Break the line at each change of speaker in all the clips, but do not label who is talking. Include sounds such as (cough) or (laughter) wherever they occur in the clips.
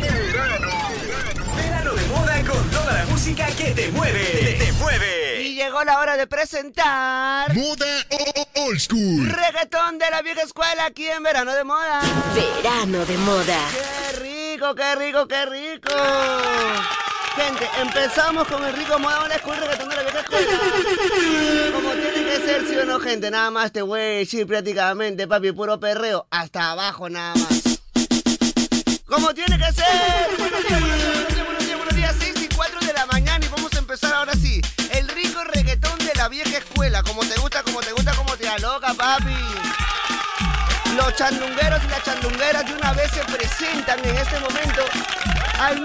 Verano. Verano de moda con toda la música que te mueve. Te mueve.
Y llegó la hora de presentar
Moda o- o- Old School.
reggaetón de la vieja escuela aquí en Verano de Moda.
Verano de moda.
¡Qué rico, qué rico, qué rico! Gente, empezamos con el rico Moda Old School reggaetón de la vieja escuela. Como tiene que ser, sí o no, gente, nada más te voy a decir prácticamente, papi, puro perreo, hasta abajo nada más. Como tiene que ser. Buenos días, buenos días, buenos días, buenos días, buenos días. 6 y 4 de la mañana y vamos a empezar ahora sí. El rico reggaetón de la vieja escuela. Como te gusta, como te gusta, como te aloca, papi. Los chandungueros y las chandungueras de una vez se presentan en este momento al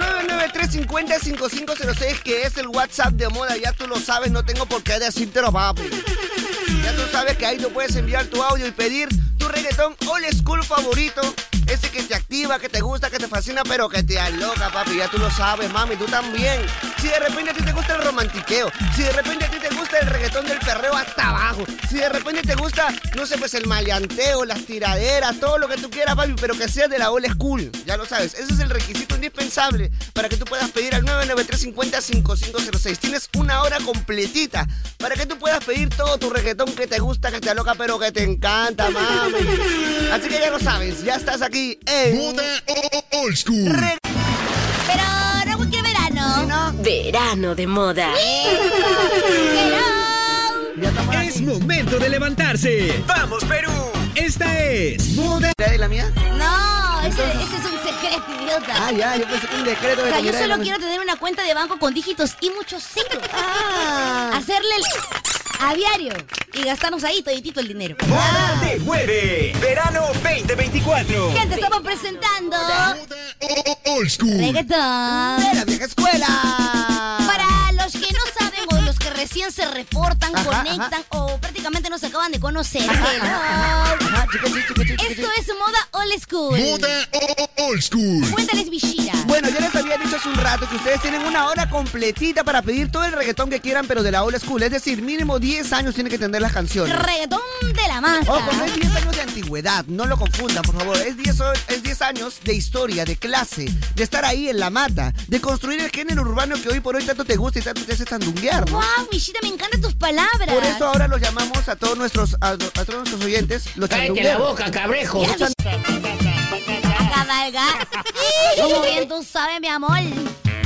993505506 que es el WhatsApp de moda. Ya tú lo sabes, no tengo por qué decírtelo, papi. Ya tú sabes que ahí tú puedes enviar tu audio y pedir tu reggaetón old school favorito. Ese que te activa, que te gusta, que te fascina, pero que te aloca, papi. Ya tú lo sabes, mami, tú también. Si de repente a ti te gusta el romantiqueo, si de repente a ti te gusta el reggaetón del perreo hasta abajo, si de repente te gusta, no sé, pues el maleanteo, las tiraderas, todo lo que tú quieras, papi, pero que sea de la old school. Ya lo sabes, ese es el requisito indispensable para que tú puedas pedir al 993505506. Tienes una hora completita para que tú puedas pedir todo tu reggaetón que te gusta, que te aloca, pero que te encanta, mami. Así que ya lo sabes, ya estás aquí en...
Moda o- o- Old School.
Re-
Pero no cualquier verano.
¿no?
Verano de moda.
Hello.
Ya estamos
Es
aquí.
momento de levantarse. ¡Vamos, Perú! Esta es Moda.
¿Era de la mía?
No, ese, ese es un secreto, idiota.
Ah, ya, yo pensé que un decreto
O
de
sea,
la
yo
mía era
solo
de la-
quiero tener una cuenta de banco con dígitos y muchos ceros.
(laughs) Ah.
Hacerle el aviario y gastarnos ahí toditito el dinero.
Moda te mueve. Verano 2024.
Gente, estamos presentando
Moda o- o- Old
de
School.
reggaetón.
la vieja escuela.
Para los que no saben o los que recién se reportan,
Ajá,
conectan o prácticamente nos acaban de conocer. Hello.
Ajá, chica, chica, chica, chica, chica.
Esto es moda old school.
Moda o- o- Old School.
Cuéntales, Vishira.
Bueno, ya les había dicho hace un rato que ustedes tienen una hora completita para pedir todo el reggaetón que quieran, pero de la old school. Es decir, mínimo 10 años tienen que tener las canciones.
Reggaetón de la masa.
Ojo, no es 10 años de antigüedad, no lo confundan, por favor. Es 10, o- es 10 años de historia, de clase, de estar ahí en la mata, de construir el género urbano que hoy por hoy tanto te gusta y tanto te hace sandunguear, ¿no?
Wow, Vishita, me encantan tus palabras.
Por eso ahora los llamamos a todos nuestros, a, a todos nuestros oyentes, los chandungueros.
Ya, Vishita. A
(laughs)
cabalgar. Como bien tú sabes, mi amor.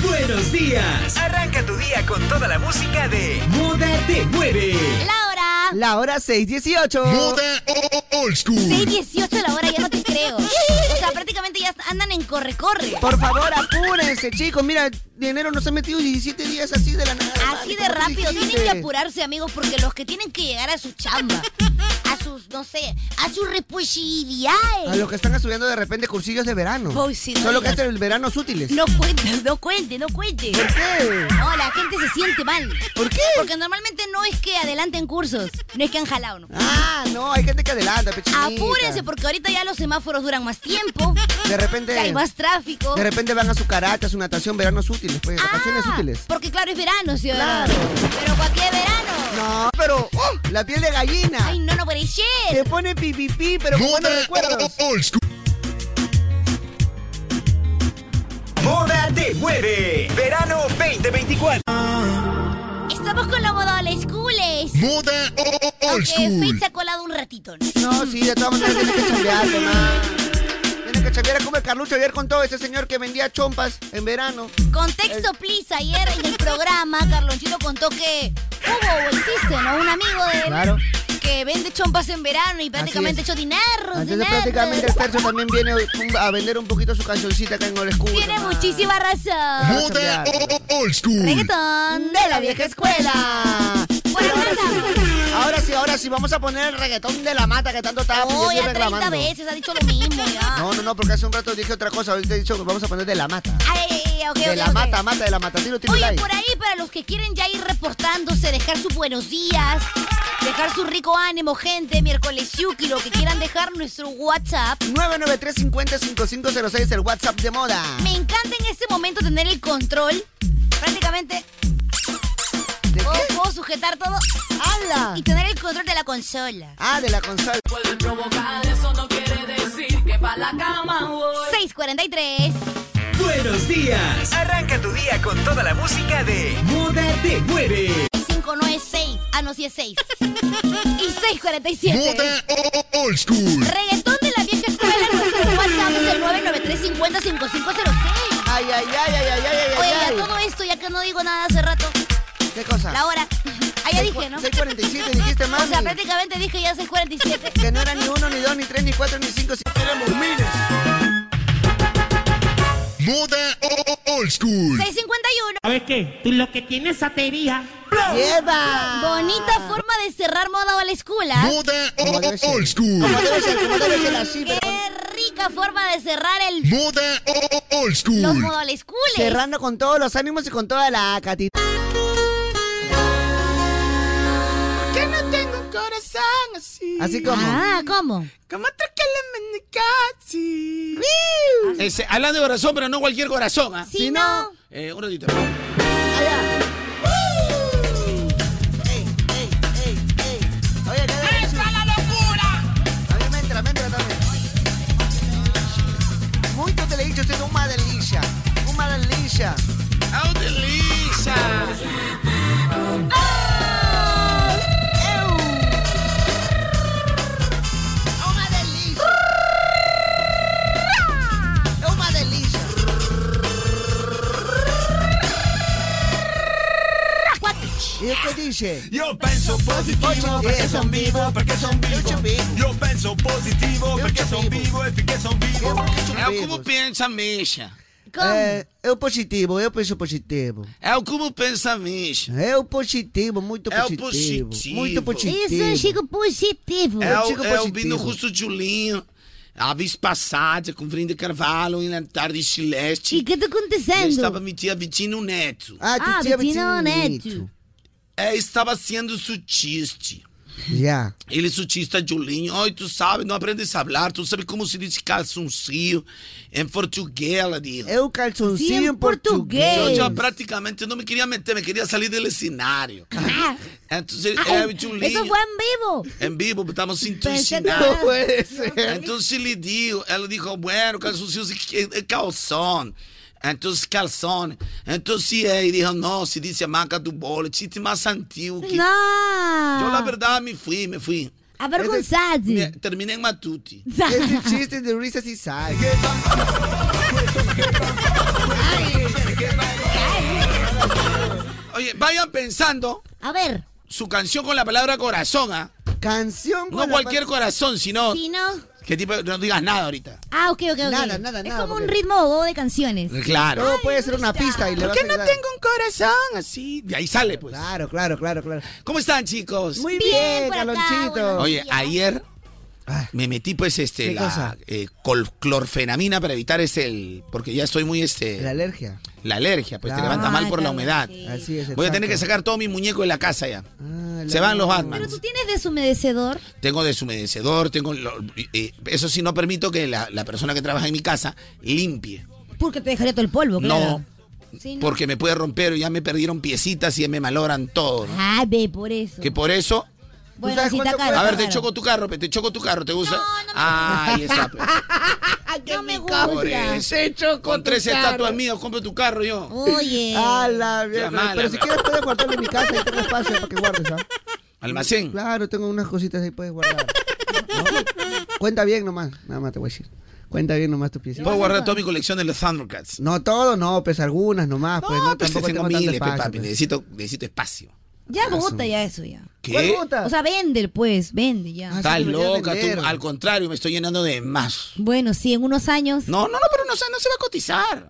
Buenos días. Arranca tu día con toda la música de Moda te mueve.
Laura.
La hora 618.
Moda o- o- Old School.
6.18 de la hora, ya no te creo. O sea, prácticamente ya andan en corre-corre.
Por favor, apúrense, chicos. Mira, de enero nos han metido 17 días así de la nada.
Así de
¿Cómo
rápido.
dijiste?
Tienen que apurarse, amigos, porque los que tienen que llegar a su chamba, a sus, no sé, a sus
A
responsabilidades.
los que están estudiando de repente cursillos de verano.
Uy, sí, no
Solo que
digas.
hacen el verano útiles.
No cuente, no cuente, no cuente.
¿Por qué?
No, la gente se siente mal.
¿Por qué?
Porque normalmente no es que adelanten cursos, no es que han jalado, ¿no?
Ah, no, hay gente que adelanta, pechinita.
Apúrense porque ahorita ya los semáforos duran más tiempo,
De
ya hay
repente.
más tráfico.
De repente van a su karate, a su natación, veranos útiles, pues, vacaciones
Ah,
útiles.
Porque claro, es verano, sí,
Claro.
Pero cualquier verano.
No, pero ¡oh! la piel de gallina.
Ay, no, no puede ser.
Se pone pipipi, pero con buenos
Moda o-
recuerdos.
o- Old School.
Moda te mueve. Verano 2024.
Estamos con la moda old schooles.
Moda o- o- o- Old
Aunque Fate
School.
se ha colado un ratito, ¿no?
No, sí, de todas maneras tiene que chambear, hermano. Tiene que chambear como el Carlucho ayer con todo ese señor que vendía chompas en verano.
Contexto,
Eh.
please. Ayer en el programa, Carlonchito contó que hubo o existe, ¿no? Un amigo de él
Claro.
que vende chompas en verano y prácticamente ha
es.
hecho dineros,
Entonces
dineros.
prácticamente el tercio también viene un- a vender un poquito su cancioncita acá en Old School.
Tiene
hermano.
muchísima razón.
Moda o- o- Old School.
Reggaetón
De la vieja escuela.
Bueno, Marta.
Ahora sí, ahora sí, vamos a poner el reggaetón de la mata que tanto estaba
Oh,
pidiendo y
ya 30
reclamando.
veces ha dicho lo mismo, ya.
No, no, no, porque hace un rato dije otra cosa, ahorita he dicho que vamos a poner de la mata.
Ay, ay, ay, ya, ok,
de
ok,
la
ok.
mata, mata, de la mata, tiro, tiro,
Oye,
like.
por ahí para los que quieren ya ir reportándose, dejar sus buenos días, dejar su rico ánimo, gente, miércoles yuki, lo que quieran dejar, nuestro WhatsApp.
993 es el WhatsApp de moda.
Me encanta en este momento tener el control. Prácticamente
¿De
puedo,
qué?
puedo sujetar todo
¡Hala!
y tener el control de la consola.
Ah, de la consola.
Pueden provocar, eso no quiere decir que pa' la cama voy.
643.
Buenos días. Arranca tu día con toda la música de Moda te mueve.
5 no es 6. Ah, no, sí es
(laughs)
6. Y 647.
Moda old school.
Reggaetón de la vieja escuela. Nuestro WhatsApp es el 993505506.
Ay, ay, ay, ay, ay, ay, ay,
Oye, ya
ay.
todo esto, ya que no digo nada hace rato.
¿Qué cosa?
La hora. Ah, ya dije, ¿no?
647 dijiste, mami.
(laughs) O sea, prácticamente dije ya 647.
Que no era ni uno, ni dos, ni tres, ni cuatro, ni cinco, si éramos miles.
Moda old school.
651.
¿Sabes qué? Tú lo que tienes atería.
¡Lleva!
Bonita forma de cerrar moda ¿ah? o la escuela.
Moda
Como debe ser.
old school.
Como debe ser, como debe ser así,
Qué
pero
rica forma de cerrar el
Moda old
los
school.
moda o la escuela.
cerrando con todos los ánimos y con toda la catita.
Que no tengo un corazón así.
Así como.
Ah, ¿cómo?
Como otro que le mendicachi.
Ese, hablando de corazón, pero no cualquier corazón, ¿ah?
Si
Si
no,
no-
Eh, un ratito.
Allá. Ey, ey, ey, ey. Oye, ¿qué debe decir?
la locura!
A mí me entra, me entra también. Muito delícia, sendo uma delícia. Uma delícia.
¡Ah, utiliza!
Eu! Uma delícia. É uma delícia.
4.
E o que dice?
Yo penso positivo perché son vivo, perché son
Eu te
vivo.
pego.
Yo penso positivo
Io
perché
ci
son
vivo.
vivo e perché son vivo.
Eu que te
Ah, ¿Cómo
pego.
piensa Misha?
¿Cómo?
É, eu Eh, positivo, eu penso positivo.
Ah, ¿Cómo piensa Misha?
Eu positivo, muito
É o
positivo.
positivo.
Muito positivo.
Isso, Chico positivo.
É
chico
o, é o
positivo.
Bino Russo Julinho. A vez passada, com Brinde Carvalho, e na tarde
¿Y
celeste,
qué está
eu
tá acontecendo?
estava minha tia Vitino Neto.
Ah,
Ah,
titia
Bettina
Bettinito.
Neto.
É, estava sendo sutiste.
Já.
Ele é sutista Julinho. Oi, tu sabe, não aprendes a falar, tu sabe como se diz calçoncio em português, ela diz.
Eu calçoncinho
Sim,
É em português.
Eu
português.
já praticamente não me queria meter, me queria sair do cenário. Então,
Ah,
eu e
Eso
Julinho,
fue en vivo.
em vivo, estamos
Pensei que
sentindo.
era-
Puede ser.
Entonces le dijo, él dijo, bueno, calzoncillo, sí, eh, eh, calzón. Entonces calzón. Entonces él dijo, no, si dice maca tu bola, chiste más antiguo. Que...
No.
Yo la verdad me fui, me fui. Me-
Avergonzado.
terminé en
(laughs)
Matuti. (laughs)
Esse chiste de Risa se sai.
Oye, vayan pensando
A ver,
su canción con la palabra corazón, ¿ah?
Canción con
No
la
cualquier
pa-
corazón, sino...
si no.
Que tipo, no digas nada ahorita.
Ah, ok, ok, ok.
Nada, nada,
Es
nada,
como un
porque-
ritmo bobo de canciones.
Claro.
Todo puede ser una pista y le
¿Por
vas a
qué no
ayudar.
tengo un corazón así?
Sí, de ahí sale, pues.
Claro, claro, claro, claro.
¿Cómo están, chicos?
Muy
Bien,
bien,
por acá,
Carlonchito.
buenos
Oye,
días.
ayer
Ah,
Me metí pues este
¿Qué
la
cosa?
eh, col- clorfenamina para evitar ese el porque ya estoy muy este
la
la,
alergia.
alergia, pues te
Claro.
levanta mal por la
Ah,
humedad.
claro,
Así es.
Voy a tener que
exacto.
sacar todos mis muñecos de la casa ya.
Ah, la-
Se van los
Pero
Batman.
tú tienes deshumedecedor.
Tengo deshumedecedor, tengo lo- eh, eso sí no permito que la, la persona que trabaja en mi casa limpie.
Porque te dejaría todo el polvo, claro.
No,
Sí, no.
porque me puede romper, ya me perdieron piecitas y ya me malogran todo. ¿no?
Ah, ve, por
(laughs)
eso.
Que por eso
Bueno,
sabes
si está
cuánto
caro.
cuesta?
a ver,
está
te
caro.
choco tu carro, pe, te choco tu carro, ¿te gusta?
No, no me
Ay, esa. pe.
No me gusta.
Se Con tres estatuas mías, compro tu carro yo. (laughs)
Oye.
Ah, la mierda.
mala,
Pero si
bro.
quieres puedes guardarlo en mi casa y tengo espacio para que guardes, ¿ah?
Almacén.
Claro, tengo unas cositas ahí puedes guardar. ¿No? Cuenta bien nomás, nada más te voy a decir. Cuenta bien nomás tus piecitas.
Puedo guardar toda mi colección de los Thundercats.
No todo, no, pues algunas nomás, pues no,
Pues,
tampoco
tengo
tengo tanto
miles, pe,
espacio.
papi.
pues.
Necesito, necesito espacio.
Ya bota ya eso ya.
¿Cuál
¿Qué?
gusta?
O sea, vende, pues, vende ya.
Ah,
Estás
sí, deberías
loca,
vender.
tú. Ah. Al contrario, me estoy llenando de más.
Bueno, sí, en unos años.
No, no, no, pero no, se- no se va a cotizar.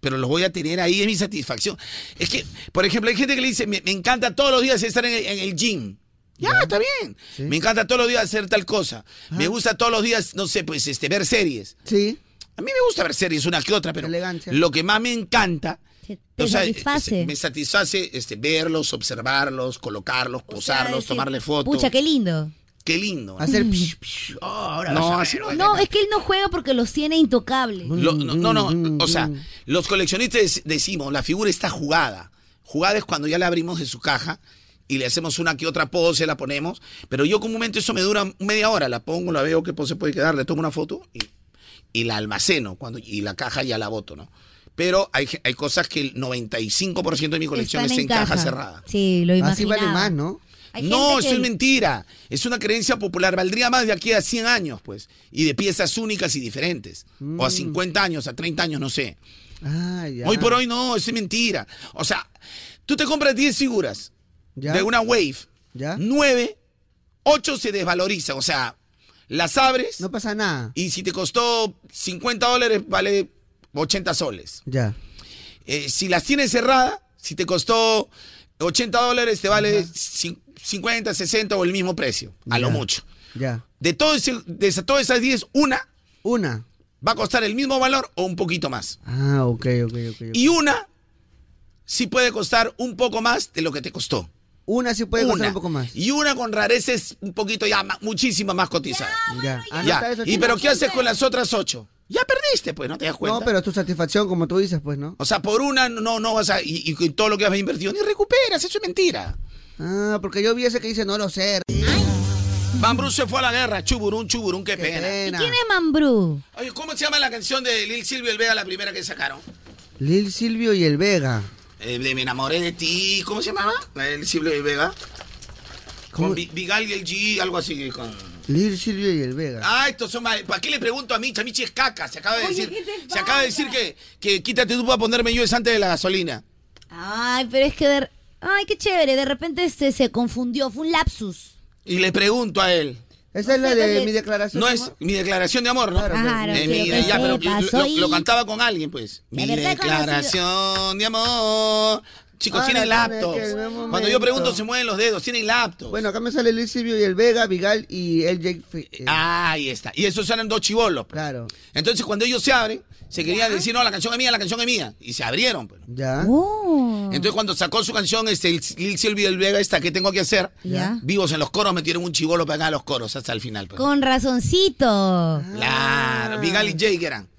Pero los voy a tener ahí, es mi satisfacción. Es que, por ejemplo, hay gente que le dice, me, me encanta todos los días estar en el, en el gym. Ya, está bien. Me encanta todos los días hacer tal cosa. Me gusta todos los días, no sé, pues, este, ver series.
Sí.
A mí me gusta ver series una que otra, pero
Elegancia.
lo que más me encanta
Te
o sea,
satisface.
es- me satisface este, verlos, observarlos, colocarlos,
sea,
posarlos,
decir,
tomarle fotos.
Pucha, qué lindo.
Qué lindo. ¿no?
(laughs)
Hacer
Mm.
psh, psh.
Oh, ahora
No,
vas a
así
ver,
No,
vas a ver.
es que él no juega porque los tiene intocables.
Lo- no, no, no, o sea, los coleccionistas dec- decimos, la figura está jugada. Jugada es cuando ya la abrimos de su caja y le hacemos una que otra pose, la ponemos, pero yo comúnmente eso me dura media hora, la pongo, la veo qué pose puede quedar, le tomo una foto y, y la almaceno cuando y la caja ya la boto, ¿no? Pero hay, ge- hay cosas que el 95% de mi colección
Están
está en caja cerrada.
Sí, lo imaginaba.
Así vale más, ¿no?
Hay
No,
gente
eso
que-
es mentira. Es una creencia popular. Valdría más de aquí a 100 años, pues. Y de piezas únicas y diferentes. O a 50 años, a 30 años, no sé.
Ah, ya.
Hoy por hoy no, eso es mentira. O sea, tú te compras 10 figuras
Ya.
de una Wave.
Ya.
9, 8 se desvalorizan. O sea, las abres
No pasa nada.
y si te costó 50 dólares, vale 80 soles.
Ya.
Eh, si las tienes cerrada, si te costó 80 dólares, te vale cin- 50, 60 o el mismo precio, a lo
Ya.
mucho.
Ya.
De, todo ese- de esa- todas esas 10, una
Una.
va a costar el mismo valor o un poquito más.
Ah, ok, ok, ok. ok.
Y una sí puede costar un poco más de lo que te costó.
Una sí puede costar
Una.
un poco más.
Y una con rareces un poquito ya, ma- muchísima más cotizada.
Ya. Ah, no,
Ya.
está eso,
¿Y
chico.
pero qué haces con las otras ocho? Ya perdiste, pues, no te das cuenta.
No, pero tu satisfacción, como tú dices, pues, ¿no?
O sea, por una no, no vas a. Y, y con todo lo que has invertido ni recuperas, eso es mentira.
Ah, porque yo vi ese que dice no lo sé.
Van Bruce se fue a la guerra, chuburún, chuburún, qué,
Qué
pena.
¿Y
pena.
quién es Mambrú?
Oye, ¿cómo se llama la canción de Lil Silvio El Vega, la primera que sacaron?
Lil Silvio y el Vega.
Eh, de Me enamoré de ti, ¿cómo se llamaba? La de Lil Silvio El Vega.
¿Cómo?
Con Vi- Vigal y el G, algo así. que Con...
Lil Silvio y el Vega.
Ah, estos son. ma- ¿Para qué le pregunto a Micha? Michi es caca, se acaba de
Oye, ¿qué
decir.
te
Se acaba de
pasa?
decir que, que quítate tú para ponerme yo es antes de la gasolina.
Ay, pero es que de... Ay, qué chévere. De repente se, se confundió. Fue un lapsus.
Y le pregunto a él.
Esa es la de mi declaración.
No
de
es
amor.
mi declaración de amor, ¿no?
Claro,
Claro,
Eh,
quiero
mi-
que
ya, pero
sepas,
lo-
soy-
lo, cantaba con alguien, pues.
La
Mi
verdad conocido.
declaración de amor. Ah, Chicos,
Ahora
tienen
tiene
laptops.
que ver un
Cuando yo pregunto,
momento.
se mueven los dedos. Tienen laptops.
Bueno, acá me sale Lil Silvio y el Vega, Vigal y el Jake. Fe- eh,
Ahí está. Y esos eran dos chivolos. pues.
Claro.
Entonces, cuando ellos se abren, se querían decir, no, la canción es mía, la canción es mía. Y se abrieron. pues.
Ya. Mm.
Oh.
Entonces, cuando sacó su canción, este, el- Lil Silvio del Vega, esta, ¿qué tengo que hacer?
Ya.
Vivos en los coros, metieron un chivolo para acá a los coros hasta el final. pues.
Con razoncito.
Claro. Vigal y Jake eran.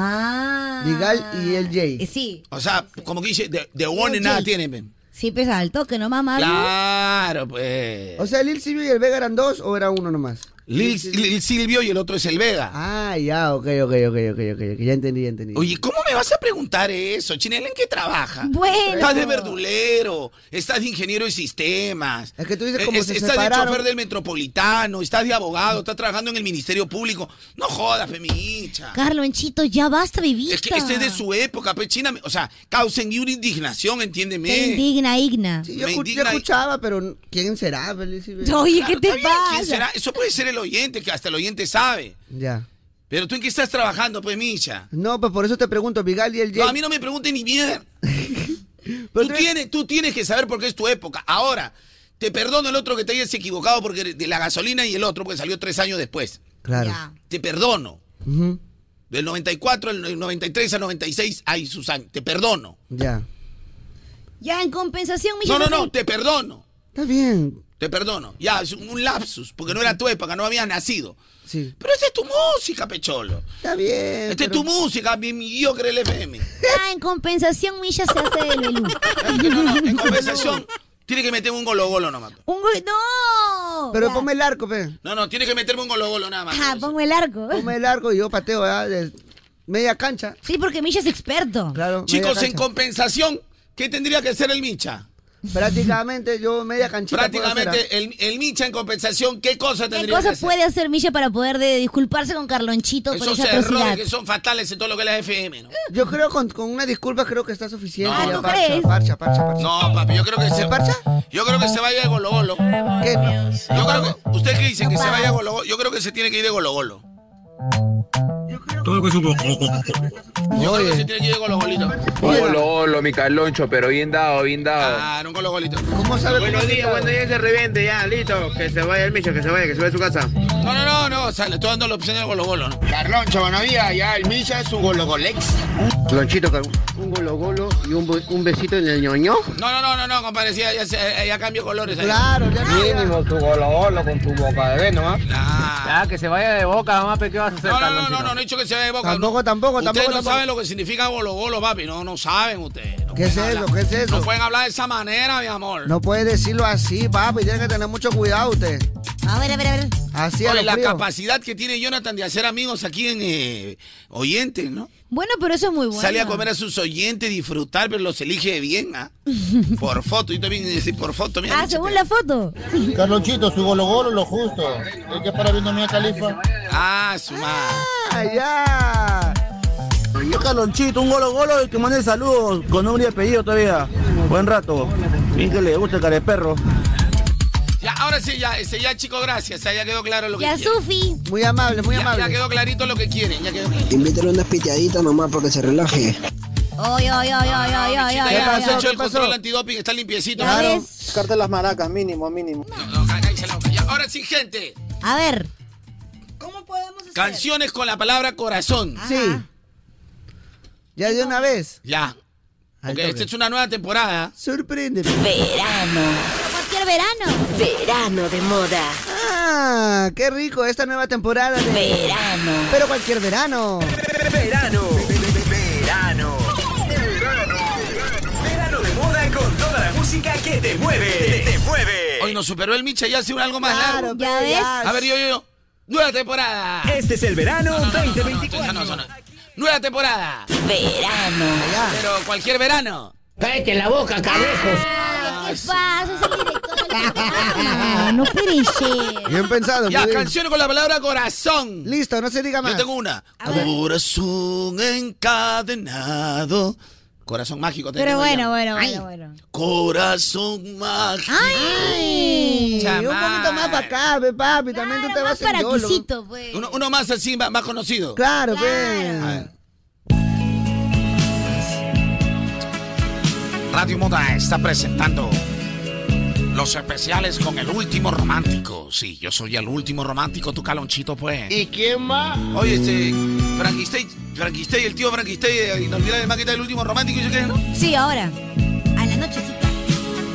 Ah.
Vigal y el Jay.
Eh, Sí,
O sea, como que dice, de, de one nada
Jake.
tienen. pues.
sí, pesa al toque, ¿Ah, no mamá.
Claro, pues.
O sea, Lil Silvio y el Vega eran dos o era uno nomás.
Lil, Lil Silvio y el otro es el Vega.
Ah, ya, ok, ok, ok, ok, ok, ok. Ya entendí, ya entendí.
Oye, ¿cómo me vas a preguntar eso? Chinela, ¿en qué trabaja?
Bueno.
Estás de verdulero, estás de ingeniero de sistemas.
Es que tú dices como se
Estás de
separaron.
chofer del metropolitano, estás de abogado, estás trabajando en el Ministerio Público. No jodas, Femicha.
Carlos Enchito, ya basta, bebita.
Es que este es de su época, pechina. O sea, causen y una indignación, entiéndeme.
Te indigna, Igna.
Sí, yo,
me
escu- yo
indigna-
escuchaba, pero ¿quién será? Lil Silvio?
Oye, ¿qué
Claro,
te
está bien, ¿quién
pasa?
será? Eso puede ser el oyente, que hasta el oyente sabe.
Ya.
Pero tú en qué estás trabajando, pues, Micha.
No, pues por eso te pregunto, Vigal y el
No,
Jay.
a mí no me pregunten ni mierda.
(laughs)
Tú
Pero
tienes, tú tienes que saber por qué es tu época. Ahora, te perdono el otro que te hayas equivocado porque eres de la gasolina y el otro porque salió tres años después.
Claro.
Ya.
Te perdono.
Ujú.
Del 94 al del 93 al 96 hay sus años. Te perdono.
Ya.
Ya, en compensación, mi
No, no,
chico,
no, te perdono.
Está bien.
Te perdono. Ya, es un lapsus, porque no era tu época, no habías nacido.
Sí.
Pero esa es tu música, Pecholo.
Está bien.
Esta es
Eh, pero-
tu música, mi mediocre el FM.
Ya, Ah, en compensación, Milla se hace de Lelú.
(laughs) No, no, no, en conversación, tienes que meterme un golo golo nomás.
Un gol. ¡No!
Pero
Oh, Ya.
ponme el arco, pe.
No, no, tienes que meterme un golo golo nada más.
Ajá, pongo el arco.
Ponme el arco y yo pateo, ¿verdad? De media cancha.
Sí, porque Milla es experto.
Claro.
Chicos,
media
en
cancha.
compensación, ¿qué tendría que hacer el Micha?
Prácticamente yo media canchita. puedo hacer, ¿ah?
Prácticamente, el, el Micha en compensación, ¿qué cosa
¿Qué
tendría que
cosas
hacer?
puede hacer Milla para poder de- disculparse con Carlonchito por
Esos
esa
errores
atrocidad?
que son fatales en todo lo que es la FM, ¿no?
Yo creo con, con una disculpa creo que está suficiente.
No,
ya,
¿tú
parcha,
crees?
parcha, parcha, parcha.
No, papi, yo creo que se...
¿Parcha?
Yo creo que se vaya de golo golo. Yo
¿Qué?
creo que... ¿Ustedes qué dicen? ¿Que se vaya de golo golo? Yo creo que se tiene que ir de golo golo. Yo creo que se
Oye,
tiene que ir de golo golito.
oye,
Hola, mi Carloncho, pero bien dado, bien dado.
Claro, un golo golito.
¿cómo sabe cómo se-
días, buenos días, se reviente, ya, listo. Que se vaya el Micho, que se vaya, que se vaya a su casa.
No, no, no, no, o sea, le estoy dando la opción del golo golo. ¿no?
Carloncho, buenos días. Ya el Misha es un gologolex.
Lonchito con un golo golo y un, bu- un besito en el ñoño.
No, no, no, no, no, compadre, sí, ya, ya, se- ya cambio colores. ahí.
Mínimo tu golo golo con tu boca de veno, ¿ah?
Ya,
que se vaya de boca, mamá, pero ¿qué vas a hacer,
No, no, no,
Carlonchito?
no, no, no he dicho que se vea de boca.
Tampoco,
no.
tampoco,
ustedes
tampoco,
no
tampoco.
saben lo que significa golo golo, papi. No, no saben ustedes. No
¿Qué es
pueden
eso?
hablar.
¿Qué es eso?
No pueden hablar de esa manera, mi amor.
No puede decirlo así, papi. Tiene que tener mucho cuidado usted.
A ver, a ver, a ver.
Así a
Oye,
lo
la
frío.
capacidad que tiene Jonathan de hacer amigos aquí en eh, Oyentes, ¿no?
Bueno, pero eso es muy bueno.
Sale a comer a sus oyentes, disfrutar, pero los elige bien,
(laughs)
¿ah? Por foto, y también decir por foto, mira.
Ah,
dice
según
que-
la foto.
Carlonchito, su golo golo lo justo. Es que para viendo mía califa.
Ah, su madre.
Ah,
ya.
Yo Carlonchito, un golo golo y que mande saludos con nombre y apellido todavía. Buen rato. Bien que le gusta el careperro.
Ya, ahora sí, ya, este, ya, chicos, gracias. Ya, ya quedó claro lo que
Ya,
quieren.
Sufi.
Muy amable,
Ya- Ya quedó clarito lo que quieren, ya quedó clarito.
Invítale unas piteaditas nomás para que se relaje.
Este Oy, oy, oy, oy, oy, oy,
Chita,
oy,
ya
oy,
hemos
oy.
hecho el control antidoping, está limpiecito.
Descarte las maracas, mínimo, mínimo.
No, cállense la boca. Ya, ahora sí, gente.
A ver.
Canciones con la palabra corazón.
Sí. Ya de una vez.
Ya.
Al
Ok,
toque.
esta es una nueva temporada.
Sorprende.
Verano.
Cualquier verano.
Verano de moda.
Ah, qué rico esta nueva temporada de
Verano.
Pero cualquier verano.
Verano. Verano. Verano de moda con toda la música que te mueve. Te mueve.
Hoy nos superó el Micha, ya hace un algo más largo.
¿Ya ves?
A ver, yo, yo, yo. Nueva temporada.
Este es el verano
No, no, no, no, no, no,
2024.
no, no, no, no. Nueva temporada.
Verano.
Pero cualquier verano.
Cállate la boca, cabezos.
Ah, ¿Qué pasa? Es el
(coughs)
director del programa.
(laughs)
No puede ser.
Bien pensado.
Ya,
muy bien.
canciones con la palabra corazón.
Listo, no se diga más.
Yo tengo una. Corazón encadenado. Corazón mágico. te
Pero
tengo
bueno,
ya.
bueno,
Ay.
bueno, bueno.
Corazón mágico.
Y
¡Ay!
un
Chamán.
poquito más para acá, pe, papi. También tú te
Más
vas a
para
hacer yolo.
Quisito, pues.
Uno, uno más así, más, más conocido.
Claro,
pues.
Claro.
pe.
Radio Moda está presentando los especiales con el último romántico. Sí, yo soy el último romántico, tu calonchito, pues.
¿Y quién más?
Oye, este, Franquistey, Franquistey, el tío Franquistey, eh, inolvidable de maqueta del último romántico, ¿y yo qué, no?
Sí, ahora. A la nochecita.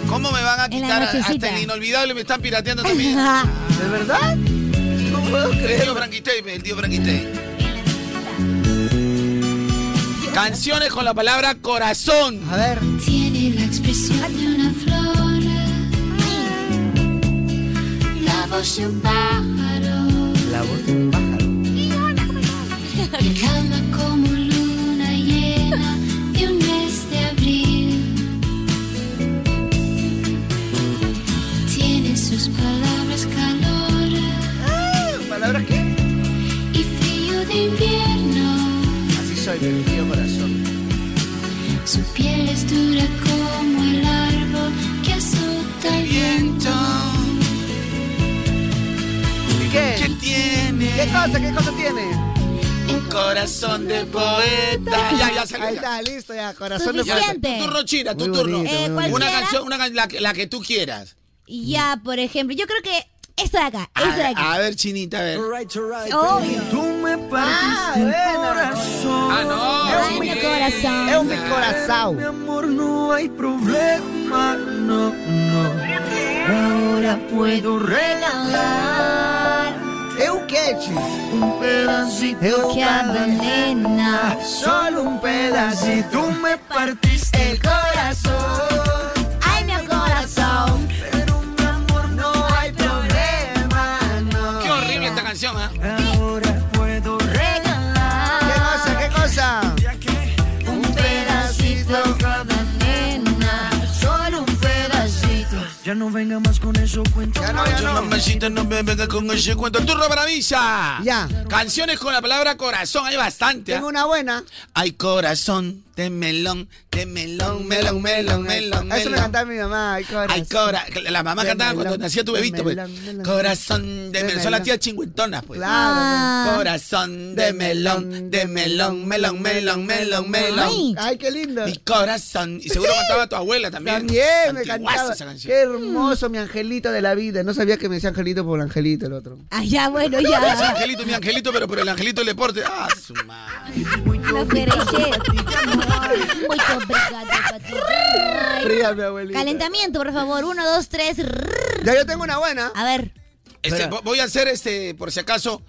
¿Cómo me van a
En la
quitar? a- Hasta
nochecita. Ah.
el inolvidable me están pirateando
(laughs)
también.
¿De verdad? No puedo
El
creer.
tío Franquistey, el tío Franquistey. Canciones con la palabra corazón.
A ver.
Tiene la expresión de una flor, la voz de un pájaro,
La voz de un pájaro.
y calma como luna llena de un mes de abril. Tiene en sus palabras calor
Ah, ¿Palabras qué?
y frío de invierno.
Así soy, mi tío corazón.
Su piel es dura como el árbol que azota el viento.
¿Y
¿Qué
qué?
tiene?
¿Qué cosa? ¿Qué cosa tiene?
Un corazón de poeta. Ya, ya salió.
Ahí
ya.
está, listo ya. Corazón de
Ya,
fuerza.
Suficiente.
Tu turno, China, tu
Muy
turno.
bonito,
Eh,
muy
¿cuál
bonito.
Una
Cualquiera.
canción, una can- la, que- la que tú quieras.
Ya, por ejemplo, yo creo que esta de acá,
A,
esta de acá.
a ver, Chinita, a ver.
Obvio.
Ah, bueno.
Ah, no.
Ay,
muy
mi
bien.
corazón.
Es un mi corazón.
Ahora puedo regalar
Es un queche.
un pedacito
Es un
nena. Uh.
solo un pedacito. Tú me partiste el corazón,
Ay, mi corazón.
pero mi amor no hay problema, no.
Qué horrible esta canción, ¿ah?
Ahora puedo regalar
¿Qué cosa? ¿Qué cosa?
un pedacito cada nena, solo un pedacito. Ya no venga más con eso, cuento.
Ya no, ya
Yo,
no.
mamacita, no me venga con ese cuento. Turno para Villa.
Ya.
Canciones con la palabra corazón, hay bastante. ¿ah?
Tengo una buena.
Hay corazón Ten melón, ten melón, melón, melón, melón.
Eso me
melón.
cantaba mi mamá. Ay, corazón.
Ay, cora, la mamá
de
cantaba
melón,
cuando nacía tu
de
bebito, pues.
melón, melón.
Corazón de
De
melón. Son las
melón.
tías chingüentonas, pues.
Claro, pues.
Corazón de melón, de melón, melón, melón, melón, melón.
Ay, qué lindo.
Mi corazón. Y seguro cantaba tu abuela también.
También me
Antiguaza
cantaba.
esa canción.
Qué hermoso, mi angelito de la vida. No sabía que me decía angelito por angelito el otro.
Ah, ya, bueno,
Es
ya.
angelito, mi angelito, pero por el angelito del deporte. Ah, su madre.
No querés ser. Muy complicado, Patita.
Fría, mi abuelita.
Calentamiento, por favor. Uno, dos, tres.
Ya yo tengo una buena.
A ver.
Este, vo- voy a hacer este, por si acaso.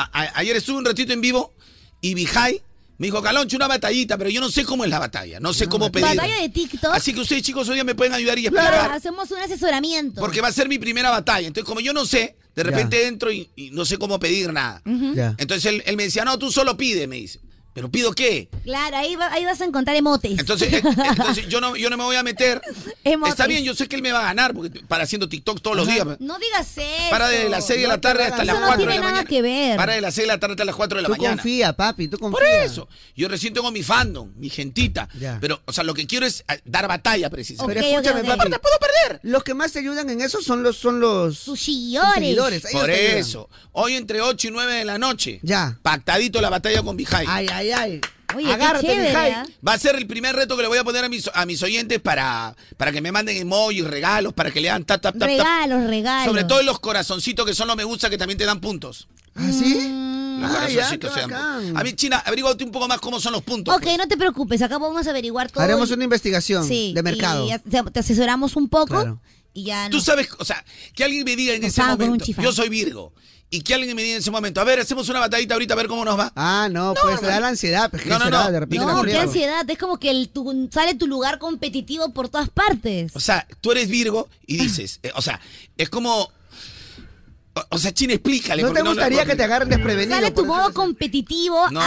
a- a- ayer estuve un ratito en vivo y Bijay me dijo, Caloncho, una batallita, pero yo no sé cómo es la batalla, no sé cómo pedir.
Batalla de TikTok.
Así que ustedes, chicos, hoy día me pueden ayudar y explicar.
Claro, hacemos un asesoramiento.
Porque va a ser mi primera batalla. Entonces, como yo no sé, de repente entro y, y no sé cómo pedir nada.
Ujú.
Ya.
Entonces él, él me decía, no, tú solo pide, me dice. ¿Pero pido qué?
Claro, ahí, va- ahí vas a encontrar emotes.
Entonces, eh, entonces yo, no, yo no me voy a
(laughs)
meter.
Emotes.
Está bien, yo sé que él me va a ganar porque para haciendo TikTok todos los días.
No digas eso.
Para de las 6 de la tarde hasta las
Eso
4
no
de la
tiene nada
mañana.
que ver.
Para de las 6 de la tarde hasta las 4 de la
Tú
mañana.
confía, papi, tú confía.
Por eso. Yo recién tengo mi fandom, mi gentita.
Ya.
Pero, o sea, lo que quiero es ah, dar batalla precisamente.
Pero escúchame, papi.
Aparte, puedo perder.
Los que más te ayudan en eso son los son los
sus
seguidores. Ellos
Por
te ayudan.
eso. Hoy entre 8 y 9 de la noche.
Ya.
Pactadito la batalla con Bijay.
Ay, ay, ay.
Oye, qué
Agárrate,
chévere,
Mijay.
¿ah?
Va a ser el primer reto que le voy a poner a mis, a mis oyentes para, para que me manden emojis, regalos, para que le dan tap, tap, tap, tap.
Regalos, regalos.
Sobre todo los corazoncitos que son los me gusta que también te dan puntos.
¿Ah, sí?
Mm.
Los
Ah, ya,
corazoncitos
qué
se dan
bacán.
puntos. A mí, China, averígate un poco más cómo son los puntos.
Ok, no te preocupes, acá vamos a averiguar todo.
Haremos
y-
una investigación
Sí,
de mercado.
Y ya te te asesoramos un poco
Claro.
y ya
Tú
nos-
sabes, o sea, que alguien me diga en
Nos
ese
pagan con un
momento,
chifán.
yo soy Virgo, y que alguien me diga en ese momento, a ver, hacemos una batallita ahorita a ver cómo nos va.
Ah, no, pues te da
hermano.
la ansiedad. pues, ¿qué
No, no,
será?
no.
De repente
No,
la
No, qué
friega.
ansiedad, es como que el- tu- sale tu lugar competitivo por todas partes.
O sea, tú eres Virgo y dices, eh, o sea, es como, o, o sea, China, explícale.
¿No
porque
te gustaría que te agarren desprevenido?
Sale tu
por eso?
modo competitivo a-
No,
a,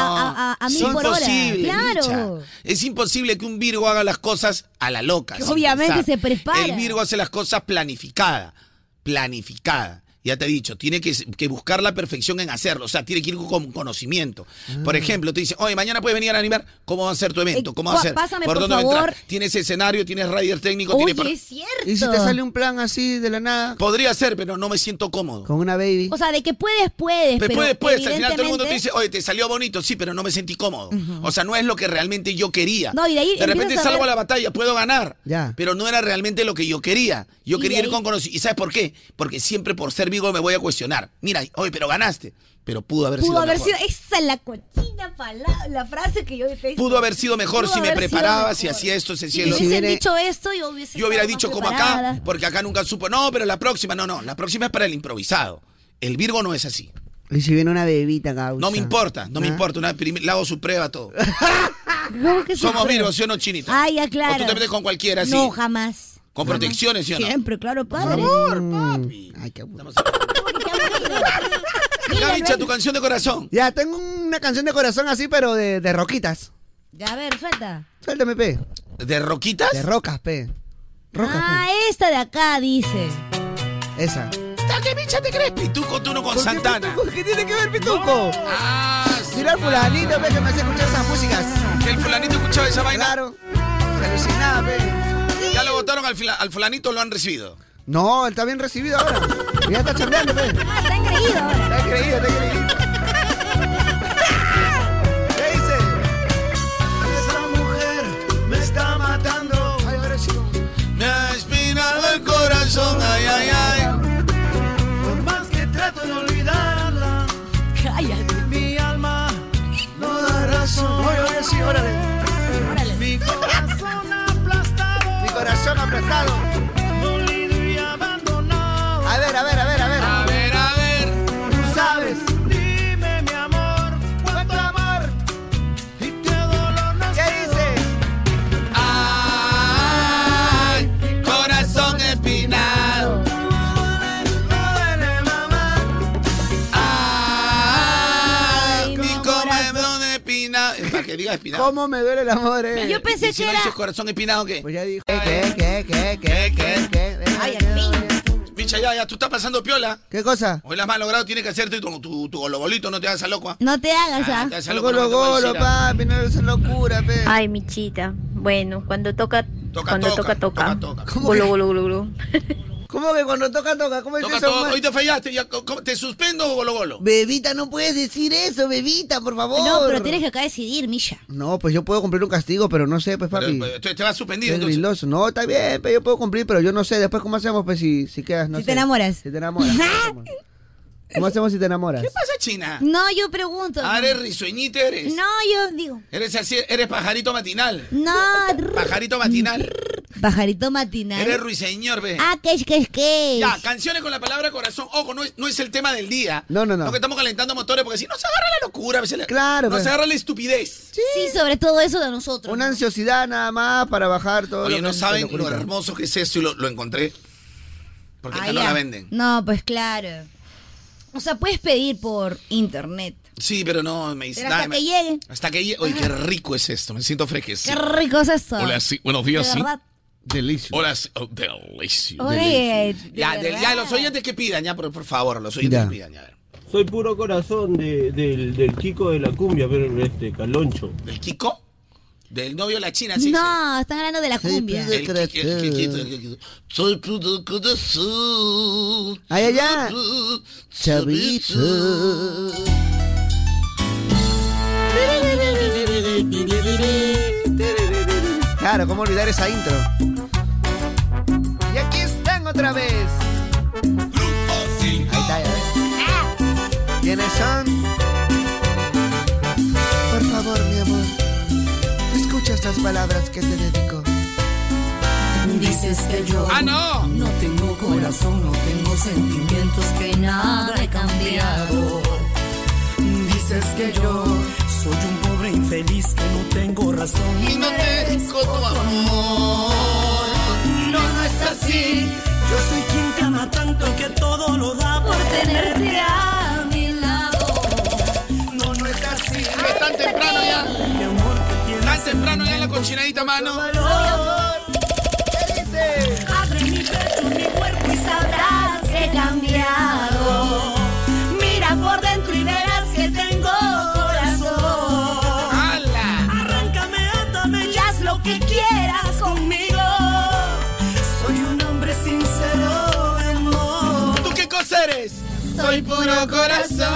a- a
es
mil por hora.
imposible,
Claro.
Micha. Es imposible que un Virgo haga las cosas a la loca.
Que
sin
obviamente
pensar.
se prepara.
El Virgo hace las cosas planificada. Planificada. Ya te he dicho, tiene que, que buscar la perfección en hacerlo. O sea, tiene que ir con conocimiento.
Ah.
Por ejemplo, te dice, oye, mañana puedes venir a animar. ¿Cómo va a ser tu evento?
Eh,
¿Cómo va a
pa-
ser?
pásame, por
va a entrar?
favor.
Tienes escenario, tienes rider técnico.
Oye,
tienes par-
es cierto.
¿Y si te sale un plan así de la nada?
Podría ser, pero no me siento cómodo.
Con una baby.
O sea, de que puedes, puedes. pero
Después, después, al final todo el mundo te
evidentemente-
dice, oye, te salió bonito, sí, pero no me sentí cómodo. O sea, no es lo que realmente yo quería.
No, y de ahí
repente
empiezas a
salgo a
ver-
la batalla, puedo ganar,
Ya.
pero no era realmente lo que yo quería. Yo
Y
quería
de
ir
ahí-
con conocimiento. ¿Y sabes por qué? Porque siempre por ser Virgo me voy a cuestionar. Mira, oye, pero ganaste. Pero pudo haber
Pudo
sido
haber
mejor.
sido. Esa es la cochina palabra, la frase que yo te
Pudo haber sido mejor
Pudo
si me
haber sido
preparaba, si
mejor.
hacía esto, si
Si
hacía
me
lo
hubiesen dicho esto, yo hubiese.
Yo hubiera
estado
dicho
más
como
preparada.
acá, porque acá nunca supo, no, pero la próxima, no, no, la próxima es para el improvisado. El Virgo no es así.
Y si viene una bebita, causa.
No me importa, no me
Ah.
importa. Una prim- le hago su prueba a todo.
¿Cómo que
"Ah, Somos
siempre?
virgos, ¿sí o no, Chinita?
Ah, ya, claro.
O tú te metes con cualquiera, sí.
No, jamás.
Con protecciones, ¿sí o no?
Siempre, claro, padre.
Mm. Ay, qué aburrido.
Ya, bicha, tu canción de corazón.
Ya, tengo una canción de corazón así, pero de, de roquitas.
Ya, a ver, suelta.
Suéltame, pe.
¿De Roquitas?
De rocas, pe. Rocas,
Ah, esta de acá dice.
pe. Esa.
¿A qué bicha te crees? Pituco, tú no con Santana.
Pituco? ¿Qué tiene que ver Pituco?
Ah, sí,
Mira al fulanito, ve, que me hace escuchar esas músicas.
que el fulanito escuchaba esa vaina.
Claro. Se alucinaba, pe.
Ya lo votaron al, fila- al fulanito, lo han recibido.
No, él está bien recibido ahora. Ya está chambeando, pe.
Ah, está engreído ahora.
Está creído, está creído. (laughs) ¿Qué dice?
Esa mujer me está matando.
Ay, ahora sí.
Me ha espinado el corazón, ay, ay, ay.
Por más que trato de olvidarla,
Cállate.
mi alma no da razón.
Oye, oye, sí, órale.
Mi corazón aplastado,
Mi corazón apretado.
dolido y abandonado.
A ver, a ver, a ver, a ver.
A ver, a ver.
Tú sabes.
Dime, mi amor, cuánto amor y qué dolor nos
¿Qué dice?
Ay, corazón espinado.
duele, mamá.
Ay,
Ay,
mi
mamá.
corazón espinado. Es Para que diga espinado.
¿Cómo me duele el amor, eh?
Yo pensé
¿Y si
que
no
era.
dices corazón espinado qué?
Pues ya dijo. ¿Qué, qué, qué, qué, qué,
¿Qué, qué?
qué?
Ay, al fin.
Bicha, ya, ya, tú estás pasando piola.
¿Qué cosa?
Hoy las has logrado, tienes que hacerte tu, tu, tu golobolito, no te hagas a loco. ¿ah?
No te hagas,
Ah,
¿ah?
te hagas a
El
loco, no
golo
te voy a decir,
golo,
ah.
papi, no es locura, pe.
Ay, michita. Bueno, cuando toca,
Toca,
cuando
toca,
toca, toca.
¿Cómo
Golo,
que?
golo, golo, golo.
¿Cómo que cuando toca, toca? ¿Cómo
Toca
dices
todo,
eso?
hoy
man?
te fallaste, ya, co- co- te suspendo, golo golo.
Bebita, no puedes decir eso, bebita, por favor.
No, pero tienes que acá decidir, Misha.
No, pues yo puedo cumplir un castigo, pero no sé, pues, papi.
Pero, pero, Te, te vas suspendido,
Qué
entonces.
griloso. No, está bien, pero yo puedo cumplir, pero yo no sé. Después, ¿cómo hacemos pues, si, si quedas? No
Si
sé.
te enamoras.
Si te
(laughs)
enamoras. ¿Cómo hacemos si te enamoras?
¿Qué pasa, China?
No, yo pregunto.
Ah, eres risueñita, eres.
No, yo digo.
Eres así, eres pajarito matinal.
No,
Pajarito matinal.
pajarito matinal.
Eres ruiseñor, ve.
Ah, que es, que es, que es.
Ya, canciones con la palabra corazón. Ojo, no es, no es el tema del día.
No, no,
No
no.
que estamos calentando motores porque si no se agarra la locura. a veces la-
Claro,
No
pues.
se agarra la estupidez.
Sí. sobre todo eso de nosotros.
Una ansiosidad nada más para bajar todo.
Oye,
lo
no
que-
saben
locura.
lo hermoso que es esto y lo, lo encontré. Porque acá
Ah,
no
ya.
la venden.
No, pues claro. O sea, puedes pedir por internet.
Sí, pero no, me dice.
Pero hasta
nada, me-
que llegue.
Hasta que llegue. Oye, qué rico es esto. Me siento
Qué
fresquecito.
rico es eso.
Hola, sí. Buenos días,
De
sí.
verdad.
Delicioso. Hola, sí. Oh, delicioso.
Oye, de
Ya, de-
verdad.
ya, los oyentes que pidan, ya, por, por favor, los oyentes
Ya.
que pidan, ya.
Soy puro corazón de- del, del Kiko de la cumbia, pero este, Caloncho.
¿Del Kiko? Del novio de la China, sí.
no, están hablando de la cumbia.
El Kiki- el Kikito, el Kikito. Soy puro corazón.
Ay, ay, ay.
Chavito.
Claro, ¿cómo olvidar esa intro? Y aquí están otra vez. Ahí está, ya ves. ¿Quiénes son? Por favor, mi amor, escucha estas palabras que te dedico.
Dices que yo
¡Ah, no!
no tengo corazón, no tengo sentimientos, que nada he cambiado. Dices que yo soy un pobre infeliz, que no tengo razón
y merezco tu amor.
No, no es así. Yo soy quien te ama tanto que todo lo da por tenerte a mi lado. No, no es así.
Es tan temprano ya. Tan temprano ya la cochinadita, mano. Este.
Abre mi pecho, mi cuerpo y sabrás que he cambiado. Mira por dentro y verás que tengo corazón. Arráncame, átame y haz lo que quieras conmigo. Soy un hombre sincero de amor.
¿Tú qué cosa eres?
Soy
puro
corazón.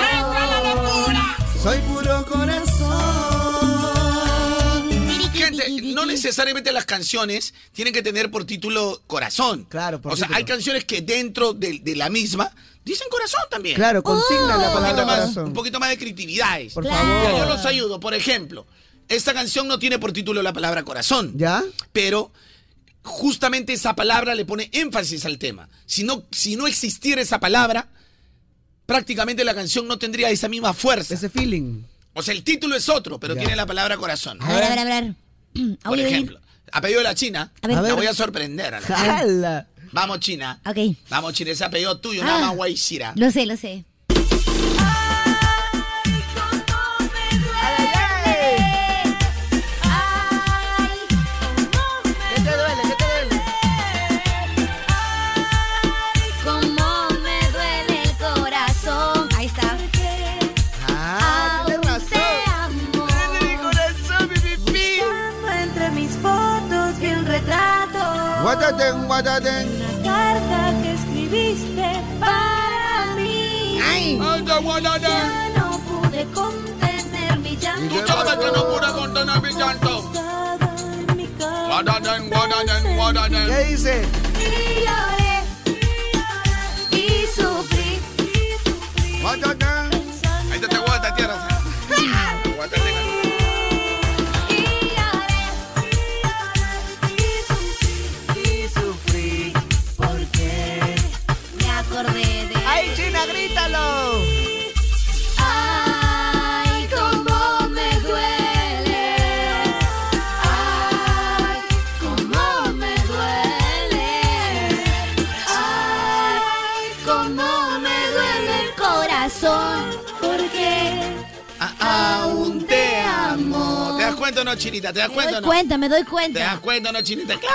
¡Entra la locura!
Soy
puro corazón.
Gente, no necesariamente las canciones tienen que tener por título corazón. Claro,
por
O sea,
título.
hay canciones que dentro de, de la misma dicen corazón también.
Claro, consignan la
Un poquito
palabra
más-
corazón.
Un poquito más de creatividades.
Por Claro. favor.
Ya, yo los ayudo. Por ejemplo, esta canción no tiene por título la palabra corazón.
¿Ya?
Pero justamente esa palabra le pone énfasis al tema. Si no, si no existiera esa palabra, prácticamente la canción no tendría esa misma fuerza. Ese
feeling.
O sea, el título es otro, pero tiene la palabra corazón.
A ver, a ver, a ver. Ah,
Por
voy a ir.
ejemplo, a pedido de la China,
A ver.
la
A ver.
voy a sorprender. a la China.
¡Jala!
Vamos, China.
Ok,
Vamos, China, ese apellido tuyo,
Ah.
nada más Guayshira.
lo sé, lo sé.
¿Qué te duele? ¿Qué te duele?
Como me duele el corazón. Ahí está.
Ah,
Aún te amo.
Buscando entre mis fotos vi un retrato.
Guataten, guataten.
carta que escribiste para mí.
Ay.
Ya no pude contener mi llanto.
Escúchame que no pude contener mi llanto. Guadaden, guadaden, guadaden.
¿Qué dice?
Y lloré y sufrí.
Guataten.
Ahí te te voy a tatear.
Y sufrí porque
Me acordé de.
¡Ay, China, grítalo!
Ay, cómo me duele. Ay, cómo me duele.
Ay, cómo me duele el corazón.
cuenta o no, chinita? ¿Te das
Me
cuenta
doy
o no?
cuenta, me doy
¿Te
cuenta.
das cuenta o no, chinita? Claro,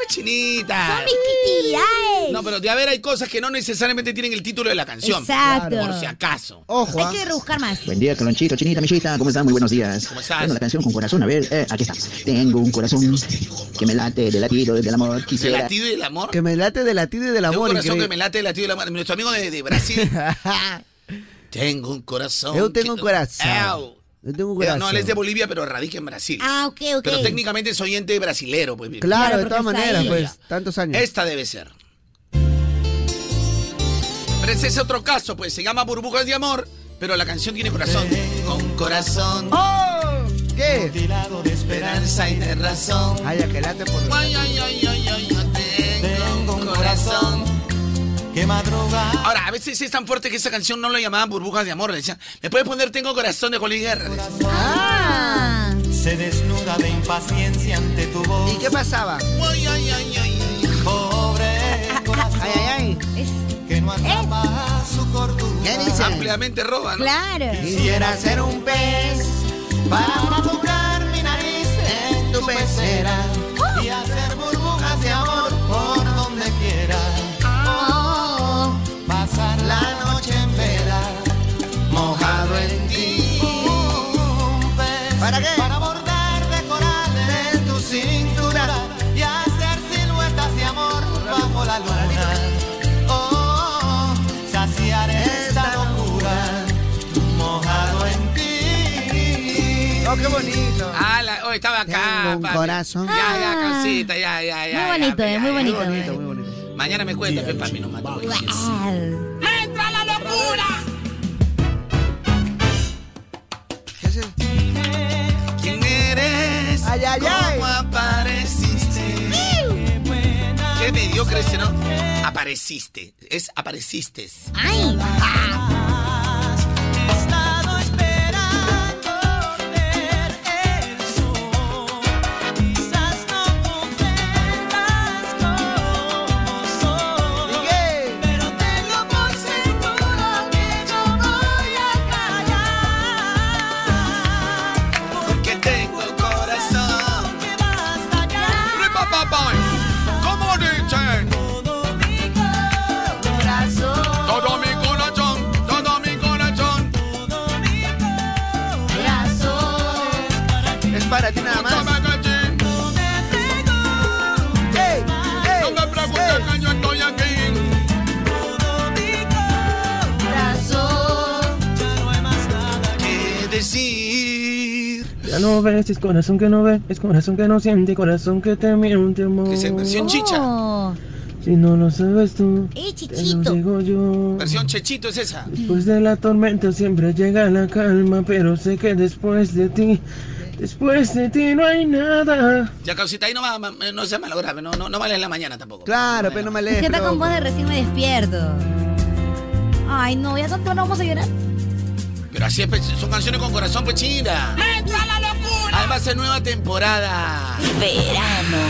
mi chinita.
Son mis titulares.
No, pero de haber hay cosas que no necesariamente tienen el título de la canción.
Exacto.
Por si acaso.
Ojo.
Hay que rebuscar más.
Buen día, Calonchito, Chinita, Millita, ¿cómo están? Muy buenos días.
¿Cómo estás?
Bueno, la canción con corazón, a ver, eh, aquí está. Tengo un corazón que me late de latido del amor,
¿De
quisiera...
latido y del amor?
Que me late de latido y del
Tengo un corazón que me late de latido de la mano. Nuestro amigo de,
(laughs)
de Brasil. (laughs) tengo un corazón.
Yo tengo un
que-
corazón.
Au.
Yo tengo un
Eh,
corazón.
No, él es de Bolivia, pero radica en Brasil.
Ah, ok, ok.
Pero técnicamente es oyente brasilero, pues. bien.
Claro, de todas maneras, pues, tantos años.
Esta debe ser. Pero ese es otro caso, pues. Se llama Burbujas de Amor, pero la canción tiene corazón. Con corazón.
¡Oh! ¿Qué?
Mutilado de esperanza y de razón.
Ay, a que late por...
Ay, ay, ay, ay, ay, ay, tengo un corazón que madruga. Ahora, a veces es tan fuerte que esa canción no la llamaban burbujas de amor. Le decían, ¿me puedes poner Tengo corazón de Julián Guerra? Le decían.
Se desnuda de impaciencia ante tu voz.
¿Y qué pasaba?
Ay, ay, ay, ay,
Pobre corazón.
Ay, ay,
Que no atrapa su cordura.
Ampliamente roba, ¿no?
Claro.
Quisiera ser un pez para madurar mi nariz en tu pecera y hacer burbujas de amor por donde quiera. Oh, pasar la noche en vela, mojado en ti. Un pez
¿Para qué?
Para bordar de coral de tu cintura y hacer siluetas de amor bajo la luna. Oh, saciar esta locura mojado en ti.
Oh, qué bonito.
Ah, la, oh, estaba acá.
Tengo un corazón.
Ya, ya, Carlcita, ya, ya, ya.
Ah. Muy bonito, eh, muy bonito.
Mañana me cuentas, Pepa, papi, no mato.
Wow.
¡Entra la locura! ¿Quién eres?
Ay, ay, ay.
¿Cómo apareciste? Qué mediocre ese, ¿no? Apareciste. Es apareciste.
Ay.
He estado esperando ver el sol. Quizás no comprendas cómo soy. Pero tengo por seguro que yo voy a callar.
Porque tengo corazón.
Que basta ya.
¿Cómo dicen?
Todo mi corazón.
Todo mi corazón, todo mi corazón.
Todo mi corazón.
Es para ti nada más.
No me tengo
Ey,
No me preguntes que yo estoy aquí.
todo mi corazón. Ya no hay más nada que
¿Qué decir?
Ya no ves, es corazón que no ve, es corazón que no siente, corazón que te miente, amor.
Que se versión chicha.
Oh.
Si no lo sabes tú,
Eh,
te lo
chichito.
digo yo.
Versión chechito es esa.
Después de la tormenta siempre llega la calma, pero sé que después de ti, después de ti no hay nada.
Ya, causita, ahí no, va- ma- no se malograve, no, no, no vale en la mañana tampoco.
Claro,
pues,
pero no me
Es
lees,
que está con
loco.
voz de recién me despierto. Ay, no, ya tanto no vamos a llorar.
Pero así es, pues, son canciones con corazón, pues chida.
¡Entra la locura!
Además es nueva temporada.
Verano.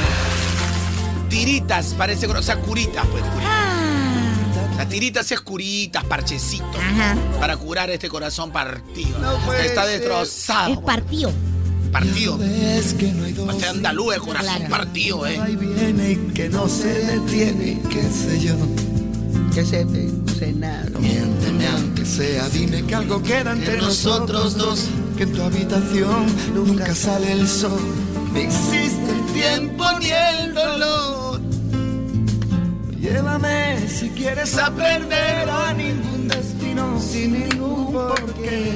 Tiritas, parece gro- o sea, curitas, pues. curitas.
Ah.
Las tiritas es curitas, parchecitos.
Ajá.
Para curar este corazón partido.
No puede
Está
ser.
destrozado.
Es partido.
partido.
Es que no hay
O sea, andaluz, el corazón
Claro.
partido, eh.
y viene y que no se detiene, qué sé yo.
¿Qué se te? No sé nada.
Miénteme aunque sea, dime que algo queda entre nosotros dos. Que en tu habitación nunca sale el sol. Ni existe el tiempo ni el dolor. Llévame si quieres a perder a ningún destino sin ningún porqué.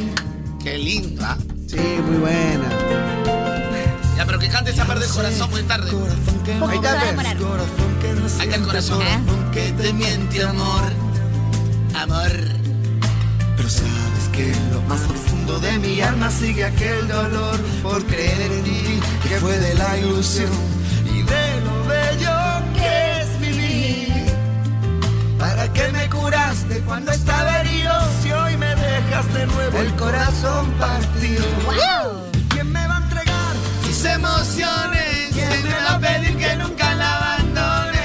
Qué lindo, ¿ah?
Sí, muy buena.
¿ah?
Ya, pero que cante esa parte del corazón muy tarde.
Corazón que no
Ahí está,
se va a
pues.
demorar.
corazón que no
Ahí está el
siente,
corazón.
corazón que
Te miente, amor. Amor.
Pero sabes que en lo más profundo de mi alma sigue aquel dolor por creer en ti, que fue de la ilusión y de lo bello que es vivir. ¿Para qué me curaste cuando estaba herido si hoy me dejas de nuevo el corazón partido? ¿Quién me va a entregar
Mis emociones.
¿Quién me va a pedir que nunca la abandone?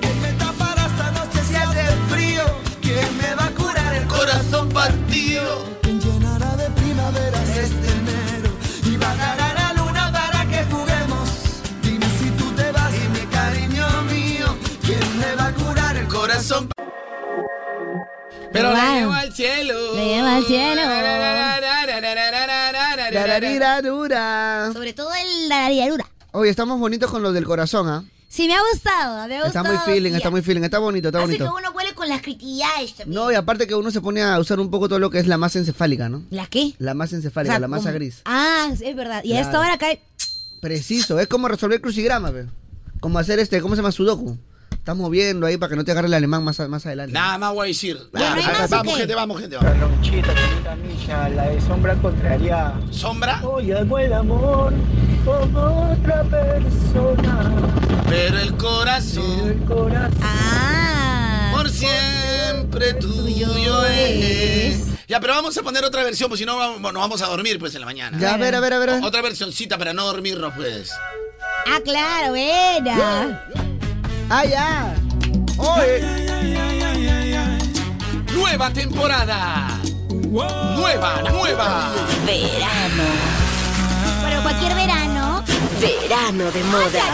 ¿Quién me tapará esta noche si hace frío? ¿Quién me va a curar el corazón partido? ¿Quién llenará de primaveras este enero? Y bajará la luna para
corazón. Pero la
Wow.
llevo al cielo.
La llevo al cielo.
Dararira dura.
Sobre todo el dararirarura.
Oye, estamos bonitos con los del corazón, ¿ah?
Sí, me ha gustado, me ha
Está
gustado.
muy feeling,
sí.
está muy feeling, está bonito, está
Hace que
bonito.
uno huele con las critillas también.
No, y aparte que uno se pone a usar un poco todo lo que es la masa encefálica, ¿no?
¿La qué?
La masa
O
encefálica,
sea,
la masa
como-
gris.
Ah, es verdad. Y a esta
Claro.
hora cae.
Preciso, es como resolver crucigrama, pe. Como hacer este, ¿cómo se llama? Sudoku. Estás moviendo ahí para que no te agarre el alemán más, a- más adelante.
Nada más voy a decir. Ya,
hay más,
vamos,
¿o qué?
gente, vamos, gente. Vamos.
Mija, la de sombra contraria.
¿Sombra?
Hoy hago el amor con otra persona.
Pero el corazón. Ah, Por siempre tuyo es. Ya, pero vamos a poner otra versión, pues si no vamos- nos vamos a dormir pues en la mañana.
Ya, a ver, a ver, a ver.
O- Otra versioncita para no dormirnos pues.
Ah, claro, buena.
Uh. Ah, ya.
Nueva temporada. Nueva, nueva.
Verano.
Pero cualquier verano.
Verano de moda.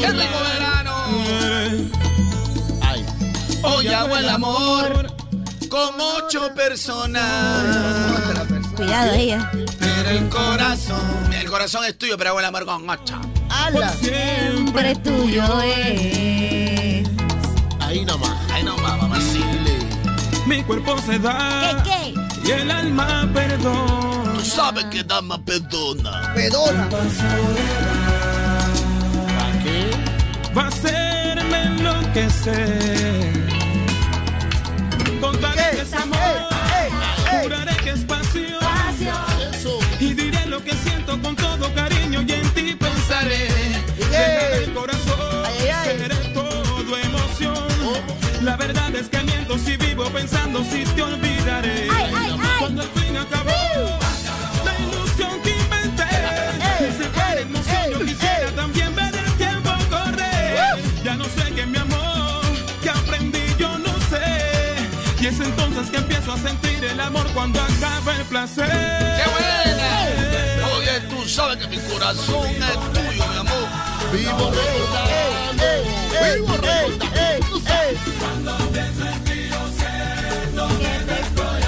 ¡Qué rico verano! Ay. Hoy hago el amor con ocho personas.
Cuidado
eh.
eh. ella.
Pero el corazón. El corazón es tuyo, pero hago el amor con ocho.
¡Hala!
Siempre tuyo es.
Ahí nomás. Ahí nomás, mamacita.
Mi cuerpo se da
¿Qué?
y el alma perdona.
Tú sabes que dama perdona.
Pedona.
¿Para qué?
Va a hacerme enloquecer. Contaré que es amor, juraré que es pasión. Y diré lo que siento con todo cariño y en ti pensaré. Dejaré el corazón, seré todo emoción. La verdad es que miento si vivo pensando si te olvidaré. Cuando al fin acabó la ilusión que inventé. Ese fue la emoción, yo quisiera también ver el tiempo correr. Ya no sé qué mi amor, que aprendí yo no sé. Y es entonces que empiezo a sentir el amor cuando acaba el placer. ¡Qué
buena! Oye, tú sabes que mi corazón es tuyo, mi amor.
Vivo recordando, vivo recordando. Cuando te sentí, yo siento que te estoy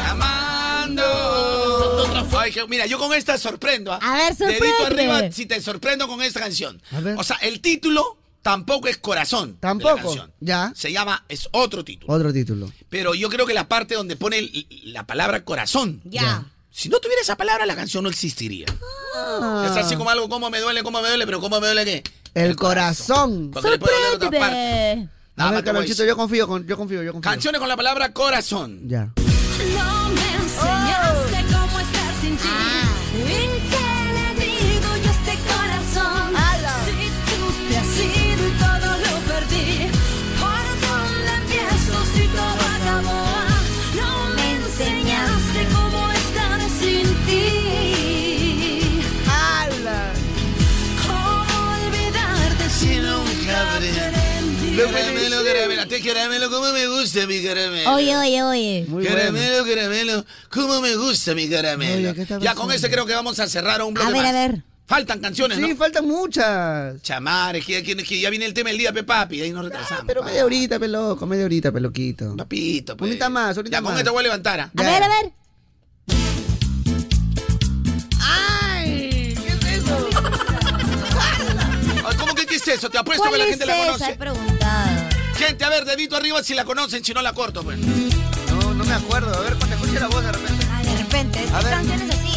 amando. Ay, je- mira, yo con esta sorprendo. ¿ah?
A ver,
Dedito
sorprende.
arriba si te sorprendo con esta canción. O sea, el título tampoco es corazón. Tampoco.
Ya.
Se llama, es otro título.
Otro título.
Pero yo creo que la parte donde pone el- la palabra corazón. Ya. Si no tuviera esa palabra, la canción no existiría. Es así como algo, como me duele, como me duele, pero como me duele qué.
El corazón.
Porque le puedo hablar otra parte.
A
Nada más te
ver,
voy a
Carlonchito,
decir.
yo confío, con- yo confío, yo confío.
Canciones con la palabra corazón.
Ya.
No me
Oh.
enseñaste cómo estar sin ti.
Ah.
¿En qué le digo yo a este corazón? Si tú te has ido y todo lo perdí. ¿Por dónde empiezo si todo acabó? No me enseñaste cómo estar sin ti. ¿Cómo olvidarte si nunca aprendí?
Caramelo, caramelo, te caramelo, como me gusta mi caramelo.
Oye, oye, oye.
caramelo, caramelo, como me gusta mi caramelo. ya con ese creo que vamos a cerrar un bloque
A ver,
más.
a ver.
Faltan canciones,
Sí,
¿no?
faltan muchas.
Chamares, que, que- que ya viene el tema del día, pe, papi, ahí nos retrasamos.
Pero media horita, peloco, media horita, peloquito.
Ah. Papito, pues.
Ahorita más, ahorita
Ya con
más.
esto voy a levantar. ¿ah?
A ver, a
ver.
Ah. ¡Ay! ¿Qué es eso? ¿Cómo que qué es eso? Te apuesto que
¿Cuál
la
es
gente la
esa?
conoce.
He preguntado.
Gente, a ver, dedito arriba si la conocen, si no la corto, pues.
No, no me acuerdo. A ver, cuando escuché la voz de repente.
Ah, de repente.
A
Estas
ver.
canciones así.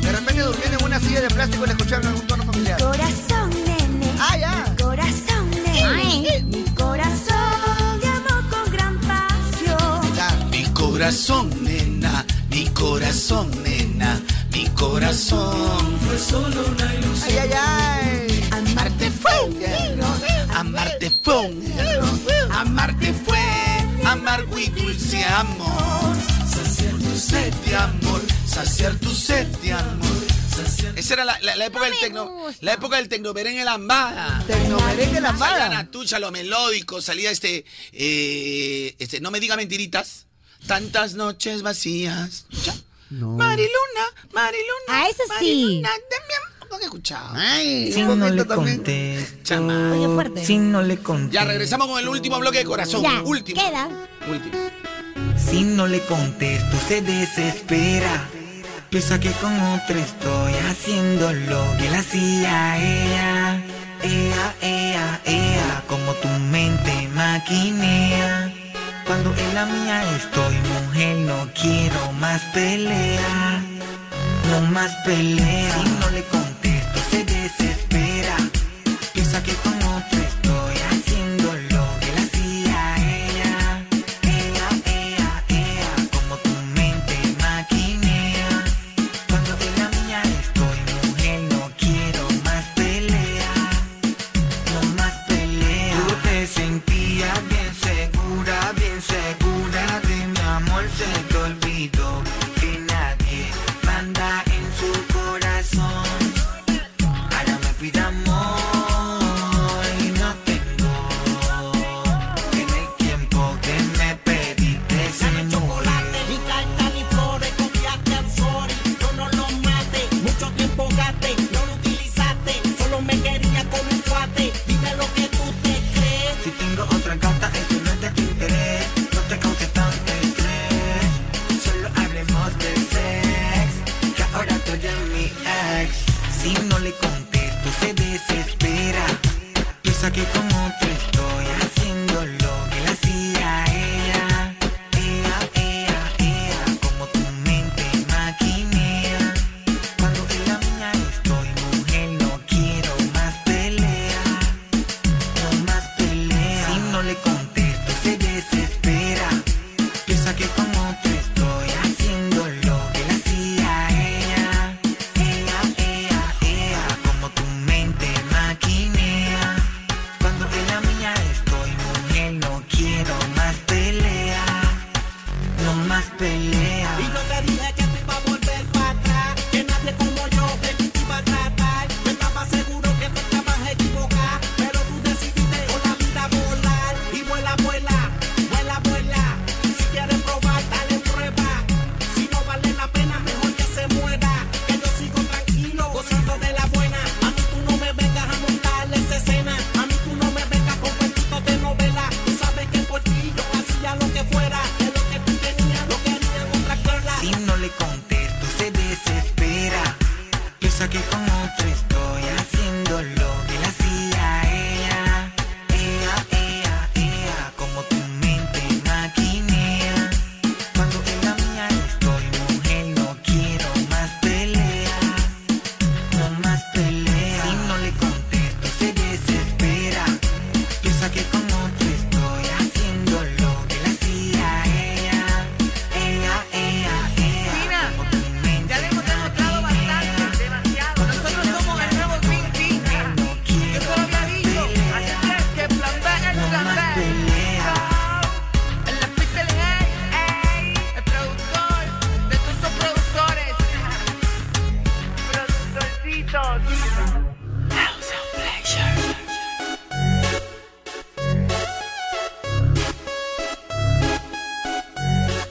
De repente durmiendo en una silla de plástico y la escucharon en algún tono familiar.
Corazón, nene.
Ah, ya.
Corazón, nene. Mi corazón llamó con gran pasión.
Mi corazón, nena, mi corazón, nena, mi corazón.
Fue solo una ilusión.
Ay, ay, ay.
Amarte fue un error, amarte fue un error, amarte fue amargo y dulce amor. Saciar tu sed de amor, saciar tu sed de amor. saciar- Esa era la, la- la época del tecno, la época del tecnomerengue lambada.
Tecnomerengue lambada.
Salía Natucha, lo melódico, salía este, eh, este, no me diga mentiritas. Tantas noches vacías. Ya.
No.
Mariluna, Mariluna.
Ah, esa sí.
Mariluna, dame amor. no han escuchado.
Ay, si no le contesto. Si no le contesto.
Ya regresamos con el último bloque de corazón.
Ya,
último.
Queda.
Último.
Si no le contesto, se desespera. Piensa que con otra estoy haciendo lo que la hacía ella. Ea, ea, ea, como tu mente maquinea. Cuando en la mía estoy, mujer, no quiero más pelea. No más pelea. Si no le contesto, se desespera. Piensa que con otra estoy haciendo lo que la hacía ella. Ella, ella, ella, como tu mente maquinea. Cuando en la mía estoy, mujer, no quiero más pelea. No más pelea. Tú te sentías bien segura, bien segura de mi amor, se te olvidó que nadie manda en su corazón. Ahora me pide amor y no tengo. En el tiempo que me pediste ese chocolate, mi carta ni flores, confiaste al sorry. Yo no lo maté, mucho tiempo gasté, no lo utilizaste. Solo me quería con un cuate, dime lo que tú te crees. Si tengo otra gata, eso no es de tu interés. No te causes tanto estrés. Solo hablemos de sex, que ahora tú eres mi ex. Si no le contesto, se desespera. Piensa que con otra estoy haciendo lo que la hacía ella. Ella, ella, ella, como tu mente maquinea. Cuando en la mía estoy, mujer, no quiero más pelea. No más pelea. Si no le contesto, se desespera. Piensa que con otra estoy haciendo lo que la hacía ella. Ella, ella, ella, como tu mente maquinea. Cuando en la mía estoy, mujer, no quiero más pelea. No más pelea. Y no te dije que te iba a volver para atrás. Que nadie como yo de ti te iba a tratar. Yo estaba seguro que te estabas equivocada. Pero tú decidiste con la vida volar. Y vuela, vuela, vuela, vuela. Si quieres probar, dale prueba. Si no vale la pena, mejor que se muera. Que yo sigo tranquilo, gozando de la buena. A mí tú no me vengas a montar esa escena. A mí tú no me vengas con cuentitos de novela. Tú sabes que por ti yo hacía lo que fuera. De lo que tú tenías, lo quería en otra cola. Si no le contesto, se desespera. Piensa que con otro estoy haciendo lo que la hacía ella. Ella, ella, ella, como tu mente maquinea. Cuando en la mía estoy, mujer, no quiero más pelea. No más pelea. Si no le contesto, se desespera. Piensa que con otro estoy haciendo lo que la hacía ella. Ella, ella, ella. ya le hemos demostrado bastante. Demasiado. Nosotros somos el nuevo Green Tea. Yo solo había dicho, así que plan B es plan B. En la pista del hey, el productor de todos esos productores. Productorcitos.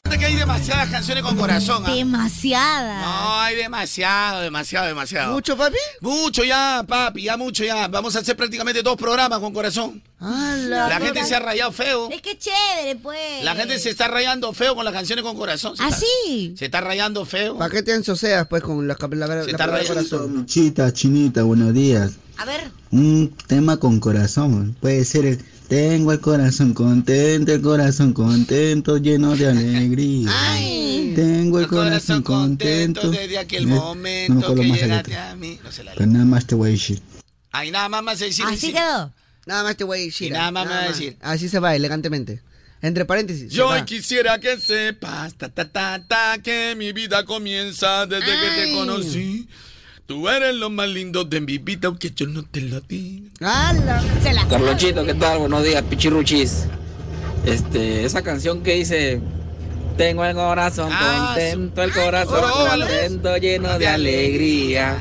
Fíjate que hay demasiadas canciones con corazón. ¿ah?
Demasiada.
No, hay demasiado, demasiado, demasiado.
¿Mucho, papi?
Mucho ya, papi, ya mucho ya. Vamos a hacer prácticamente dos programas con corazón.
la
la gente
puta.
se ha rayado feo.
Es que chévere, pues.
La gente se está rayando feo con las canciones con corazón. Se
¿Ah,
está-
sí?
Se está rayando feo.
¿Para qué te ensoceas, pues, con las cap- la, la,
está
la palabra
rayando.
corazón?
Chita, chinita, buenos días.
A ver.
Un tema con corazón. Puede ser el tengo el corazón contento, el corazón contento, lleno de alegría. tengo el corazón, contento,
desde aquel
No, no me
momento
acuerdo
que
más la
llegaste
letra.
a mí. No sé la
Pero nada más te voy a decir.
Ahí nada más más decir.
Así
sí.
quedó.
Nada más te voy a decir.
Y nada más me va a
más.
decir.
Así se va, elegantemente. Entre paréntesis. se
Yo
va.
quisiera que sepas ta, ta, ta, ta, que mi vida comienza desde que te conocí. Tú eres lo más lindo de mi vida, aunque yo no te lo diga.
Se la
Carlonchito, ¿qué tal? Buenos días, pichiruchis. Este, esa canción que dice Tengo el corazón contento, el corazón contento, lleno de alegría.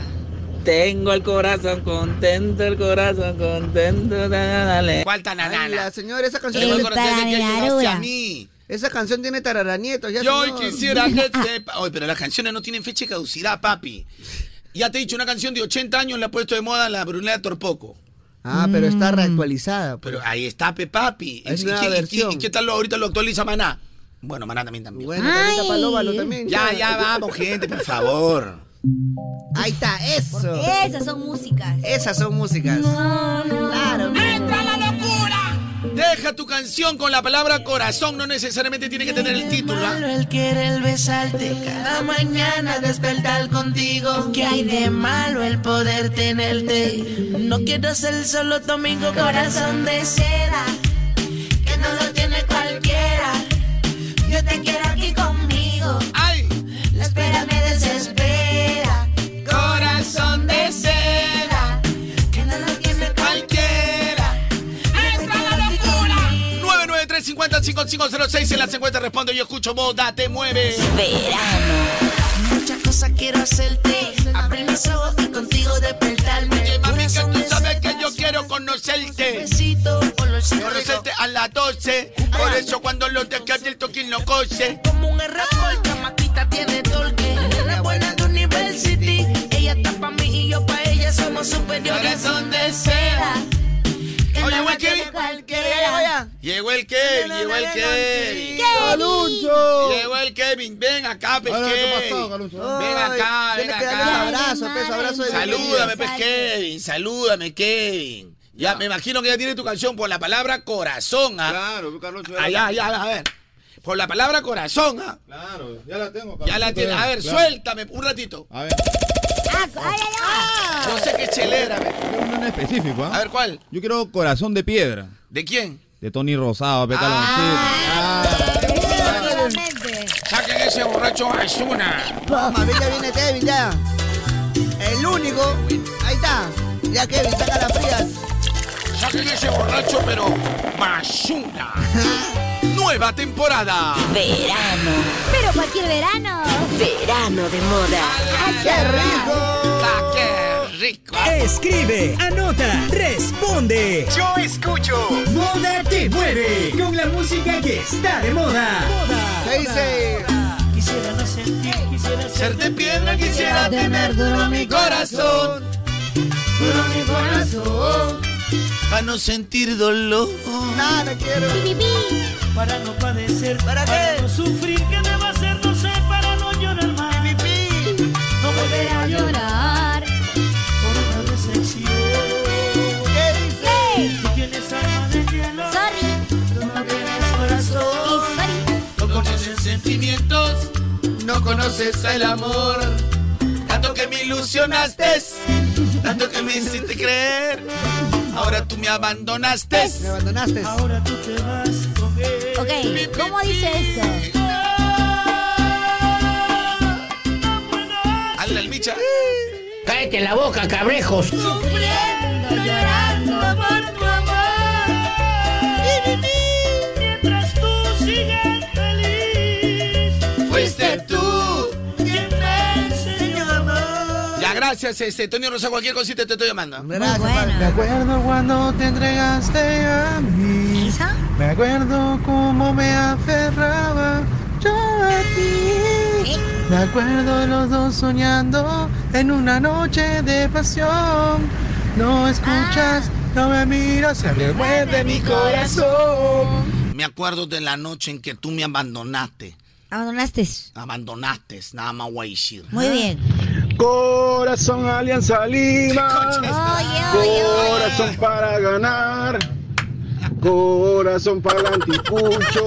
Tengo el corazón contento, el corazón contento, dale.
¿Cuál tan
La señora, esa canción.
Tengo el corazón
Tarara-
que llegaste a
mí.
Esa canción tiene tararanietos. Ya,
Yo
señor. (laughs)
quisiera que sepas. Oye, pero las canciones no tienen fecha de caducidad, papi. Ya te he dicho, una canción de 80 años la ha puesto de moda la Brunella Torpoco.
Ah, pero está
Mm.
reactualizada. pues.
Pero ahí está Pepapi.
Es
¿Y
nueva
qué- y qué-
versión.
y qué tal lo- ahorita lo actualiza Maná? Bueno, Maná también también.
Bueno, Carlita Palóbalo también.
Ya, ya vamos, gente, por favor.
Ahí está, eso.
Esas son músicas.
Esas son músicas. Claro.
¡Entra la locura! Deja tu canción con la palabra corazón, no necesariamente tiene que tener el título. ¿ah?
El querer besarte cada mañana, despertar contigo. ¿Qué hay de malo el poder tenerte? No quiero ser solo tu amigo, corazón de seda, que no lo tiene cualquiera. Yo te quiero aquí conmigo.
¡Ay!
La espera me desespera. Corazón de seda, que no lo tiene cualquiera. ¡Entra la locura!
993-50-5506 en la 50 responde, yo escucho moda, te mueve.
Muchas cosas quiero hacerte. Abrir mis ojos y contigo despertarme.
Mami, que tú sabes que yo quiero conocerte.
Besito, olorcito
Conocerte a las 12. Por eso cuando lo descargue el toquín lo coche.
Como un R-Pol, chamaquita tiene torque. Una buena de University. Ella está pa' mí y yo pa' ella. Somos superiores.
Corazón de seda. Oye, güey, ¿qué? Llegó el Kevin, llegó el Kevin.
¡Calucho!
Llegó el Kevin, ven acá, pues Kevin. Ven acá, ven
Tienes que darle
acá.
un
pues,
abrazo, peso, abrazo de
Salúdame,
bienvenida.
pues Kevin, salúdame, Kevin. Ya, me imagino que ya tiene tu canción por la palabra corazón, ¿ah?
Claro, pues, Carlos.
Ah, ya, ya, a ver. Por la palabra corazón, ¿ah?
Claro, ya la tengo,
Ya la tiene. A ver, suéltame un ratito. Ah.
A ver.
Yo sé que es chelera, ve.
Uno en específico, ¿ah?
A ver, ¿cuál?
Yo quiero Corazón de Piedra,
¿De quién?
de Tony Rosado,
Ah,
pétalo.
Saquen ese borracho a Asuna.
Toma, ve que viene Kevin ya. El único. Ahí está. Ya Kevin, saca las frías.
Saquen ese borracho, pero basura. Nueva temporada.
Verano.
Pero cualquier verano.
Verano de moda.
Ah,
Ah, ¡Qué rico!
¡Qué rico!
Escribe, anota, responde. Yo escucho. Moda te mueve. Con la música que está de moda.
¿Qué dice?
Quisiera no sentir, quisiera
Ser de piedra quisiera tener
duro
mi corazón.
Duro mi corazón.
Para no sentir dolor.
Nada quiero.
Para no padecer,
¿Para qué?
no sufrir, que deba ser, no sé, para no llorar más. No volver a llorar por una decepción.
¿Qué dice?
Tú tienes alma de hielo,
Sorry.
tú no tienes corazón.
Y sorry.
No conoces sentimientos, no conoces el amor. Tanto que me ilusionaste, tanto que me hiciste creer. Ahora tú me abandonaste.
Me abandonaste.
Ahora tú te vas con él.
Ok, ¿cómo dice esto?
Hazle al bicha.
Cállate la boca, cabrejos.
Sufriendo, llorando por tu amor. Mientras tú sigas feliz.
Fuiste tú.
Señor,
Ya, gracias, este, Tony Rosa, cualquier cosita te estoy llamando.
Gracias,
buena.
padre.
acuerdo cuando te entregaste a mí.
¿Esa?
Me acuerdo cómo me aferraba yo a ti. Me acuerdo los dos soñando en una noche de pasión. No escuchas, no me miras, se revuelve mi corazón.
Me acuerdo de la noche en que tú me abandonaste.
Abandonaste.
Abandonaste, nada más voy a decir.
Muy bien.
Corazón Alianza Lima.
Oye, oye, oye.
Corazón para ganar, corazón para el anticucho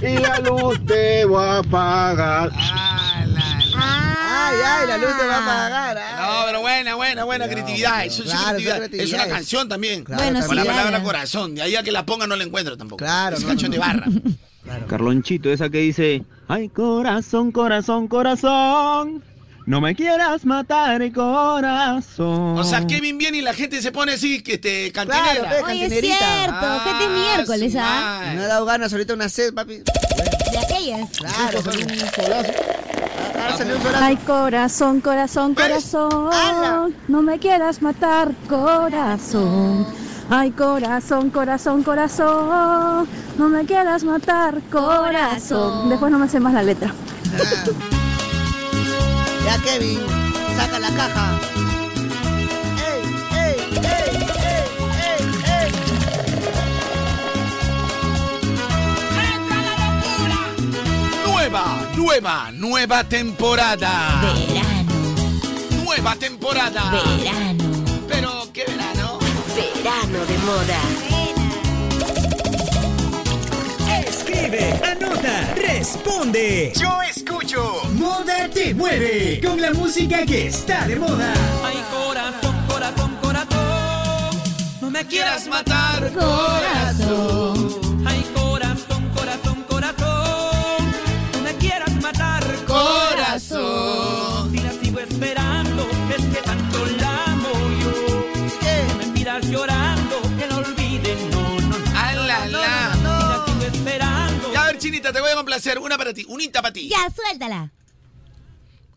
y la luz te va a apagar.
Ah, la- la-
Ay, ay, la luz te
Ah.
va a apagar. ay.
No, pero buena, buena, buena creatividad. Eso es
claro,
creatividad.
son
Es una
creatividades.
canción también.
Claro,
Bueno,
Con la
sí,
palabra
claro.
corazón. De ahí a que la ponga no la encuentro tampoco.
Claro,
Es
no,
canción
no,
de barra.
Carlonchito, esa que dice, ay corazón, corazón, corazón, no me quieras matar corazón.
O sea, Kevin viene y la gente se pone así, que este, cantinera.
Claro, ve,
Oye, es
cantinerita.
cierto.
Ah,
Gente miércoles,
su
¿ah?
madre.
Me ha dado ganas ahorita una sed, papi.
De aquellas.
Claro, salió un solazo. Ah, Ahora salió un solazo.
Ay, corazón, corazón, corazón. No me quieras matar, corazón. Ay, corazón, corazón, corazón. No me quieras matar, corazón. Después no me sé más la letra.
Ya, Kevin. saca la caja. Ey, ey, ey, ey, ey, ey.
Nueva, nueva, nueva temporada. Verano. Nueva temporada.
Verano.
Pero, ¿qué verano?
Verano de moda.
Escribe, anota, responde. Yo escucho. Moda te mueve con la música que está de moda.
Ay, corazón, corazón, corazón. No me quieras matar,
Corazón.
Ay, corazón, corazón, corazón. No me quieras matar,
Corazón.
Si la sigo esperando, es que tanto la amo yo. No me miras llorando, que no olvide, no, no.
Ay, Ah, la, la.
Si la sigo esperando.
Ya, a ver, Chinita, te voy a complacer. Una para ti, unita para ti.
Ya, suéltala.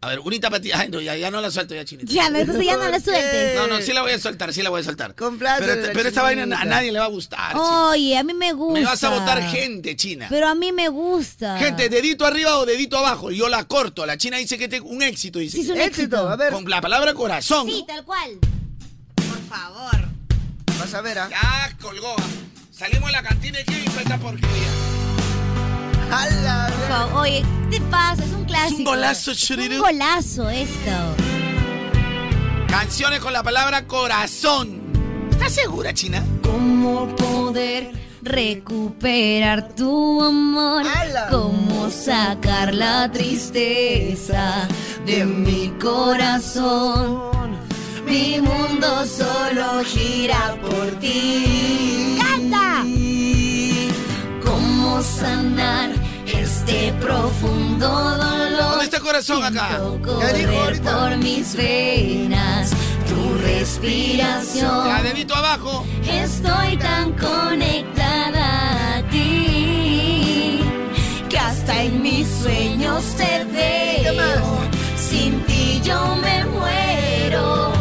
A ver, unita para ti. Ay, no, ya, ya no la suelto ya, Chinita.
Ya, no, entonces ya no la sueltes.
No, no, sí la voy a soltar, sí la voy a soltar.
Complácele,
Pero, esta- pero esta vaina a
Chinita.
nadie le va a gustar.
Oye, a mí me gusta.
Me vas a votar gente, China.
Pero a mí me gusta.
Gente, dedito arriba o dedito abajo. Yo la corto. La China dice que es un éxito. Dice
Sí, es un Éxito, éxito. a
ver.
Con la palabra corazón.
Sí, tal cual.
Vas a ver, ¿ah?
Ya colgó. Salimos a la cantina y ¿qué hizo esta porquería?
Por favor, Oye, ¿qué te pasa? Es un clásico.
golazo,
Es
Churiru.
un golazo esto.
Canciones con la palabra corazón. ¿Estás segura, China?
¿Cómo poder recuperar tu amor? ¿Cómo sacar la tristeza de mi corazón? Mi mundo solo gira por ti. ¡Canta! ¿Cómo sanar este profundo dolor?
¿Dónde está corazón acá?
Correr por mis venas, tu respiración.
Ya, dedito abajo.
Estoy tan conectada a ti que hasta en mis sueños te veo. Sin ti yo me muero.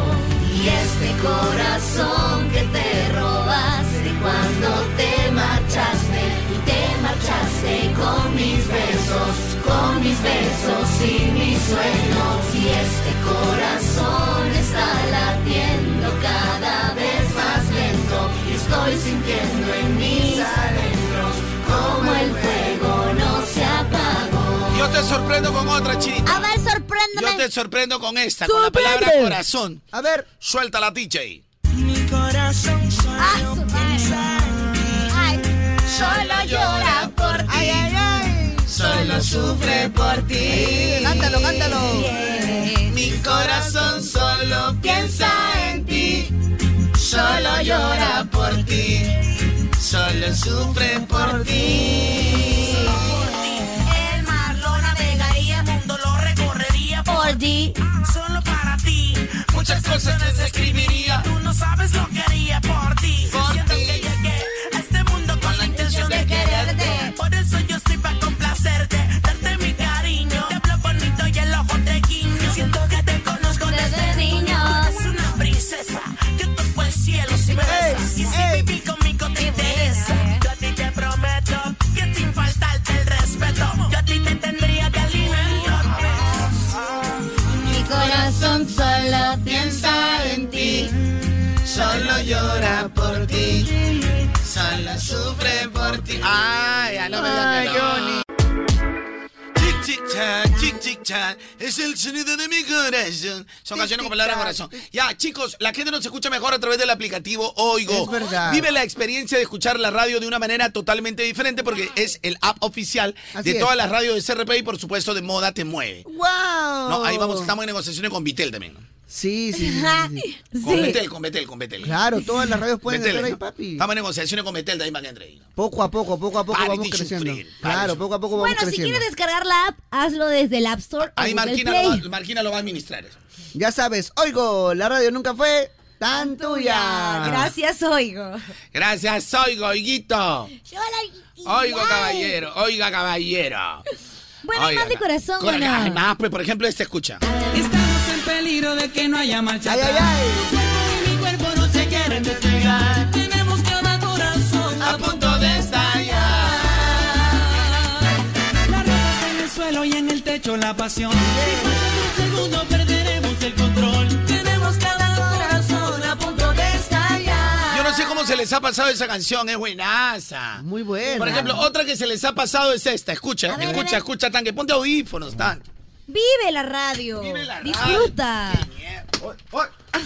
Y este corazón que te robaste cuando te marchaste y te marchaste con mis besos, con mis besos y mis sueños. Y este corazón está latiendo cada vez más lento y estoy sintiendo en mis adentros como el fuego no se apagó.
Yo te sorprendo con otra, Chinita.
A ver,
Yo
sorpréndeme.
te sorprendo con esta, con la
Sorprende.
palabra corazón. A ver. Suelta la DJ.
Mi corazón solo
Ah, piensa
en ti.
Solo llora por ti.
Solo sufre por ti.
Cántalo, cántalo.
Mi corazón solo piensa en ti. Solo llora por ti. Solo sufre por ti.
El mar lo navegaría, el mundo lo recorrería
por ti.
Solo para ti.
Muchas cosas escribiría.
Tú no sabes lo que haría por ti. Siento que llegué a este mundo con la intención de quererte. Por eso yo estoy para complacerte, darte mi cariño. Te hablo bonito y el ojo te guiño. Siento que te conozco desde niño. Eres una princesa. Yo toco el cielo si me besas. Y si vivir conmigo te interesa.
eh.
Yo a ti te prometo que sin faltarte el respeto, yo a ti te tendría que alimentar.
Mi corazón solo piensa en ti.
Solo llora por ti. Solo sufre por ti. Ay, ya no me da Johnny. Tic tic tac, tic tic tac, es el sonido de mi corazón. Son canciones con palabra de corazón. Ya, chicos, la gente nos escucha mejor a través del aplicativo Oigo.
Es verdad.
Vive la experiencia de escuchar la radio de una manera totalmente diferente porque es el app oficial
Así
de
es.
todas las radios de CRP y por supuesto de Moda Te Mueve.
¡Wow!
No, ahí vamos, estamos en negociaciones con Vitel también.
Oh. Sí, sí, sí, sí, sí.
Con Betel, con Betel, con Betel.
Claro, todas las radios pueden
Betel,
entrar ahí,
¿no?
papi.
Estamos en negociaciones con Betel de ahí para que entre ahí.
Poco a poco, poco a poco
Pare
vamos
de
creciendo.
sufrir, pare
claro, poco a poco vamos
Bueno, si
creciendo.
quieres descargar la app, hazlo desde el App Store. o
Ahí
Google
Marquina
Play.
lo, va, Marquina lo va a administrar eso.
Ya sabes, oigo, la radio nunca fue tan tuya.
Gracias, oigo.
Gracias, oigo, oiguito. Oigo, caballero, oiga, caballero.
Bueno, hay
Oiga,
más de
ca-
corazón,
cora-
¿o no?
Hay más, pues, por ejemplo, este escucha.
Estamos en peligro de que no haya marcha.
Ay, ay,
atrás. Tu cuerpo y mi cuerpo no se quieren despegar. Tenemos cada corazón a punto de estallar. La ropa está en el suelo y en el techo la pasión. En cuestión de un segundo perderemos el control.
cómo se les ha pasado esa canción, es buenaza.
Muy buena.
Por ejemplo, otra que se les ha pasado es esta. Escucha,
ver, a
escucha,
ver.
escucha, tan que ponte
Mm.
audífonos, tan.
Vive la radio. Disfruta.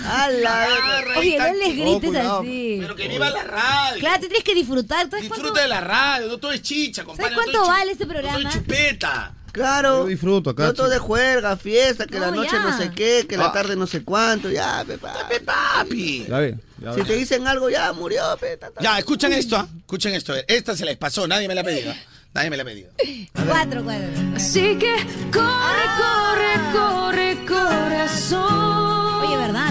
A
la-
Oye, no les
Oh,
grites
cuidado.
así.
Pero que viva la radio.
Claro, tú tienes que disfrutar. ¿Tú sabes
Disfruta
cuánto-
de la radio, no todo es chicha, compadre.
¿Sabes
no
cuánto
todo es
vale este programa?
chu- Chupeta.
Claro.
Yo disfruto acá,
No todo
chico.
de juerga, fiesta, que la
No,
noche
ya.
no sé qué, que
Ah.
la tarde no sé cuánto. Ya, pe, pa.
Papi.
Ya ve, ya
Si
ve.
te dicen algo, ya murió, pe. ta, ta.
Ya, escuchen esto, ¿ah? escuchen esto. Esta se les pasó, nadie me la ha pedido. Nadie me la ha pedido.
Cuatro, cuatro. Ah.
Así que corre, corre, corre, corazón. Oye,
¿verdad?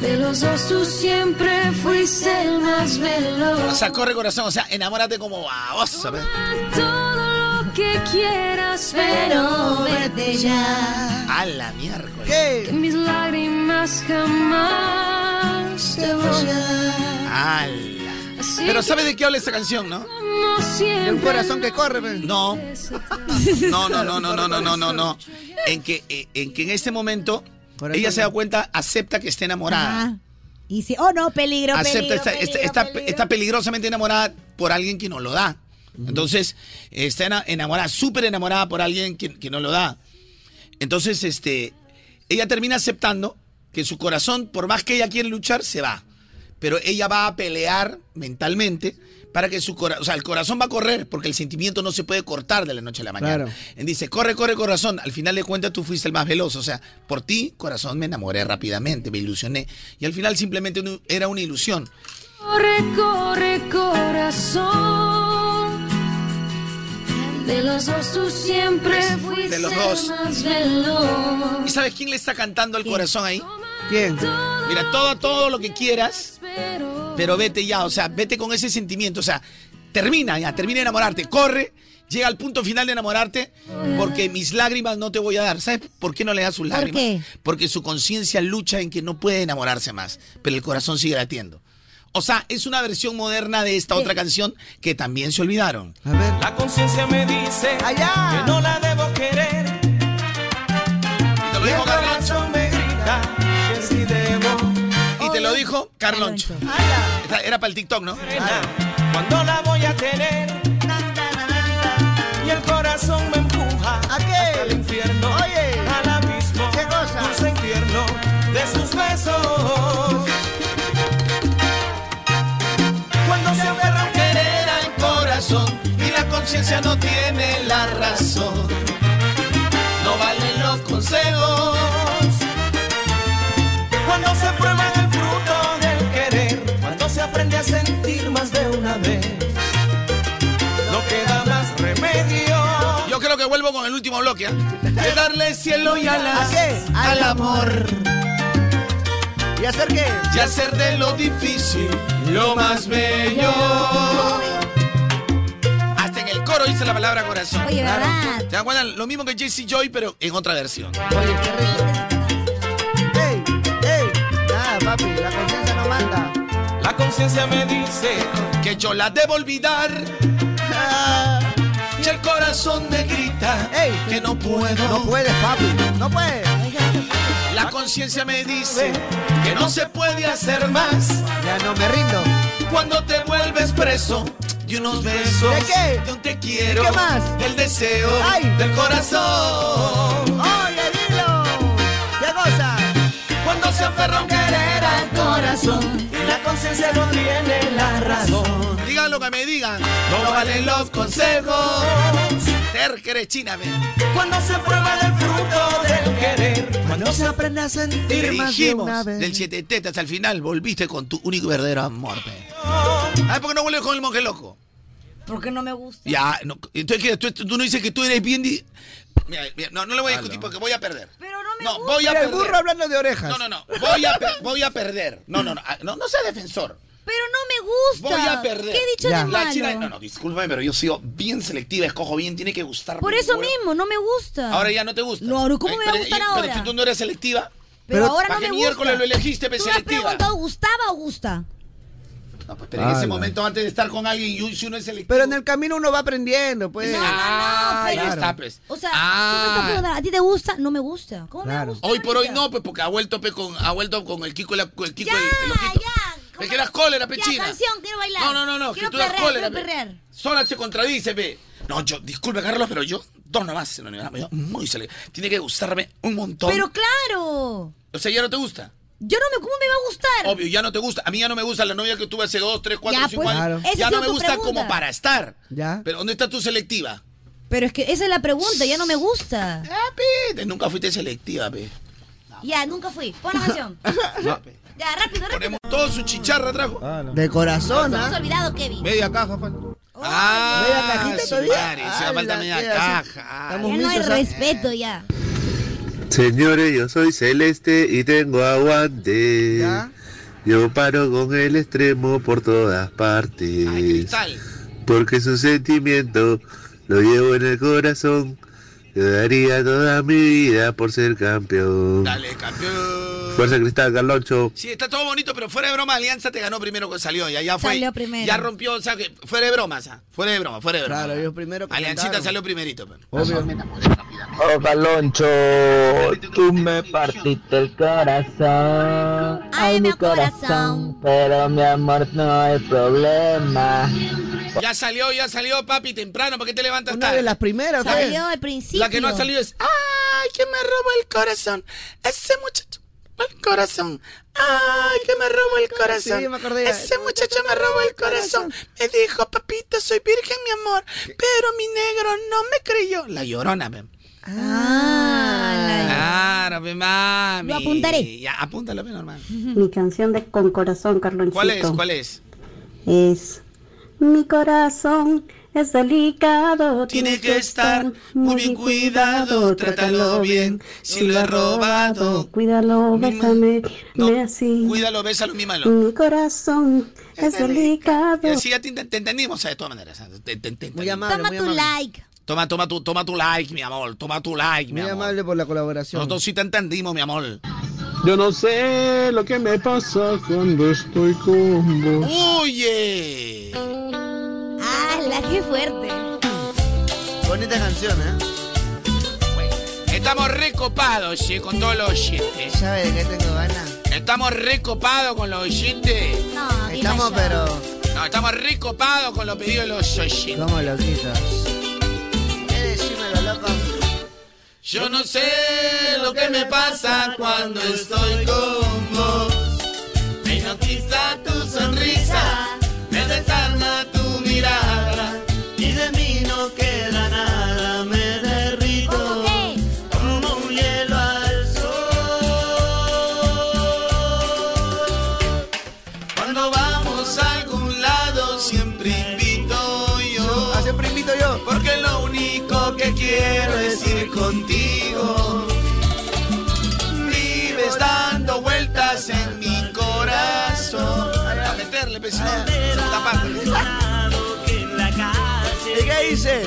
De los dos tú siempre fuiste el más
O
veloz.
sea, corre corazón, o sea, enamórate como babosa. ¿ves?
Todo lo que quieras, pero vete ya.
A la miércoles.
Que mis lágrimas jamás te voy a dar.
A la- Pero ¿sabes de qué habla esta canción, no?
Como siempre.
Un corazón que corre, pues. pe.
(laughs)
No. No, no, no, no, no, no, no, no, no. En que, eh, en que en este momento ella se da cuenta, acepta que está enamorada.
Ajá. Y si, oh no, peligro,
acepta,
peligro,
está,
peligro,
está- está-
peligro.
está peligrosamente enamorada por alguien que no lo da. Entonces, está ena- enamorada, súper enamorada por alguien que, que no lo da. Entonces, este, ella termina aceptando que su corazón, por más que ella quiere luchar, se va. Pero ella va a pelear mentalmente para que su corazón, o sea, el corazón va a correr porque el sentimiento no se puede cortar de la noche a la mañana.
Claro.
Él dice, corre, corre, corazón. Al final de cuentas tú fuiste el más veloz. O sea, por ti, corazón, me enamoré rápidamente, me ilusioné. Y al final simplemente no- era una ilusión.
Corre, corre, corazón. De los dos tú siempre fuiste
Pues, De los dos.
el más veloz.
¿Y sabes quién le está cantando al corazón ahí?
¿Quién?
Mira, todo, todo lo que quieras, pero vete ya. O sea, vete con ese sentimiento. O sea, termina ya, termina de enamorarte. Corre, llega al punto final de enamorarte porque mis lágrimas no te voy a dar. ¿Sabes por qué no le das sus
¿Por
lágrimas?
qué?
Porque su conciencia lucha en que no puede enamorarse más, pero el corazón sigue latiendo. O sea, es una versión moderna de esta otra canción que también se olvidaron.
La conciencia me dice que no la debo querer.
Y el
corazón me grita que sí debo.
Y te lo dijo Carloncho. Esta- Era para el TikTok, ¿no?
Cuando la voy a tener. Y el corazón me empuja
¿A qué?
al infierno.
Oye.
Al abismo.
¿Qué cosa?
Dulce infierno de sus besos. Cuando se aferra a
querer al corazón y la conciencia no tiene la razón. No valen los consejos.
Cuando se prueba el fruto del querer. Cuando se aprende a sentir más de una vez. No queda más remedio.
Yo creo que vuelvo con el último bloque. ¿ah? De darle cielo y alas
¿A qué?
al amor.
¿Y hacer qué?
Y hacer de lo difícil lo más bello. Hasta en el coro dice la palabra corazón.
Oye, ¿verdad?
¿Te acuerdan? Lo mismo que JC Joy, pero en otra versión.
¡Ey! ¡Ey! Nada, papi, la conciencia no manda.
La conciencia me dice
que yo la debo olvidar.
(laughs)
Y el corazón me grita que no puedo.
No puedes, papi. No puedes.
La conciencia me dice que no se puede hacer más.
Ya no me rindo.
Cuando te vuelves preso de unos besos,
¿De qué?
un te quiero,
¿Qué más?
del deseo,
¡Ay!
del corazón.
¡Oye, dilo! ¡Qué cosa!
Cuando se aferra un querer al
corazón y la conciencia no tiene la razón.
Digan lo que me digan, no valen los consejos. Terquere, china, ven.
Cuando se prueba el fruto del querer, cuando se aprende a
Te
sentir más de una
dijimos
vez.
del siete tetas al final, volviste con tu único y verdadero amor. pe. ¿Sabes por qué no vuelves con el monje loco?
Porque no me gusta.
Ya, no, entonces ¿qué? tú, tú no dices que tú eres bien. di- Mira, mira, no, no le voy a discutir porque voy a perder. Pero no me no, voy a
Mira,
perder.
el burro hablando de orejas.
No, no, no. Voy a, per- voy a perder. No, no, no. ah, No, no sea defensor.
Pero no me gusta.
Voy a perder.
¿Qué he dicho de
La
malo?
china- No, no, discúlpame, pero yo sigo bien selectiva, escojo bien, tiene que gustarme.
Por eso
huevo.
mismo, no me gusta.
Ahora ya no te gusta. Eh,
No, ahora, ¿cómo me va a
Pero-
gustar
pero
ahora?
si tú no eres selectiva.
Pero ahora
¿para
no me
qué
gusta.
miércoles lo elegiste, pe
Tú me has
selectiva?
preguntado, ¿gustaba o gusta?
No, pues, pero
Ah,
en ese
Ala.
momento, antes de estar con alguien, y si uno es selectivo.
Pero en el camino uno va aprendiendo, pues.
No, no, no,
ahí
pero-
está, pues.
O sea, tú me
Ah.
estás preguntando, ¿a ti te gusta? No me gusta. ¿Cómo me va a gustar?
Hoy por hoy no, pues porque ha vuelto, pe, con, ha vuelto con el Kiko y la- con el Kiko y el ojito. Es que das cólera, pechina.
Ya, canción, quiero bailar.
No, no, no, no, que
Quiero
tú das
perrear,
cólera,
quiero
pe.
perrear.
Sola se contradice, pe. No, yo, disculpe, Carlos, pero yo, dos nomás en la universidad, me dio muy sale. Tiene que gustarme un montón.
Pero claro.
O sea, ya no te gusta.
Yo no me, ¿cómo me va a gustar?
Obvio, ya no te gusta. A mí ya no me gusta la novia que tuve hace dos, tres, cuatro,
Ya,
cinco
pues,
años.
esa
Ya
ha
no
sido
me
tu
gusta
pregunta.
como para estar. Ya. Pero ¿dónde está tu selectiva?
Pero es que esa es la pregunta, ya no me gusta.
Te- Nunca fuiste selectiva, pe.
Ya, nunca fui. Pon la
(laughs)
canción. Ya, rápido, rápido.
Ponemos todo su chicharra trajo.
De corazón,
Nos hemos
¿ah?
olvidado, Kevin.
Media caja, pues. falta.
Ah,
media cajita
su
todavía.
madre, se
Ala,
falta media
qué así.
caja.
Estamos
Ya no hay
mismos, ¿ah?
respeto, ya.
Señores, yo soy celeste y tengo aguante. Yo paro con el extremo por todas partes. Porque su sentimiento lo llevo en el corazón. Yo daría toda mi vida por ser campeón.
Dale, campeón.
Fuerza Cristal, Carloncho.
Sí, está todo bonito, pero fuera de broma, Alianza te ganó primero que salió. Ya, ya fue.
Salió primero.
Ya rompió, o sea, que fuera de broma, o sea, fuera de broma, fuera de broma.
Claro, ellos primero
Aliancita
comentaron.
salió primerito. pero.
Oh, Carloncho, tú me partiste el corazón. Ay, mi corazón. Pero mi amor, no hay problema.
Ya salió, ya salió, papi, temprano, ¿por qué te levantas
Una
tarde?
de las primeras, pues. ¿sabes?
Salió al principio.
La que no ha salido es, ay, que me robó el corazón. Ese muchacho, el corazón. Ay, que me robó el corazón.
Sí, me acordé ya.
Ese muchacho me robó el corazón. Me dijo, papito, soy virgen, mi amor. Pero mi negro no me creyó. La llorona, pe.
Ah,
Claro, pe, mami.
Lo apuntaré.
Ya, apúntalo, pe, normal.
Mi canción de Con Corazón, Carlonchito.
¿Cuál es? ¿Cuál es?
Es Mi corazón es delicado. Tiene que estar muy bien cuidado. Trátalo bien. Si lo he robado. Cuídalo, bésame. ve así.
Cuídalo, bésalo, mímalo.
Mi corazón es
Y
Ah,
delicado.
así Eh, ya te, te entendimos, o sea, de todas maneras. o sea, te- te- te-
Muy amable,
Toma
muy
tu
amable.
like.
Toma, toma tu, toma tu like, mi amor. Toma tu like, mi
Muy
amor.
amable por la colaboración.
Nosotros sí te entendimos, mi amor.
Yo no sé lo que me pasa cuando estoy con vos.
¡Oye!
¡Hala, qué fuerte!
Bonita canción, ¿eh?
Estamos recopados, sí, con todos los oyentes.
¿Sabes de qué tengo ganas?
Estamos recopados con los oyentes.
No,
Estamos, pero.
No, estamos recopados con los pedidos de los oyentes.
Como loquitos.
Yo no sé lo que me pasa cuando estoy con vos. Me hipnotiza tu sonrisa, me desarma tu mirada.
Y de mí no queda nada, me derrito como un hielo al sol.
Cuando vamos a algún lado siempre invito yo.
Ah, siempre invito yo.
Porque lo único que quiero es ir contigo. Vives dando vueltas en mi corazón. A meterle, pues, si no, segunda parte.
¿Y qué hice?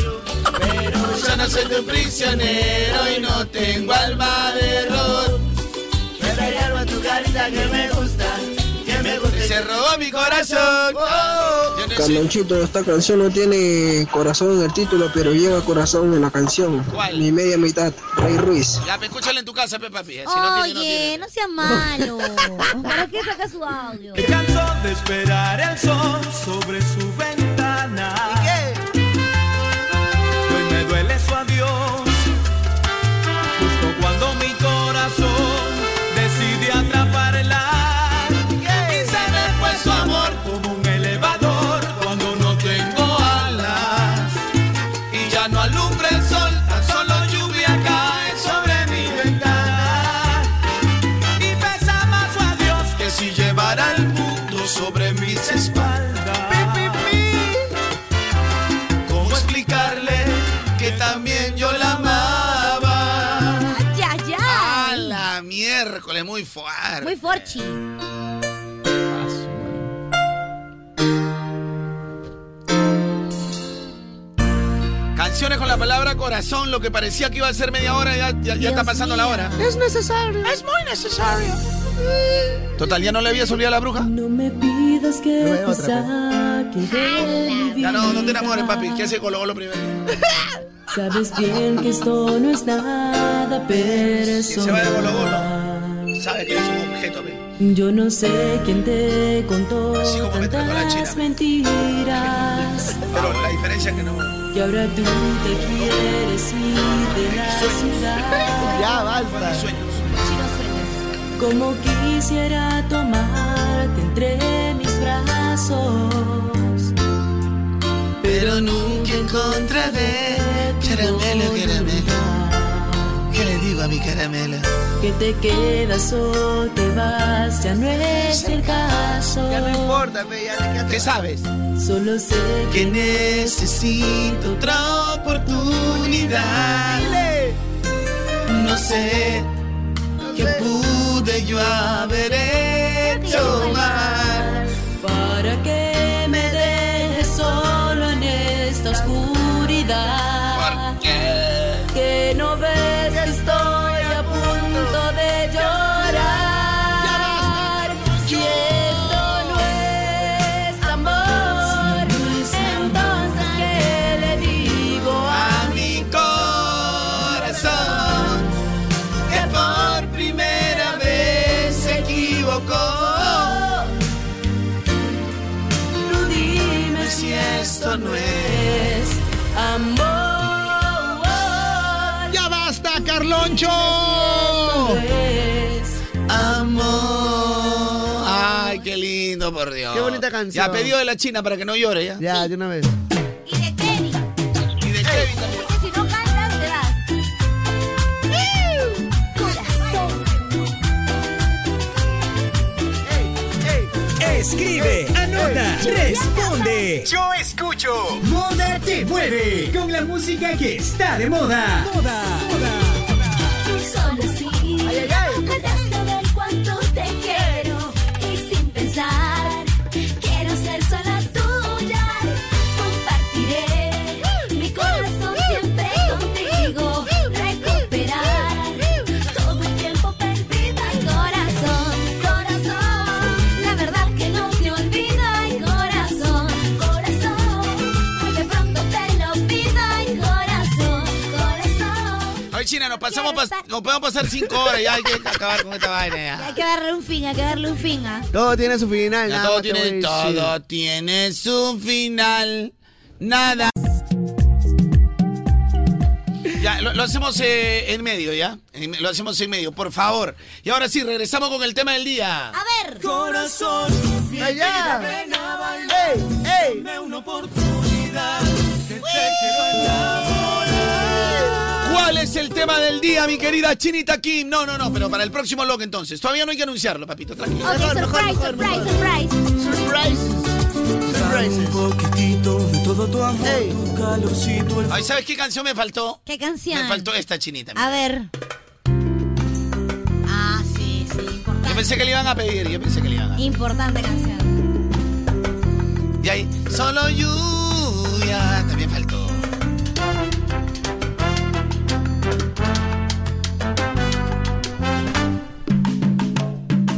Pero yo no soy tu prisionero y no tengo alma de error.
Me regalo a tu carita que me gusta, que me gusta.
Se robó mi corazón. Yo no soy-
Carlonchito, esta canción no tiene corazón en el título, pero lleva corazón en la canción.
¿Cuál?
Mi media mitad, Rey Ruiz.
Ya, pe, escúchala en tu casa, pe, papi. eh, Si no tiene, no tiene.
Oye, no
(laughs)
sea malo. ¿Para qué saca su audio?
Me canso de esperar el sol sobre su ventana. Y hoy me duele su adiós, justo cuando mi corazón decide atraparla. Y se me fue su amor como un elevador cuando no tengo alas. Y ya no alumbra el sol, tan solo lluvia cae sobre mi ventana. Y pesa más su adiós que si llevara el mundo sobre mis espaldas. ¿Cómo explicarle que también yo la amaba?
¡Ay, ay, ay!
A la miércoles, muy fuerte.
Muy forchi.
Canciones con la palabra corazón, lo que parecía que iba a ser media hora, ya, ya- ya está pasando la hora.
Es necesario.
Es muy necesario. Total, ¿ya no le había olvidado a la bruja?
No me pidas que te saque de mi
Ya no, no te
vida.
enamores, papi. ¿Qué hace con lo primero?
Sabes bien que esto no es nada personal.
Sabe que eres un objeto, pe.
Yo no sé quién te contó tantas mentiras.
Pero la diferencia es que no.
Que ahora tú te quieres ir de la ciudad.
(laughs) Ya, basta.
Como quisiera tomarte entre mis brazos.
Pero nunca encontraré caramelo, caramelo. ¿Qué le digo a mi caramelo?
Que te quedas o te vas, ya no es el caso.
Ya no importa, pe, ya te quedaste.
¿Qué sabes?
Solo sé
Que necesito otra oportunidad. No sé qué pude yo haber hecho mal.
para que me dejes solo en esta oscuridad. Que no ves que estoy a punto de llorar. Si esto no es amor, entonces ¿qué le digo a
a mi corazón que por primera vez se equivocó.
tú? Dime
Dime si esto no
es amor.
¡Ya basta, Carloncho!
Amor.
Ay, qué lindo, por Dios.
Qué bonita canción.
Ya pedido de la China para que no llore, ya.
Ya, de una vez.
Y de Kevin.
Y de Kevin también.
Porque si no cantas, te das. Corazón.
Escribe, anota, responde.
Yo escucho.
Moda te mueve con la música que está de moda.
Solo sí.
Ay, ay, ay.
Harás saber cuánto te quiero. Y sin pensar, quiero ser sola tuya. Compartiré mi corazón siempre contigo. Recuperar todo el tiempo perdido. Ay, corazón, corazón. La verdad que no te olvido. Ay, corazón, corazón. Muy de pronto te lo pido. Ay, corazón, corazón.
Ay, China, nos pasamos pas- nos podemos pasar cinco horas, ya hay que acabar con esta vaina. ya.
Hay que darle un fin, hay que darle un fin. ¿ah?
Todo tiene su final.
Ya
nada
todo
más te
tiene,
voy a decir.
todo tiene su final. Nada. Ya, lo, lo hacemos eh, en medio, ¿ya? En- lo hacemos en medio, por favor. Y ahora sí, regresamos con el tema del día.
A ver.
Corazón,
Allá.
ven a bailar.
¡Ey! ¡Ey!
Dame una oportunidad que te quiero enamorar.
¿Cuál es el tema del día, mi querida Chinita Kim? No, no, no, pero para el próximo log entonces. Todavía no hay que anunciarlo, papito, tranquilo.
Ok, surprise, surprise, surprise.
Dame
un poquitito de todo tu amor,
Ey.
tu calorcito, el
Ay, ¿sabes qué canción me faltó?
¿Qué canción?
Me faltó esta chinita.
A ver. Ah, sí, sí,
Yo
importante.
pensé que le iban a pedir, yo pensé que le iban a
Importante canción.
Y ahí, solo lluvia. También faltó.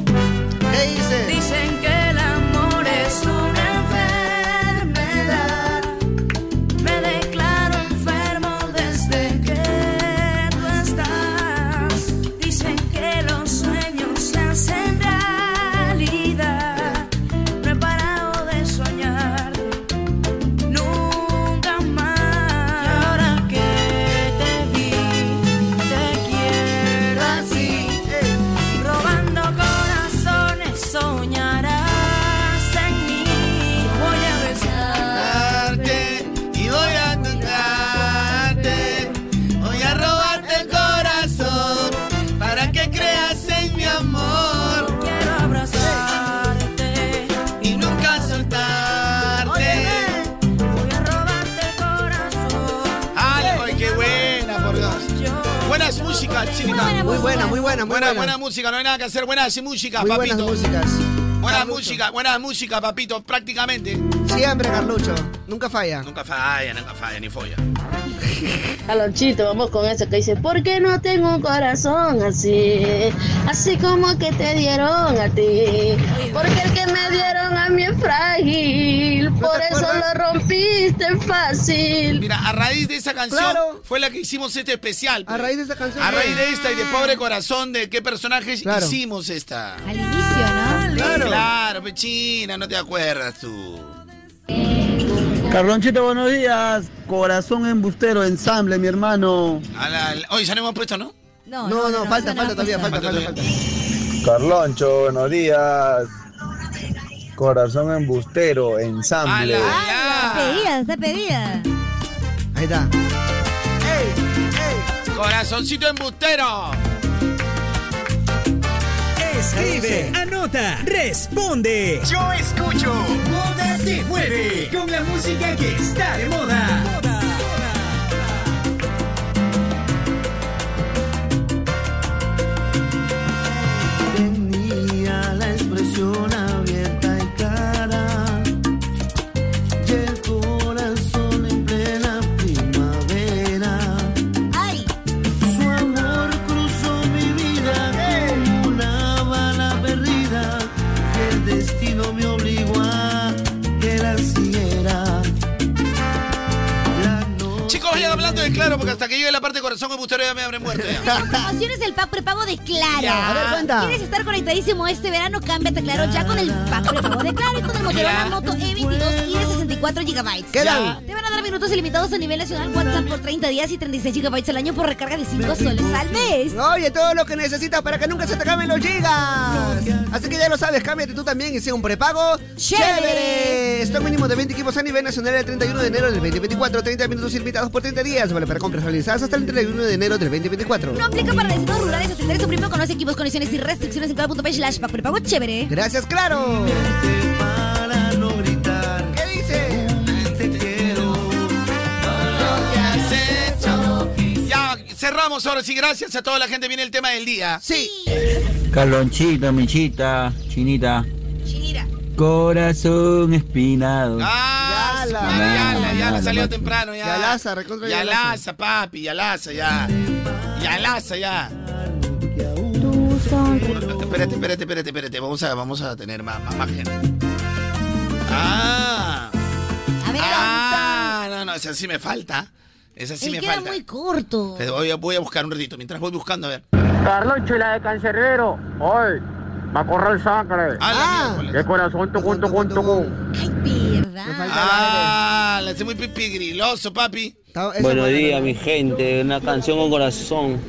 ¿Qué dice?
Dicen que el amor es una enfermedad. Me declaro enfermo desde que tú estás. Dicen que los sueños se hacen realidad. No he parado de soñar. Nunca más. Ahora que te vi, te quiero así. Eh, Robando corazones soñarás en mí. Voy a
besarte y voy a tocarte. Voy a robarte el corazón para que creas en mi amor
Quiero abrazarte.
y nunca soltarte.
Voy a robarte el corazón.
¡Ay, ay, qué buena, por Dios!
Yo
Buenas músicas, Chinita.
Muy buena, muy buena, muy
Buena,
buena.
buena música, no hay nada que hacer. Buenas músicas,
Muy buenas
papito.
músicas.
Buenas
Carlucho.
músicas, buenas músicas, papito, prácticamente.
Siempre, Carlucho. Nunca falla.
Nunca falla, nunca falla, ni folla.
Alonchito, vamos con eso que dice, ¿por qué no tengo un corazón así? Así como que te dieron a ti. Porque el que me dieron a mí es frágil. Por eso lo rompiste fácil.
Mira, a raíz de esa canción fue la que hicimos este especial. pues.
A raíz de esa canción.
A raíz de esta y de Pobre Corazón, ¿de qué personajes hicimos esta? Al
inicio, ¿no?
Claro. Claro, pechina, no te acuerdas tú.
Carlonchito, buenos días. Corazón embustero, ensamble, mi hermano.
A la- la- Oye, ya no hemos puesto, ¿no?
No, no, falta, falta todavía, falta, falta, falta.
Carloncho, buenos días. Corazón embustero, ensamble.
Ah.
Está pedida, está pedida.
Ahí está.
Corazoncito embustero.
Escribe, anota, responde. Yo escucho. Moda te mueve. Con la música que está de moda.
Tenía la expresión abierta y clara y el corazón en plena primavera. Su amor cruzó mi vida como una bala perdida que el destino me obligó a que la siguiera.
Chicos, vayan hablando de claro, porque hasta que llegue la parte de corazón embustero ya me habré muerto. ya.
Promociones del pack prepago de Claro.
Ya. A ver, cuenta.
¿Quieres estar conectadísimo este verano? Cámbiate a Claro ya con el pack prepago de Claro y con el Motorola
Ya.
Moto E22 y de 64 GB.
¿Qué tal?
Te van a dar minutos ilimitados a nivel nacional, WhatsApp por 30 días y 36 GB al año por recarga de 5 soles al mes.
Oye, todo lo que necesitas para que nunca se te acaben los gigas. Así que ya lo sabes, cámbiate tú también y sea un prepago chévere. Stock mínimo de 20 equipos a nivel nacional el 31 de enero del 2024. 30 minutos invitados por 30 días. Vale, para compras realizadas hasta el 31 de enero del 2024.
No aplica para destinos rurales, atender su primo, conoce equipos, condiciones y restricciones en claro.pay slash pack prepago chévere.
Gracias, Claro.
Para no gritar,
¿qué dice?
Te quiero.
Ya cerramos ahora sí, gracias a toda la gente. Viene el tema del día.
Sí.
Carlonchito, Michita, Chinita. Corazón espinado.
Ah, ya,
la-
ya, la- ya
la-
me
la-
salió
la-
temprano, ya.
Ya Laza, recontra
Ya
ya Laza.
Laza, papi, ya Laza, ya. Ya Laza, ya. Espérate, espérate, espérate, espérate. Vamos a, vamos a tener más, más, más gente. Ah.
A ver,
Ah, no, no, esa sí me falta. Esa sí
Él
me
queda
falta.
muy corto.
Te voy, a- voy a buscar un ratito. Mientras voy buscando, a ver.
Carloncho y la de Cancerbero. Hoy va a correr sangre. Ah. De corazón, tucun, pues. tucun, tucun.
Ah, la hace muy pigriloso, papi.
Buenos días, mi gente. Una canción con corazón.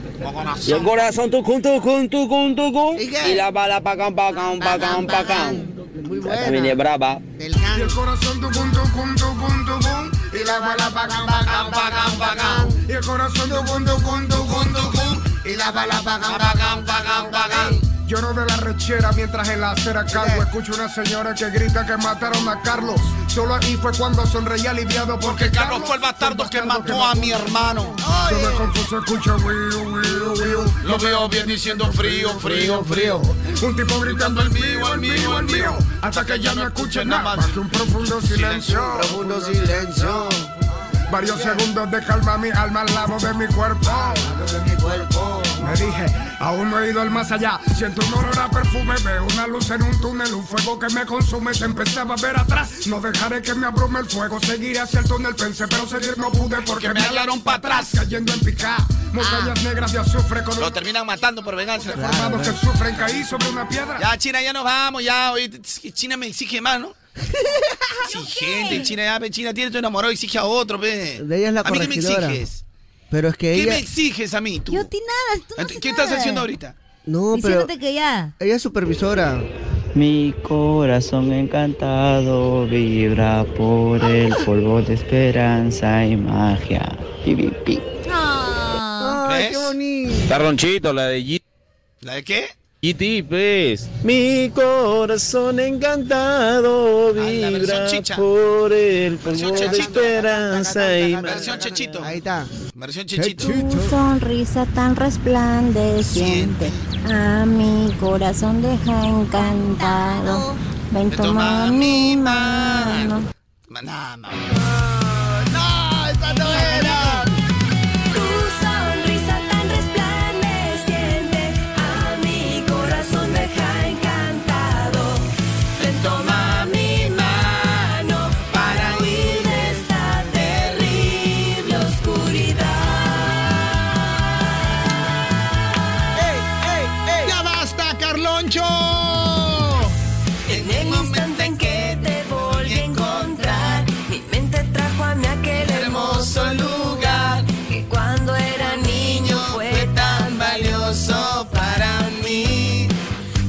Y el corazón, tu con tu con tu con tu con. Y la bala pacán, pacán, pacán, pacán.
Muy
buena. También es brava.
Y
el
corazón, tucun, tucun, tucun, tucun. Y la bala pacán, pacán, pacán, pacán. Y el corazón, tucun, tucun, tucun, tucun. Y la bala pacán, pacán, pacán, pacán.
Lloro de la rechera mientras en la acera cargo. Escucho una señora que grita que mataron a Carlos. Solo ahí fue cuando sonreí aliviado porque Carlos fue el bastardo que mató a mi hermano. Yo me confuso, escucho wiu, wiu, wiu.
Lo veo bien diciendo frío,
frío, frío. Un tipo gritando el mío, el mío, el mío. Hasta que ya no escuche nada más que un profundo silencio. Profundo silencio. Varios segundos de calma mi alma al lado de mi cuerpo. Me dije, aún no he ido al más allá. Siento un olor a perfume, veo una luz en un túnel, un fuego que me consume. Se empezaba a ver atrás. No dejaré que me abrume el fuego. Seguiré hacia el túnel, pensé, pero seguir no pude porque me hallaron para atrás. Cayendo en pica, montañas negras de azufre con
Ah. Lo terminan matando por venganza.
Deformados que sufren, caí sobre una piedra.
Ya, China, ya nos vamos, ya. Oye, es que China me exige más,
(laughs)
¿no? Exigente, China, ya, pe, China tiene tu enamorado, exige a otro, pe.
De ella es la
¿A mí qué me
corregidora.
exiges?
Pero es que
¿Qué
ella.
me exiges a mí, tú?
Yo a ti nada, tú no haces
¿Qué estás
nada.
haciendo ahorita?
No, pero.
Diciéndote que ya.
Ella es supervisora.
Mi corazón encantado vibra por el polvo de esperanza y magia. Pi, pi, pi.
Ah,
Ay, qué bonito.
Carlonchito, la de G.
¿La de qué?
GT, pues.
Mi corazón
Ah,
encantado vibra por el polvo de esperanza y
Versión Chechito. Ahí
está.
Versión Chechito.
Tu sonrisa tan resplandeciente a mi corazón deja encantado. Ven, toma mi mano.
Nada, más.
¡No! ¡Ah, ¡Esa no era!
Tu sonrisa tan resplandeciente a mi corazón deja encantado. Ven, toma mi mano para huir de esta terrible oscuridad.
¡Ya basta, Carloncho!
En el instante en que te volví a encontrar, mi mente trajo a mí aquel hermoso lugar que cuando era niño fue tan valioso para mí.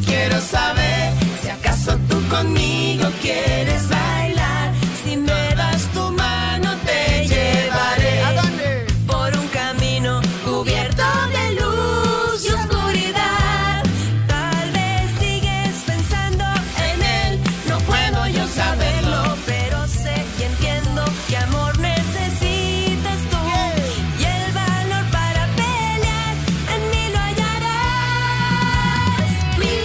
Quiero saber si acaso tú conmigo quieres bailar. Si me das tu mano te llevaré por un camino cubierto de luz y oscuridad. Tal vez sigues pensando en él, no puedo yo saberlo, pero sé y entiendo que amor necesitas tú y el valor para pelear en mí lo hallarás.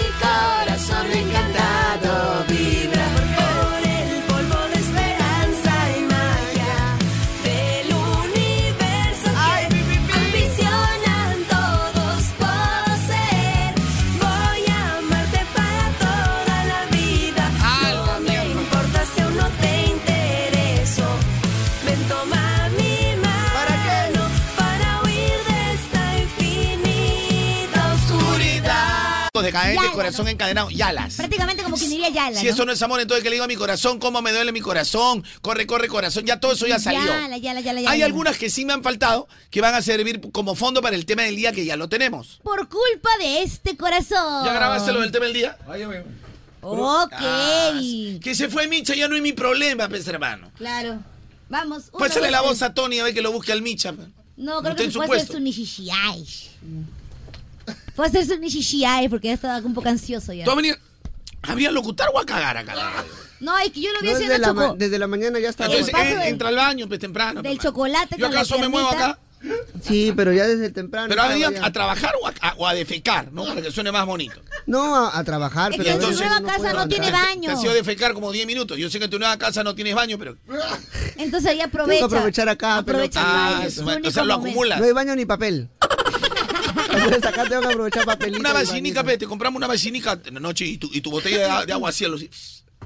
Mi corazón encantado vibra por el polvo de esperanza y magia del universo que ambicionan todos poseer. Voy a amarte para toda la vida. No me importa si aún no te intereso. Ven, toma mi mano para huir de esta infinita oscuridad.
Decadente,
Yalas,
corazón encadenado. Yalas.
Prácticamente como quien diría Yala.
Si
¿no?
eso no es amor, entonces que le digo a mi corazón, cómo me duele mi corazón, corre, corre, corazón, ya todo eso ya salió.
Yala, yala, yala, yala.
Hay algunas que sí me han faltado que van a servir como fondo para el tema del día que ya lo tenemos.
Por culpa de este corazón.
¿Ya grabaste lo del tema del día?
Ok.
Ah, que se fue Micha, ya no es mi problema, pues hermano.
Claro. Vamos. uno,
Pásale
dos,
la
tres.
voz a Tony a ver que lo busque al Micha. pues. pe.
No,
Está
creo que
en
se
su
fue a hacer
puesto.
su nishishiai. Fue a hacer su nishishiai porque ya estaba un poco ansioso ya.
¿Tú vas a venir a abrir a locutar o a cagar acá?
No, es que yo lo vi
No,
haciendo
desde, la ma-
choco...
desde la mañana ya está.
Entonces,
bueno.
en- entra al baño, pues temprano.
eh,
(laughs)
del chocolate
¿Yo
con la
acaso me muevo
piernita.
acá?
Sí, pero ya desde temprano.
Pero ha
estaba
venido
ya.
a trabajar o a, a- o a defecar, ¿no? Para que suene más bonito.
No, a, a trabajar, pero. a veces uno puede aguantar.
Te, has ido a defecar como 10 minutos. Yo sé que en tu nueva casa no tienes baño,
(laughs)
pero.
Entonces ahí
Tengo que
aprovecha.
aprovechar acá, pero.
Aprovecha acá, Ah, es su o sea, único lo momento. acumulas.
No hay baño ni papel.
(laughs)
Entonces acá tengo que aprovechar papelito.
Una
y
vacinica, pe, te compramos una vacinica en la noche y tu, y tu botella de, a- de agua cielo. así.
baño.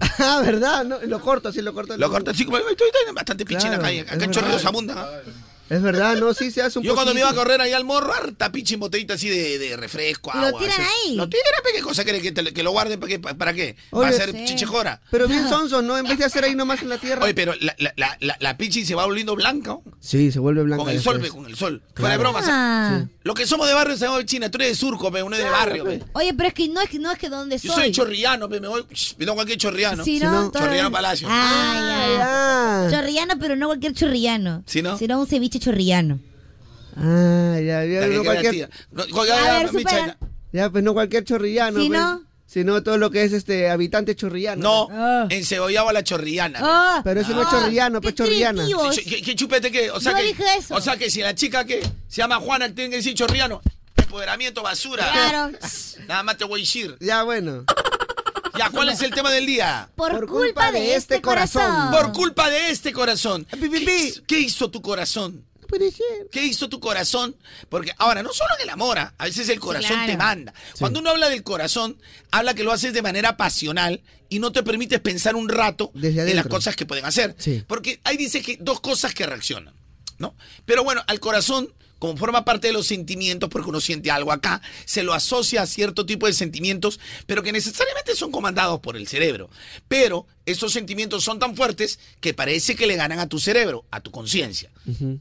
(laughs) Ah, ¿verdad? No, lo corto, sí, lo corto.
Lo cortas así como. Estoy, estoy bastante pichina
Claro,
acá. y Acá,
es
en Chorrillos
verdad.
abunda. ¿ah?
Es verdad, no, sí se hace un
Yo cuando me iba
poquito.
a correr ahí al morro, harta pinche botellita así de, de refresco,
¿Y lo
agua.
tiran
así.
ahí?
Lo tiran, pe, ¿qué cosa querés? ¿Que, te- que lo guarden para qué? ¿Para qué? ¿Va a
Oye,
ser
sí.
chichejora?
Pero bien sonsos, ¿no? En vez de hacer ahí nomás en la tierra.
Oye, pero la, la, la, la, la pinche se va volviendo blanca. ¿o?
Sí, se vuelve blanco.
Con el sol, pe, con el sol. Fuera de
Claro.
broma.
Ah.
Lo que somos de barrio sabemos de China. Tú eres de surco, pe, uno es de barrio. pe.
ah.
Oye, pero es que no es que, no es que donde
Yo soy chorrillano, pe, me voy. shh, Me tengo cualquier chorrillano.
Si no, todo-
chorrillano Palacio.
Ah.
Ah, ya. Chorrillano, pero no cualquier chorrillano.
¿Sí, no?
Sino un ceviche chorrillano.
Ah, ya, ya,
La que
no
queda
cualquier.
tía. No, cualquier- A ver,
supera. Micha,
Ya, pues no cualquier chorrillano.
Si
pues.
no.
Si no, todo lo que es este habitante chorrillano.
No,
pues.
Ah.
encebollado a la chorrillana. pe.
Pero eso no es chorrillano, pues chorrillana.
Sí, ¿Qué, qué chupete que? O sea
Yo
que,
dije
O sea que si la chica que se llama Juana tiene que decir chorriano, empoderamiento basura.
Claro.
(laughs) Nada más te voy a decir.
Ya, bueno.
Ya, ¿cuál es el tema del día?
Por, culpa, de este corazón. Ah,
Por culpa de este corazón. ¿Qué hizo, qué hizo tu corazón? ¿Qué hizo tu corazón? Porque ahora, no solo en el amor, ah, a veces el corazón
claro.
te manda. Cuando uno habla del corazón, habla que lo haces de manera pasional y no te permites pensar un rato en las
adentro.
cosas que pueden hacer.
Sí.
Porque ahí dice que dos cosas que reaccionan, ¿no? Pero bueno, al corazón, como forma parte de los sentimientos, porque uno siente algo acá, se lo asocia a cierto tipo de sentimientos, pero que necesariamente son comandados por el cerebro. Pero esos sentimientos son tan fuertes que parece que le ganan a tu cerebro, a tu conciencia.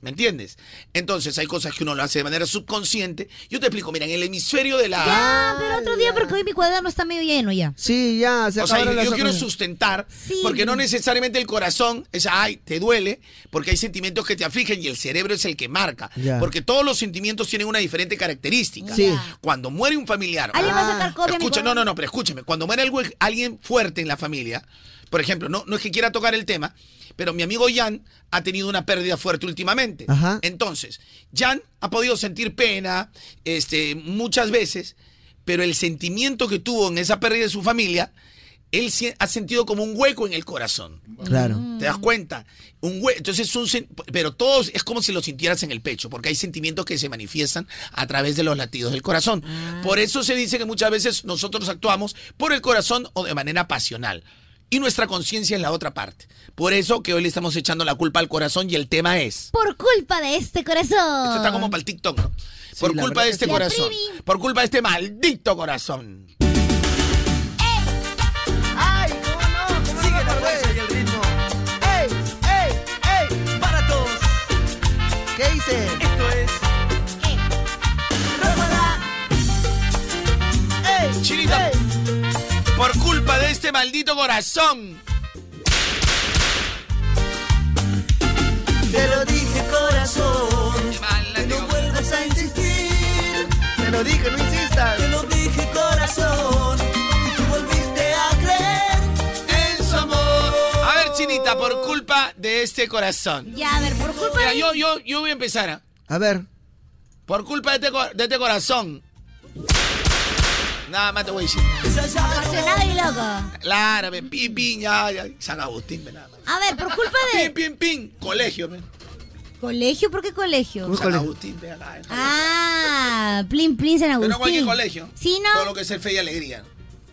¿Me entiendes? Entonces hay cosas que uno lo hace de manera subconsciente. Yo te explico, mira, en el hemisferio de la...
Ya, pero otro día porque hoy mi cuaderno está medio lleno ya.
Sí, ya,
O sea, yo, yo quiero sustentar, porque no necesariamente el corazón es, ay, te duele, porque hay sentimientos que te afligen y el cerebro es el que marca.
Ya.
Porque todos los sentimientos tienen una diferente característica.
Sí. Ah.
Cuando muere un familiar.
Alguien va a sacar copia, mi
Escucha, no, no, no, pero escúchame. Cuando muere algo- alguien fuerte en la familia, por ejemplo, no, no es que quiera tocar el tema, pero mi amigo Jan ha tenido una pérdida fuerte últimamente.
Ajá.
Entonces, Jan ha podido sentir pena este, muchas veces, pero el sentimiento que tuvo en esa pérdida de su familia él si- ha sentido como un hueco en el corazón.
Claro.
¿Te das cuenta? Un hue- Entonces, es un sen- pero todos es como si lo sintieras en el pecho, porque hay sentimientos que se manifiestan a través de los latidos del corazón.
Ah.
Por eso se dice que muchas veces nosotros actuamos por el corazón o de manera pasional. Y nuestra conciencia es la otra parte. Por eso que hoy le estamos echando la culpa al corazón y el tema es.
Por culpa de este corazón.
Esto está como para el TikTok, ¿no? Por
la
culpa de
verdad que
este
sí.
corazón.
La
Por culpa de este maldito corazón.
¡Ay, cómo no! Sigue la huella y el ritmo. ¡Ey, ey, ey! ¡Para todos! ¿Qué dice? Esto es...
Chinita, por culpa de este maldito corazón.
Te lo dije corazón, que no vuelvas a insistir.
Te lo dije, no insistas.
Te lo dije corazón, y tú volviste a creer
en su amor. A ver, Chinita, por culpa de este corazón.
Ya, a ver, por culpa
Mira,
de...
yo, yo, yo voy a empezar. ¿ah?
A ver.
Por culpa de este, cor- de este corazón. Nada más te voy a decir.
Apasionado y loco.
Claro, ven, pim, pim, ya, ya. San Agustín, ven, nada más.
A ver, por culpa de...
Pim, pim, pim. Colegio, ven.
¿Colegio? ¿Por qué colegio?
San Agustín, ven acá. ven.
Ah, Plin Plin San
Pero
Agustín.
no cualquier colegio.
Sí,
Todo
no.
lo que es el fe y alegría.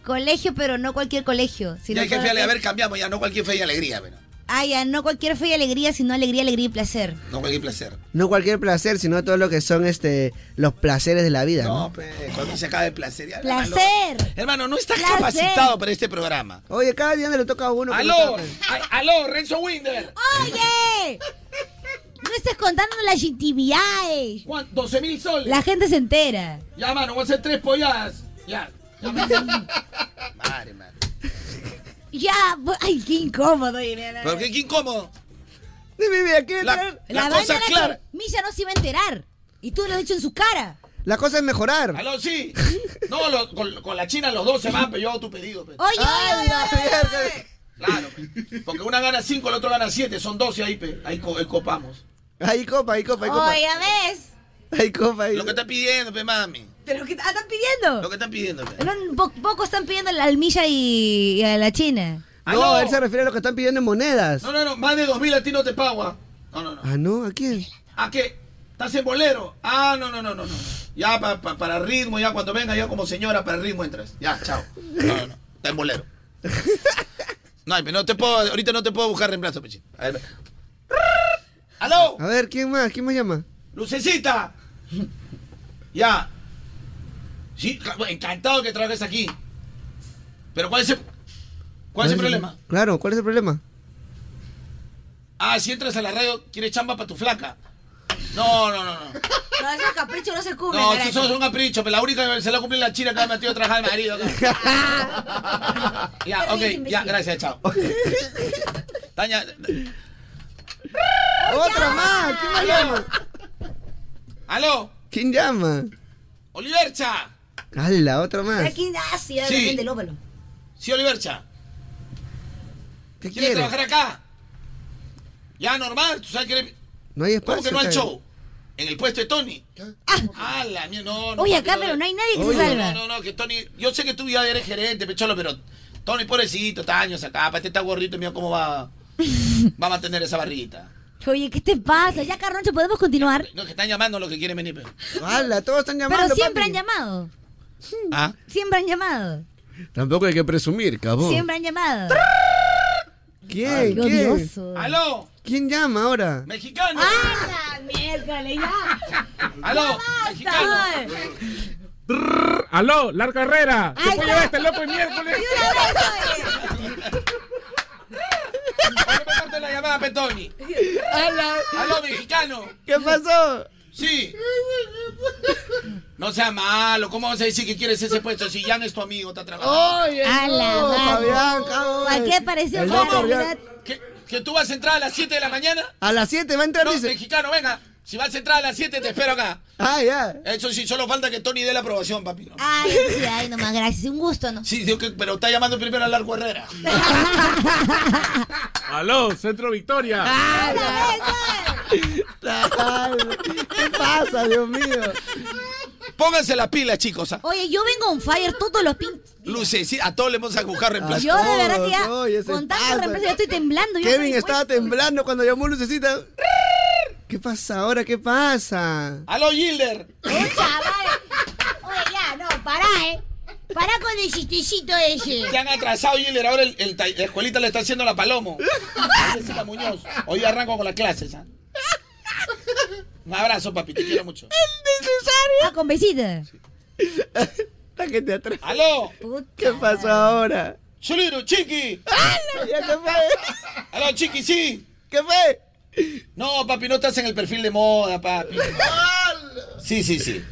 Colegio, pero no cualquier colegio.
ya
Sino
hay que
todo
fe y
lo que-
alegría. A ver, cambiamos ya. No cualquier fe y alegría, ven.
Ah, ya, no cualquier fe y alegría, sino alegría, alegría y placer.
No cualquier placer.
No cualquier placer, sino todo lo que son este los placeres de la vida.
No, pues.
¿no?
pe, cuando se acaba el placer. ya, hermano.
¡Placer!
Hermano, no estás
Placer.
capacitado para este programa.
Oye, cada día le toca a uno. que no
¡Aló!
sabe.
Ay, ¡Aló, Renzo Winder!
¡Oye! No estés contando las intimidades.
¿Cuánto? 12 mil soles.
La gente se entera.
Ya, mano, voy a hacer tres polladas. Ya. ya. (laughs) Madre, madre.
Ya, bu- ay, qué incómodo. oye, mira, la-
¿Pero qué, qué incómodo?
traer-
la,
la
cosa
vaina
es
era
clara.
que Milla no se iba a enterar. Y tú lo has dicho en su cara.
La cosa es mejorar.
¡Aló, sí! No, lo- con, con la China los dos se van, pero yo hago tu pedido. pe.
Oye, oye, oye, oye.
Claro, pe. porque una gana cinco, el otro gana siete. Son 12 ahí, pe. Ahí, co- ahí copamos.
Ahí copa, ahí copa, ahí copa.
Oye, ya ves.
Ahí copa, ahí
Lo que está pidiendo, pe, mami.
Pero ¿qué ah, están pidiendo?
Lo que están pidiendo, pe.
No, po- pocos están pidiendo la almilla y, y a la china.
Ah,
No, él se refiere a lo que están pidiendo en monedas.
No, no, no. Más de 2000 a ti no te pago. ah. No, no, no.
Ah, no, ¿a quién?
¿A Ah, qué? ¿Estás en bolero? Ah, no, no, no, no. no. Ya pa- pa- para ritmo, ya cuando venga, ya como señora, para ritmo entras. Ya, chao. No, no, no. Está
(laughs)
en bolero. No, pero no te puedo, ahorita no te puedo buscar reemplazo, Pichín.
(laughs)
A ver. ¡Aló!
A ver, ¿quién más? ¿Quién más llama?
¡Lucecita! Ya. Sí, ca- encantado que trabajes aquí. Pero ¿cuál es el, cuál es el problema?
Claro, ¿cuál es el problema?
Ah, si entras a la radio, quieres chamba para tu flaca. No, no, no, no.
No, esos caprichos no se cubren.
No,
carajo.
eso es un capricho, pero la única que se la cumple la china que me ha metido a trabajar el marido. (laughs) acá. ya, ok, ya, gracias, chao. Tania,
¡Otra más! ¿Quién más llama?
aló,
¿Quién llama?
Olivercha.
¡Hala, otra más!
Aquí, ah, sí,
Sí.
depende del óvalo.
Sí, Olivercha.
¿Qué
¿Quieres
quiere?
trabajar acá? Ya, normal, tú sabes que eres...
No hay espacio.
¿Cómo que no al
acá.
show? En el puesto de Tony. Ah, la mía, no, no.
Oye,
no,
acá,
no,
pero no hay nadie que se
Oye,
salva.
No, no, no, que Tony, yo sé que tú ya eres gerente, pecholo, pero Tony, pobrecito, está años acá, para este está gorrito, mira cómo (laughs) va, va a mantener esa barrita.
Oye, ¿qué te pasa? Ya, Carroncho, podemos continuar.
No, que están llamando los que quieren venir. pero-
¡Hala, todos están llamando,
Pero siempre
papi.
han llamado.
¿Ah?
Siempre han llamado.
Tampoco hay que presumir, cabrón.
Siempre han llamado.
¿Quién?
Ay, qué
¿Quién?
odioso.
¡Aló!
¿Quién llama ahora?
¡Mexicano!
¡Ah, miércoles, ya!
¡Aló! ¡Mexicano!
¡Aló! ¡Lar Carrera!
¿Se puede llevar
este loco el miércoles?
¡Corta la llamada, Petoni! ¡Aló, mexicano!
¿Qué pasó?
Sí. No sea malo, ¿cómo vas a decir que quieres ese puesto si Jan es tu amigo, está trabajando?
¡Oye!
Oh,
no, Oh, Fabián, cabrón!
¿A qué pareció
El
cara,
loco Fabián.
verdad?
¿Que, que tú vas a entrar a las 7 de la mañana?
A las 7 va a entrar,
No,
dice.
mexicano, venga. Si vas a entrar a las 7, te espero acá.
Ah, ya.
Eso sí, solo falta que Tony dé la aprobación, papi. ¿no?
Ay, sí, ay, nomás, gracias. Un gusto, ¿no?
Sí, digo que- pero está llamando primero a Largo
(laughs)
Herrera.
¡Aló! ¡Centro Victoria!
Ah,
Ay, ¿Qué pasa, Dios mío?
Pónganse las pilas, chicos. ¿ah?
Oye, yo vengo on fire todos los pin.
Luces, sí, a todos les vamos a buscar reemplazo.
Yo de verdad que ya,
No, ya se
con tanto
pasa.
reemplazo, yo estoy temblando. yo
Kevin
estoy-
estaba temblando cuando llamó Lucecita. ¿Qué pasa ahora? ¿Qué pasa?
¡Aló, Gilder!
Oye, ya, no, pará, eh. Pará con el chistecito ese.
Te han atrasado, Gilder. Ahora el- el ta- la escuelita le está haciendo la palomo. Jessica Muñoz. Hoy arranco con las clases. ¿ah? Un abrazo, papi. Te quiero mucho.
necesario. Ah, con besita.
que te atrás.
¡Aló!
¿Qué pasó ahora?
¡Chuliru, chiqui!
¿Ya qué fue?
¡Aló, chiqui, sí!
¿Qué fue?
No, papi, no estás en el perfil de moda, papi.
Ah,
Sí, sí, sí.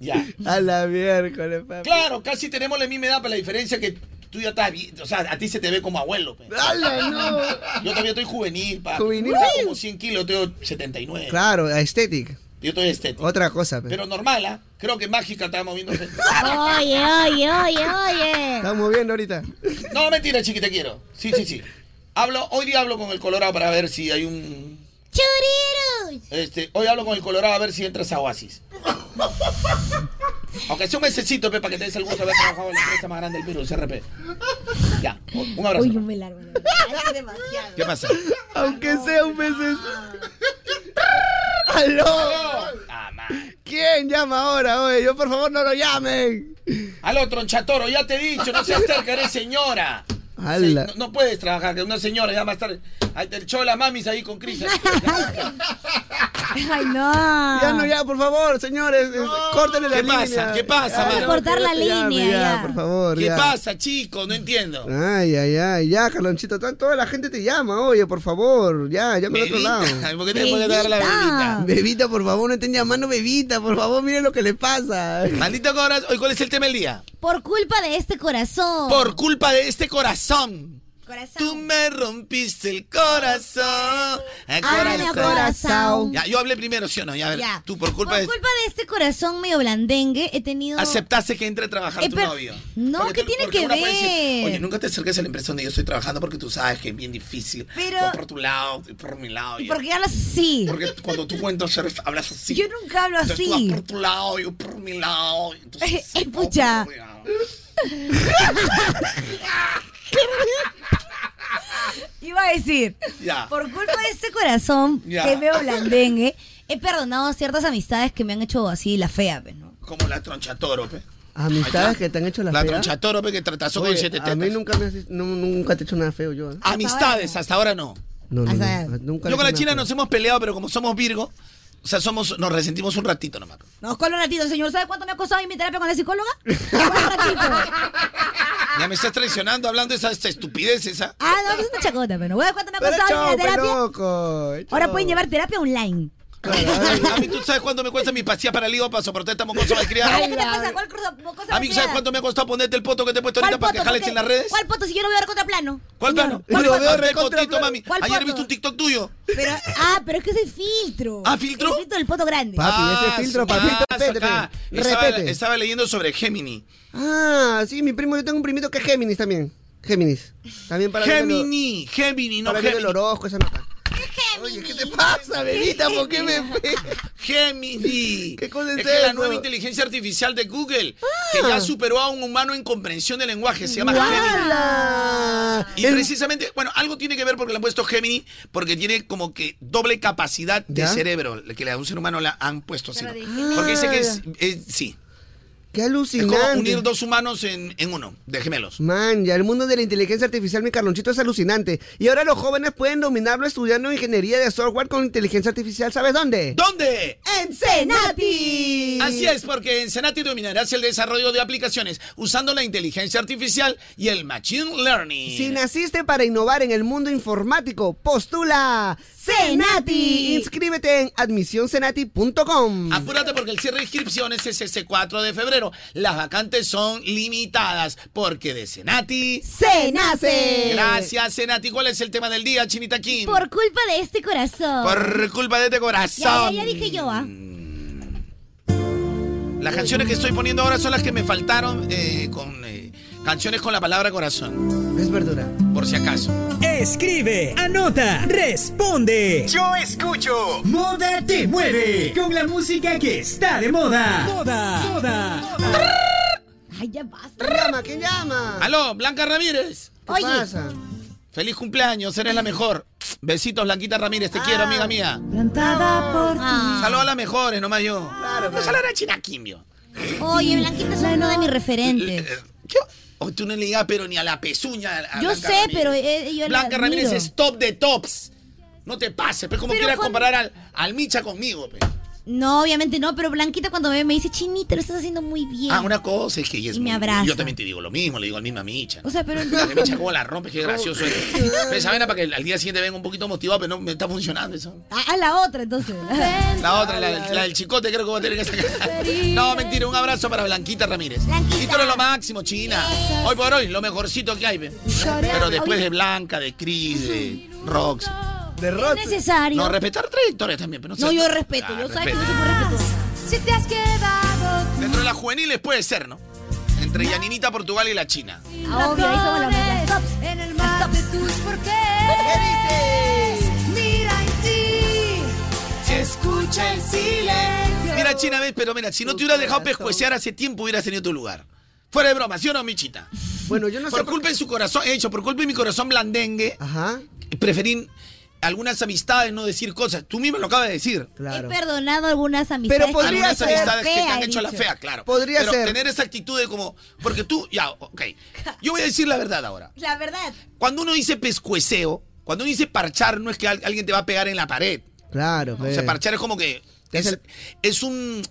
Ya.
A la miércoles, papi.
Claro, casi tenemos la misma edad, pero la diferencia es que tú ya estás bien. O sea, a ti se te ve como abuelo. pe.
¡Hala, no!
Yo todavía estoy juvenil, papi.
Juvenil.
Tú estás como 100 kilos, yo tengo 79.
Claro, aesthetic.
Yo estoy estético.
Otra cosa, pe.
Pero normal, ¿ah? Creo que mágica está moviéndose.
Oye, oye, oye, oye.
Estamos viendo ahorita.
No, mentira, chiqui, te quiero. Sí, sí, sí. Hablo, hoy día hablo con el Colorado para ver si hay un.
Churiru.
Este, hoy hablo con el Colorado a ver si entras a Oasis. Aunque sea un mesecito, pe, para que te des el gusto de haber trabajado en la empresa más grande del Perú, CRP. Ya, u- un abrazo.
Uy, yo me largo. la verdad. Ay, demasiado.
¿Qué pasa?
Aunque sea un mes. ¡Aló! ¿Quién llama ahora, oye? Yo, por favor, no lo llamen.
Aló, tronchatoro, ya te he dicho, no seas terca, eres señora. Sí,
¡Hala!
no, no puedes trabajar, que una señora ya más tarde. Ahí te echó las mamis ahí con Cris.
Ay, no.
Ya no, ya, por favor, señores, eh, córtenle la
¿Qué
línea.
pasa? ¿Qué pasa,
Ay,
mano?
no,
Cortar
que
la
no te llame,
línea,
ya,
ya.
por favor,
¿Qué
ya.
pasa, chico? No entiendo.
Ay, ay, ay, ya, Carlonchito, tan- toda la gente te llama, oye, por favor, ya, llame al otro lado.
¿Por qué te pones a dar la bebita?
Bebita, por favor, no estén llamando bebita, por favor, miren lo que le pasa.
Maldito corazón. Hoy, ¿cuál es el tema del día?
Por culpa de este corazón.
Por culpa de este corazón. Tú me rompiste el corazón. El
Ay, mi corazón.
Ya, yo hablé primero, ¿sí o no? Ya, a ver,
Ya.
tú por culpa
Por
de...
culpa de este corazón medio blandengue he tenido.
Aceptaste que entre a trabajar
Eh,
tu
pero- eh.
novio.
No, ¿qué tiene
Porque
que
uno puede decir, Oye,
ver?
nunca te acerques a la empresa donde yo estoy trabajando porque tú sabes que es bien difícil.
Pero-
Voy por tu lado, voy por mi lado.
¿Y
ya.
por qué hablas así?
Porque cuando tú cuentas, eres- hablas así.
Yo nunca hablo
Entonces tú
así.
vas por tu lado, yo por mi lado. Entonces,
Eh, pucha.
ah.
(laughs) Iba a decir,
Ya.
por culpa de este corazón
Ya.
que veo blandengue, he perdonado ciertas amistades que me han hecho así la fea, pues, ¿no?
como la tronchatoro, pe.
Amistades que te han hecho la,
La
fea.
tronchatoro, pe, que tratazó con
Oye,
siete
A
tetas.
mí nunca, me has- no- nunca te he hecho nada feo yo. ¿eh?
Amistades, hasta ahora no.
No, no, no, nunca
Ah, Yo
le
con la
hice
China
nada
nos hemos peleado, pero como somos Virgo, o sea, somos, nos resentimos un ratito nomás.
No, con un ratito, señor, ¿sabe cuánto me ha costado ir a mi terapia con la psicóloga? Un ratito.
Ya me estás traicionando hablando de esa esta estupidez esa.
Ah, no, es una chacota, pero ¿sabes cuánto me ha
Pero
costado ir a
chau,
la terapia?
pues, loco.
Ahora pueden llevar terapia online.
A mí, ¿tú sabes cuánto me cuesta mi pasilla para lío para soportar esta mocosa malcriada?
Ay, ¿Qué te pasa? ¿Cuál cosa? cosa
A mí, ¿sabes cuánto me ha costado ponerte el poto que te he puesto ahorita para que jales en las redes?
¿Cuál poto si yo lo veo ver contra plano?
¿Cuál plano?
¿Cuál
Lo
poto?
veo re
¿Cuál
potito,
poto?
mami.
¿Cuál
Ayer
poto?
he visto un TikTok tuyo.
Pero, ah, pero es que es el filtro.
Ah, ¿filtro?
El filtro del poto grande.
Papi,
Ah,
ese filtro,
su-
papito, (laughs)
ah,
repete,
acá.
pe.
Estaba-
Repete.
Estaba leyendo sobre Gemini.
Ah, sí, mi primo, yo tengo un primito que es Géminis también. Géminis. También para
Gemini, Gemini, no
para ver el
Gemini.
orozco, esa nota. Oye, ¿qué te pasa, bebita? ¿Por qué me fe?
Gemini.
¿Qué cosa es
que la
eso? Ah.
nueva inteligencia artificial de Google, que ya superó a un humano en comprensión de lenguaje, se llama
¡Guala!
Gemini. Y precisamente, bueno, algo tiene que ver porque le han puesto Gemini, porque tiene como que doble capacidad de
¿Ya?
cerebro, que a un ser humano la han puesto así. ¿no?
dije-
Porque dice que
Ah.
es, es- sí,
Qué
es como
alucinante.
unir dos humanos en, en uno, de gemelos.
Man, ya el mundo de la inteligencia artificial, mi Carlonchito, es alucinante. Y ahora los jóvenes pueden dominarlo estudiando ingeniería de software con inteligencia artificial, ¿sabes dónde?
¿Dónde?
¡En Senati!
Así es, porque en Senati dominarás el desarrollo de aplicaciones usando la inteligencia artificial y el machine learning.
Si naciste para innovar en el mundo informático, postula Senati. Inscríbete en admisioncenati.com.
Apúrate porque el cierre de inscripciones es ese 4 de febrero. Las vacantes son limitadas porque de Senati
se nace.
Gracias, Senati. ¿Cuál es el tema del día, Chinita Kim?
Por culpa de este corazón.
Por culpa de este
Ya, ya,
corazón.
ya dije yo, ¿ah?
Las canciones que estoy poniendo ahora son las que me faltaron eh, con, eh, Canciones con la palabra corazón.
Es verdura.
Por si acaso.
Escribe, anota, responde. Yo escucho. Moda te mueve. Con la música que está de moda. Moda. Moda.
Ay, ya basta.
¿Quién llama? ¿Quién llama?
pues. Aló, Blanca Ramírez.
¿Qué pasa?
Feliz cumpleaños, eres la mejor. Besitos, Blanquita Ramírez, te quiero, amiga mía.
Plantada por ti.
Salud a las mejores, nomás yo. Claro, no salud a China Eh, Kimbio.
Oye, Blanquita es uno de mis referentes.
O oh, tú no le digas, pero ni a la pezuña. a
Yo
Ah, Blanca
sé,
Ramírez.
pero, eh, yo la
Blanca Ramírez
admiro.
es top de tops. No te pases, pues como
Pero
quieras
cuando-
comparar al, al Micha conmigo, pues. pe.
No, obviamente no, pero Blanquita cuando me ve me dice, Chinita, lo estás haciendo muy bien.
Ah, una cosa es que ella es
Y me
muy-
abraza.
Yo también te digo lo mismo, le digo al mismo a Micha.
O sea, pero...
Porque Micha, cómo (laughs) la rompes, qué gracioso es. Pues, ¿saben? para que al día siguiente venga un poquito motivado, pero no me está funcionando eso.
A, a la
(laughs)
otra, entonces.
La otra, la, del- la del chicote, creo que voy a tener que sacar. No, mentira, un abrazo para Blanquita Ramírez. Y tú eres lo máximo, China. Hoy por hoy, lo mejorcito que hay. ve. Pero después de Blanca, de Cris, de Rox.
De
Rox. Es necesario.
No, respetar trayectorias también, pero no
No,
sé.
yo respeto,
Ah,
yo sabes que
respeto.
no soy muy respetuosa.
Si te has quedado
Dentro de las juveniles puede ser, ¿no? Entre Yaninita, Portugal y la China.
Ah, obvio, ahí somos las- las tops.
en el mar de tus porqués. Mira en ti, se escucha el silencio.
Mira, China, ves, pero mira, si no te hubieras dejado pescuecear hace tiempo, hubieras tenido tu lugar. Fuera de broma, ¿sí o no, Michita?
Bueno, yo no
por
sé.
culpa de su corazón, hecho, por culpa de mi corazón blandengue, preferí algunas amistades no decir cosas. Tú mismo lo acabas de decir.
He perdonado algunas amistades.
Pero podría
algunas
ser
amistades que te
fea,
han
he
hecho la
dicho.
fea, claro.
Podría
Pero
ser.
tener esa actitud de como, porque tú, ya, ok. Yo voy a decir la verdad ahora.
La verdad.
Cuando uno dice pescueceo, cuando uno dice parchar, no es que al- alguien te va a pegar en la pared.
Claro,
O
pues.
sea, parchar es como que es, es un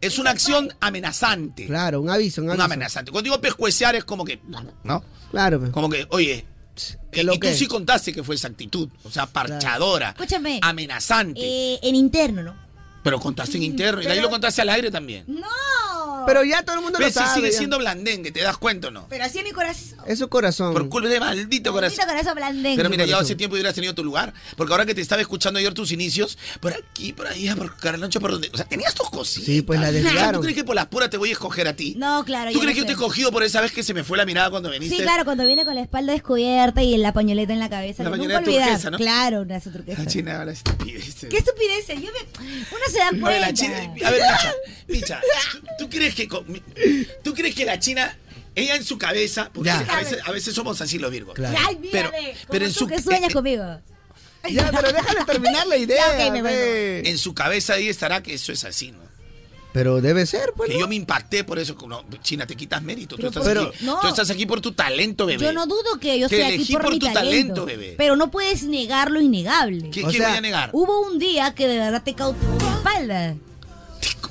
es una acción amenazante.
Claro, un aviso, un
Un
aviso.
amenazante. Cuando digo pescuecear es como que, ¿no?
Claro, pues.
Como que, oye, y,
lo
y tú
que?
sí contaste que fue esa actitud, o sea, parchadora,
Escúchame.
amenazante,
Eh, en interno, ¿no?
pero contaste en interno y de ahí
pero-
lo contaste al aire también.
No.
Pero ya todo el mundo lo
Ves, si
sabe.
sigue
ya.
siendo blandengue, ¿te das cuenta o no?
Pero así es mi corazón.
Es su corazón.
Por culpa de maldito corazón.
Maldito corazón blandengue.
Pero mira, ya hace tiempo hubieras tenido tu lugar. Porque ahora que te estaba escuchando ayer tus inicios, por aquí, por ahí, ah, por Carlancho, por donde. O sea, tenías tus cositas.
Sí, pues la
¿Tú
desviaron.
crees que por las puras te voy a escoger a ti?
No, claro.
¿Tú
yo
crees que yo
no
te he
creo.
cogido por esa vez que se me fue la mirada cuando viniste?
Sí, claro, cuando viene con la espalda descubierta y la pañoleta en la cabeza.
La
que
pañoleta
nunca olvidar.
turquesa, ¿no? Ah,
Claro, una su turquesa.
La china, la estupidez.
¿Qué estupidez? Yo me- Uno se da
No,
cuenta.
la china- A ver, Micha, Micha, ¿tú, tú crees que con- tú crees que la China, ella en su cabeza, porque
Ya.
a veces, a veces somos así los virgos.
Ay, mírale,
Pero,
como
pero en
tú
su eh,
que sueñas conmigo.
Ya, pero déjale terminar la idea.
Ya, ok, me
ve.
en su cabeza ahí estará que eso es así, ¿no?
Pero debe ser, pues.
Que yo me impacté por eso. como, No, China, te quitas mérito. Tú
Pero
estás,
¿por
aquí,
qué? No.
tú estás aquí por tu talento, bebé.
Yo no dudo que yo
Te
estoy aquí
elegí
por,
por
mi
tu talento, bebé.
Pero no puedes negar lo innegable.
¿Qué- O qué sea, voy a negar?
Hubo un día que de verdad te cautivó mi espalda.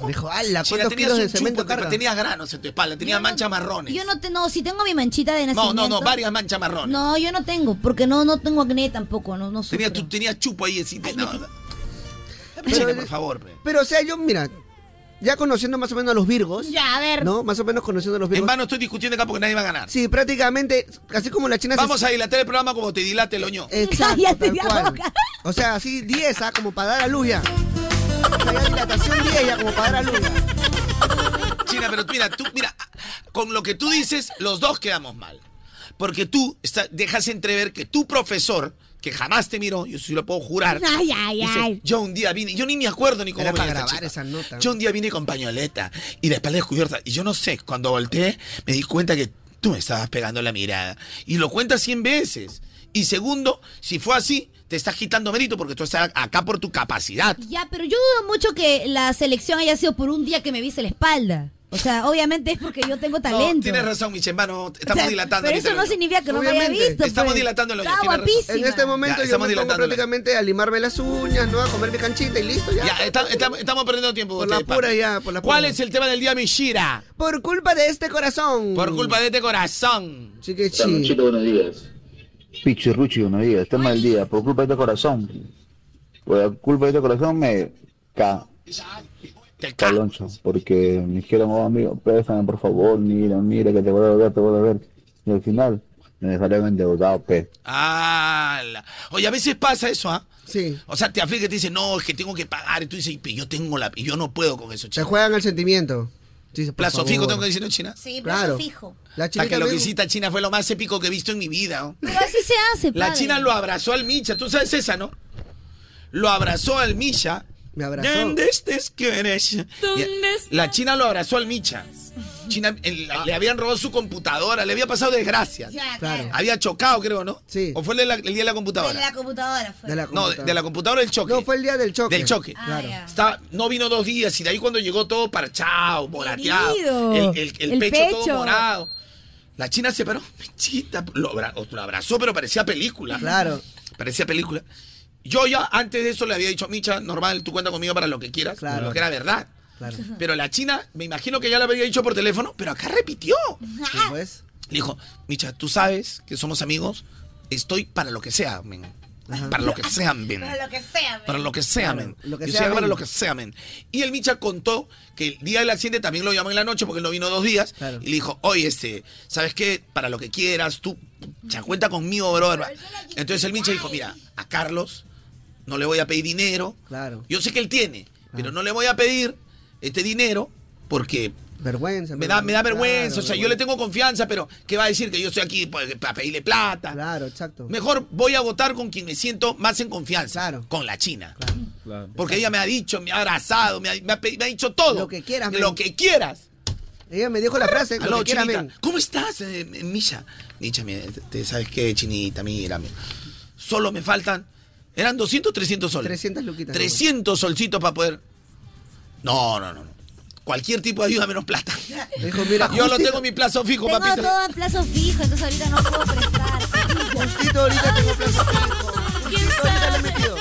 Dijo, ala,
China,
¿cuántos
tenías
kilos
un
de cemento
chupo, te-
carga?
tenías granos en tu espalda, tenías manchas marrones.
Yo no te, no, si tengo mi manchita de
no,
nacimiento.
no, no, varias manchas marrones.
No, yo no tengo, porque no, no tengo acné tampoco, no, no sufro.
Tenías, tú tenías chupo ahí así. no. China, por favor, pues. pe.
Pero, o sea, yo, mira, ya conociendo más o menos a los virgos.
Ya, a ver.
¿No? Más o menos conociendo a los
En
virgos.
vano estoy discutiendo acá porque nadie va a ganar.
Sí, prácticamente, así como la China se-
Vamos a
(laughs)
dilatar el programa como te dilate el oño.
(laughs)
Exacto, tal cual. O sea, así 10, ah, como para dar a luz ya. O sea, ya dilatación 10, ya como para dar a luz. ya.
China, pero mira, tú, mira, con lo que tú dices, los dos quedamos mal. Porque tú está- dejas entrever que tu profesor, que jamás te miró, yo sí lo puedo jurar.
(laughs) Ay, ay,
dice,
ay.
Yo un día vine, yo ni me acuerdo ni cómo
Era
venía
para
esta
grabar
chica.
esa nota.
Yo un día vine con pañoleta y de espalda descubierta. Y yo no sé, cuando volteé, me di cuenta que tú me estabas pegando la mirada. Y lo cuentas 100 veces. Y segundo, si fue así, te estás quitando mérito porque tú estás acá por tu capacidad.
Ya, pero yo dudo mucho que la selección haya sido por un día que me vise la espalda. O sea, obviamente es porque yo tengo
No,
talento.
tienes razón, Michel, hermano. Estamos
O sea,
dilatando.
Pero
ahorita
eso
el
no
hoyo.
significa que no me haya
Obviamente.
visto.
Estamos
pues.
dilatando el hoyo,
Está
tienes razón.
guapísima.
En este momento yo
estamos
me pongo
dilatándola.
prácticamente a limarme las uñas, ¿no? A comer mi canchita y listo ya.
Ya, está- está- estamos perdiendo tiempo.
Por la
ustedes,
pura
papi.
ya, por la
¿Cuál
pura.
es el tema del día, Mishira?
Por culpa de este corazón.
Por culpa de este corazón.
Chiquichi.
buenos días. Pichurruchi, buenos días. Tema del día. Por culpa de este corazón. Por culpa de este corazón me ca. Caloncho, porque me dijeron, oh amigo, préstame por favor, mira, mira, que te voy a ver, te voy a ver. Y al final me dejaron endeudado, pe.
¡Hala! Oye, a veces pasa eso, ¿ah? Sí. O sea, te aflige, te dicen, no, es que tengo que pagar. Y tú dices, "Y, pe, yo tengo la. Y yo no puedo con eso,
Se
chico.
juegan el sentimiento. Sí, por
plazo
favor.
fijo tengo que decir en China.
Sí, plazo Claro. fijo.
La
La
chinita
que lo
me-
que hiciste a China fue lo más épico que he visto en mi vida. ¿oh?
Pero así se hace,
La
padre.
China lo abrazó al Micha, tú sabes esa, ¿no? Lo abrazó al Micha.
Me
abrazó.
¿Dónde estás, que eres? Y- La China lo abrazó al Micha. China, el-
Ah,
la- le habían robado su computadora, le había pasado desgracia.
Ya,
claro.
Había chocado, creo, ¿no? Sí. ¿O fue el, de la- el día de la computadora?
De la computadora fue.
De la
No, de, de la computadora del choque. No, fue
el día del choque.
Del choque.
Ah, Claro.
Estaba- no vino dos días y de ahí cuando llegó todo parchado, morateado.
Herido.
El, el- el
El
pecho,
pecho.
todo morado. La china se paró. Chita, lo, abra- lo abrazó, pero parecía película.
Claro.
Parecía película. Yo ya antes de eso le había dicho, Micha, normal, tú cuenta conmigo para lo que quieras.
Claro. Ah.
Lo que era verdad.
Claro.
Pero la china, me imagino que ya le había dicho por teléfono, pero acá repitió. Ah.
Pues,
Le dijo, Micha, tú sabes que somos amigos. Estoy para lo que sea, men. Para lo que sea, men.
Para lo que sea,
Para lo que sea, men.
lo que
Yo
sea,
soy para
men.
lo que sea, men. Y el Micha contó que el día del accidente también lo llamó en la noche porque él no vino dos días. Y le dijo, oye, este, ¿sabes qué? Para lo que quieras, tú, ya cuenta conmigo, brother. Entonces el Micha dijo, mira, a Carlos no le voy a pedir dinero.
claro. Ah.
Yo sé que él tiene, pero no le voy a pedir este dinero porque
Vergüenza.
me da, me da vergüenza,
Claro,
o sea, yo le tengo confianza, pero ¿qué va a decir? Que yo estoy aquí pa- para pedirle plata.
Claro, exacto.
Mejor voy a votar con quien me siento más en confianza. Con la China. Porque ella me ha dicho, me ha abrazado, me ha, me ha pedi- me ha dicho todo. Lo que quieras. Lo que quieras.
Ella me dijo la frase,
Aló,
lo que quiera,
Chinita,
men.
¿Cómo estás, eh, M- Misha? Misha, mira, te- te- ¿sabes qué, Chinita? Mira, mira. Solo me faltan, eran 200, 300 soles.
300 luquitas.
300 solcitos para poder. No, no, no. no. Cualquier tipo de ayuda menos plata.
Dijo, mira,
Yo lo
justito-
tengo en mi plazo fijo,
Tengo
papito.
todo a plazo fijo, entonces ahorita no puedo prestar.
Justito ahorita tengo plazo fijo. Justito ahorita le he metido.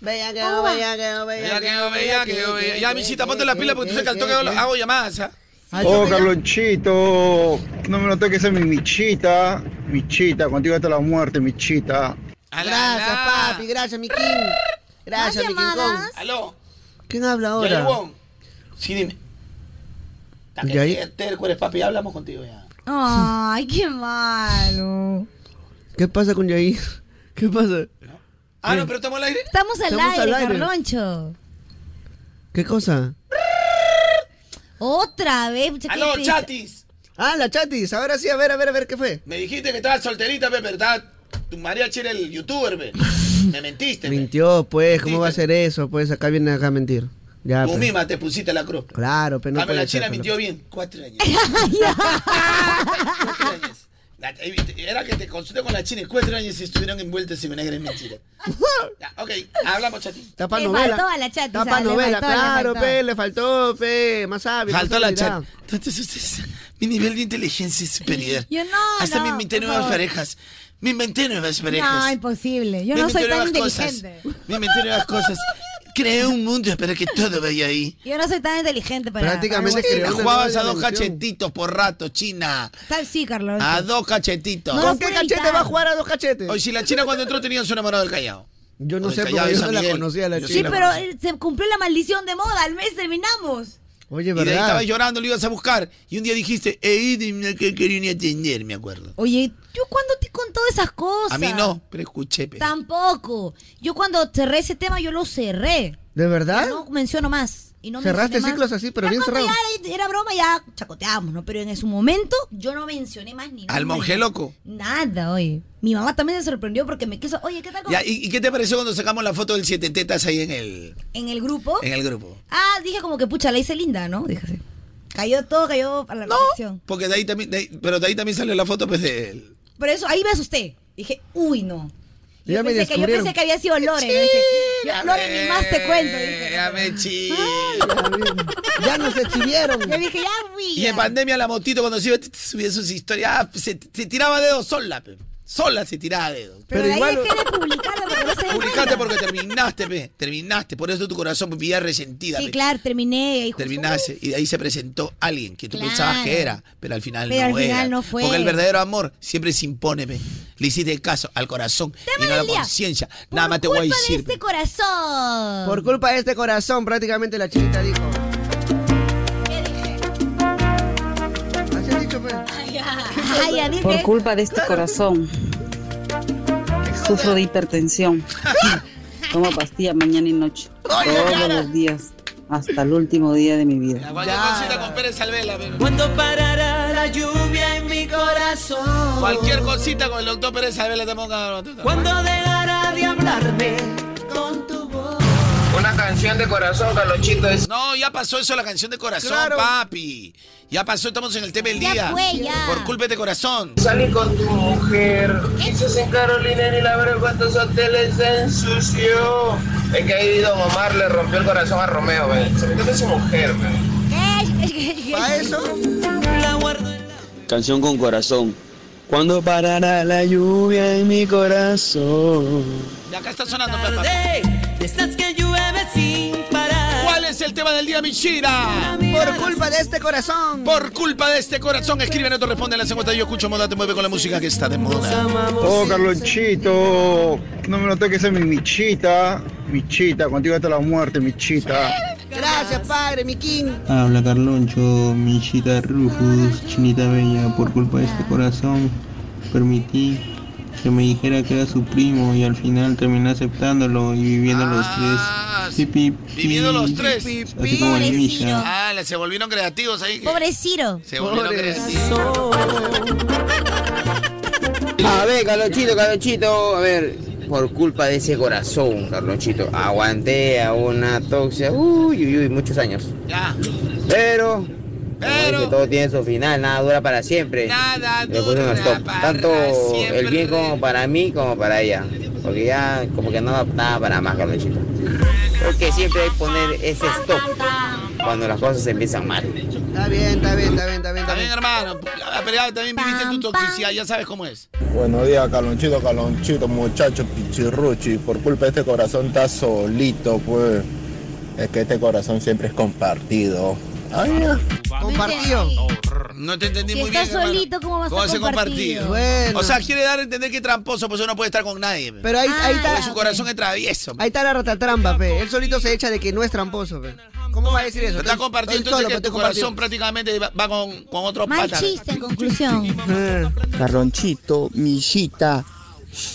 Bellaqueo, bellaqueo,
bellaqueo, bellaqueo, bellaqueo. Ya, Michita, ponte la pila porque tú sabes que al toque hago- hago llamadas. ¿ah?
Oh, Carlonchito, no me lo toques a mi michita. Michita, contigo hasta la muerte, michita.
Gracias, papi, gracias, mi King. Gracias, mi King Kong.
Aló.
¿Quién habla
Ya,
ahora?
Ivonne. Sí, dime. Ta que este
¿Y ahí?
te- terco eres, papi, ya hablamos contigo ya.
Ay, qué malo.
¿Qué pasa con Yair? (laughs) ¿Qué pasa?
Ah, no, pero estamos al aire.
Estamos al
Estamos al
aire,
aire.
Carloncho.
¿Qué cosa?
Otra vez. pucha, qué
Aló,
pesa-
chatis.
Ah, la chatis. Ahora sí, a ver, a ver, a ver, ¿qué fue?
Me dijiste que estabas solterita, pe, ¿verdad? Tu mariachi era el youtuber,
(laughs)
pe. Me mentiste. pe.
Mintió, pues, ¿cómo va a ser eso? Pues acá viene acá a mentir. Ya,
Tú
pues.
misma te pusiste la cruz.
Claro, pero Pues no
Ah, pero
puede ser,
la china
pero-
mintió bien. Cuatro
(laughs)
años. Cuatro años. La- eh, Era que te consulté con la china y cuatro años y estuvieron envueltos en una gran
(laughs)
mentira. Ya, ok, hablamos, chatis.
Está pa'
Le
novela.
faltó a la chatis,
Está
ah,
pa'
le
novela,
faltó, le
claro,
faltó.
pe, le faltó, pe, más sabio.
Faltó
más
la
habilidad.
chat. Entonces ustedes, mi nivel de inteligencia es superior.
Yo no,
Hasta
no,
me inventé
por
nuevas
favor.
parejas. Me inventé nuevas parejas.
No, imposible. Yo
me
no
inventé
soy tan
nuevas cosas.
inteligente.
Me inventé nuevas cosas. Creé un mundo para que todo vaya ahí.
Yo no soy tan inteligente para.
Prácticamente
para-
creó jugabas a dos cachetitos por rato, China.
Tal sí, Carlos.
A dos cachetitos.
No lo ¿Con qué puedo cachete evitar. va a jugar
a dos cachetes?
Oye, si la China cuando entró tenía su enamorado del Callao.
Yo no
Del
sé,
Callao
porque
de
yo
San
no la
Miguel.
conocía a la
Yo
chica.
Sí, pero eh, se cumplió la maldición de moda. Al mes terminamos.
Oye,
Y de ahí
¿verdad?
estabas llorando, lo ibas a buscar. Y un día dijiste, ey, dime que quería ni atender, me acuerdo.
Oye, ¿yo cuándo te he contado esas cosas?
A mí no, pero escuché. pe.
Tampoco. Yo cuando cerré ese tema, yo lo cerré.
¿De verdad?
No menciono más. Y no
Cerraste
mencioné más.
ciclos así, pero
Ya
bien
cuando
cerrado.
Ya era broma, ya chacoteábamos, ¿no? Pero en su momento, yo no mencioné más ni
Al
nombre,
monje loco.
Nada, oye. Mi mamá también se sorprendió porque me quiso. Oye, ¿qué tal con-
Ya, ¿y, y qué te pareció cuando sacamos la foto del siete tetas ahí en el,
en el grupo?
en el grupo?
Ah, dije como que pucha, la hice linda, ¿no? Dije así. Cayó todo, cayó a la perfección.
Porque de ahí también, de ahí- pero de ahí también salió la foto pues de él.
Por eso, ahí me asusté. Dije, uy, no. Yo,
Ya me
pensé que, yo
descubrieron.
pensé que había sido Lore. ¿no? Dije, yo, Lore, ni más te este cuento. Dije.
Eh, Ya me chi.
Ya nos exhibieron.
Le dije, ya fui.
Y en pandemia la motito cuando se iba, t- t- subía sus historias, ah, se, se tiraba dedos sola, pe. Sola se tiraba dedos.
Pero, de ahí dejé de publicarlo porque no sé.
Publicaste porque terminaste, pe. Terminaste. Por eso tu corazón vivía resentida,
Sí,
pe.
claro, terminé. y ahí justo-
Terminaste y de ahí se presentó alguien que tú
Claro.
pensabas que era, pero al final
Pero
no
al final
era.
no fue.
Porque el verdadero amor siempre se impone, pe. Le hiciste caso al corazón y no a la
del día.
conciencia. Nada más te voy a decir. pe.
Este corazón.
Por culpa de este corazón, prácticamente la chinita dijo. Así has dicho, pues.
Ay, ay, ya dije.
Por culpa de este corazón, sufro de hipertensión. Tomo pastilla mañana y noche.
todos los días, hasta el último día de mi vida.
Cualquier cosita con Pérez Salvela. pero-
¿Cuándo parará la lluvia en mi corazón?
Cualquier cosita con el doctor Pérez Salvela te ponga.
¿Cuándo dejará de hablarme?
Una canción de corazón, Carlonchito. No, ya pasó eso, la canción de corazón,
Claro.
papi. Ya pasó, estamos en el tema del
Ya
día.
fue, ya.
Por culpa de corazón.
Salí con tu mujer,
Dices en
Carolina y la verdad cuántos hoteles se ensució. Es que ahí Don Omar le rompió el corazón a Romeo, ve. Se metió con su mujer, ve.
¿Para eso?
Canción con corazón. ¿Cuándo parará la lluvia en mi corazón?
Y acá está sonando, papá. ¿Cuál es el tema del día, Michira?
Por culpa de este corazón.
Por culpa de este corazón. Escribe, no te responde en la encuestas. Yo escucho moda, te mueve con la música que está de moda.
Oh, Carlonchito, no me lo toques a mi michita. Michita, contigo hasta la muerte, michita.
Gracias, padre, mi king.
Ah, Habla Carloncho, Michita Rufus, Chinita Bella, por culpa de este corazón, permití que me dijera que era su primo y al final terminé aceptándolo y viviendo los tres. Pip, pip,
Viviendo los
pip.
tres.
Así como el Misha.
Ah, le- se volvieron creativos ahí.
Pobre Ciro.
Se volvieron creativos.
A ver, Carlonchito, Carlonchito, a ver, por culpa de ese corazón, Carlonchito, aguanté a una toxia, uy, uy, uy, muchos años.
Ya.
Pero, pero, todo tiene su final, nada dura para siempre.
Nada
Le puse un stop, tanto el bien como para mí como para ella, porque ya como que no adaptaba para más, Carlonchito. Porque siempre hay que poner ese stop cuando las cosas empiezan mal.
Está bien, está bien, está bien, está bien.
Está bien, hermano. Ah, Pero ya también viviste tu toxicidad, ya sabes cómo es.
Buenos días, Carlonchito, Carlonchito, muchacho pichirruchi. Por culpa de este corazón estás solito, pues. Es que este corazón siempre es compartido.
Compartido.
No te entendí
Si
muy bien.
estás
hermano.
solito, ¿cómo vas a
¿Cómo va a ser
compartido?
compartido? O sea, quiere dar a entender que es tramposo, pues uno puede estar con nadie.
Pero ahí,
Ah,
ahí está.
Porque su corazón es travieso.
Ahí está la ratatrampa, pe. Él solito se echa de que no es tramposo, pe. ¿Cómo va a decir eso?
Está
Estoy-
compartido,
estoy
entonces
solo,
que
pero
tu
estoy compartido.
corazón prácticamente va va con, con otro
Mal
pata.
chiste, en conclusión.
Ah, Carlonchito, michita,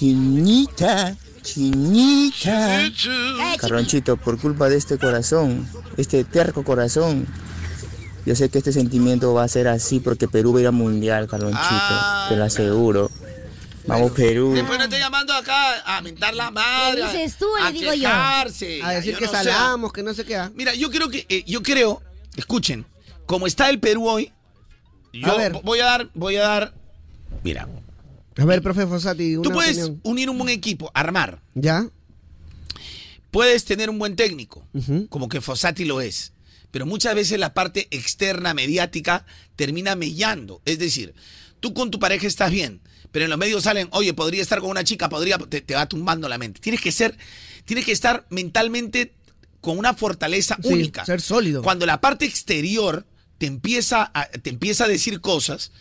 chinita, chinita. Carlonchito, por culpa de este corazón, este terco corazón, yo sé que este sentimiento va a ser así porque Perú va a ir al mundial, Carlonchito, te lo aseguro. Vamos Perú.
Ah. Después no esté llamando acá a mentar la madre.
¿Qué dices tú?
a
Le digo yo.
quejarse,
A decir
yo
que
no sé.
salamos, que no sé qué. ah.
Mira, yo creo que, eh, yo creo, escuchen, como está el Perú hoy, yo
ver.
vo- voy a dar, voy a dar. Mira.
A ver, profe Fossati, una
Tú puedes
opinión.
unir un buen equipo, armar.
¿Ya?
Puedes tener un buen técnico, como que Fossati lo es. Pero muchas veces la parte externa mediática termina mellando. Es decir, tú con tu pareja estás bien, pero en los medios salen, oye, podría estar con una chica, podría, te, te va tumbando la mente. Tienes que ser, tienes que estar mentalmente con una fortaleza
Sí,
única.
ser sólido.
Cuando la parte exterior te empieza a, te empieza a decir cosas,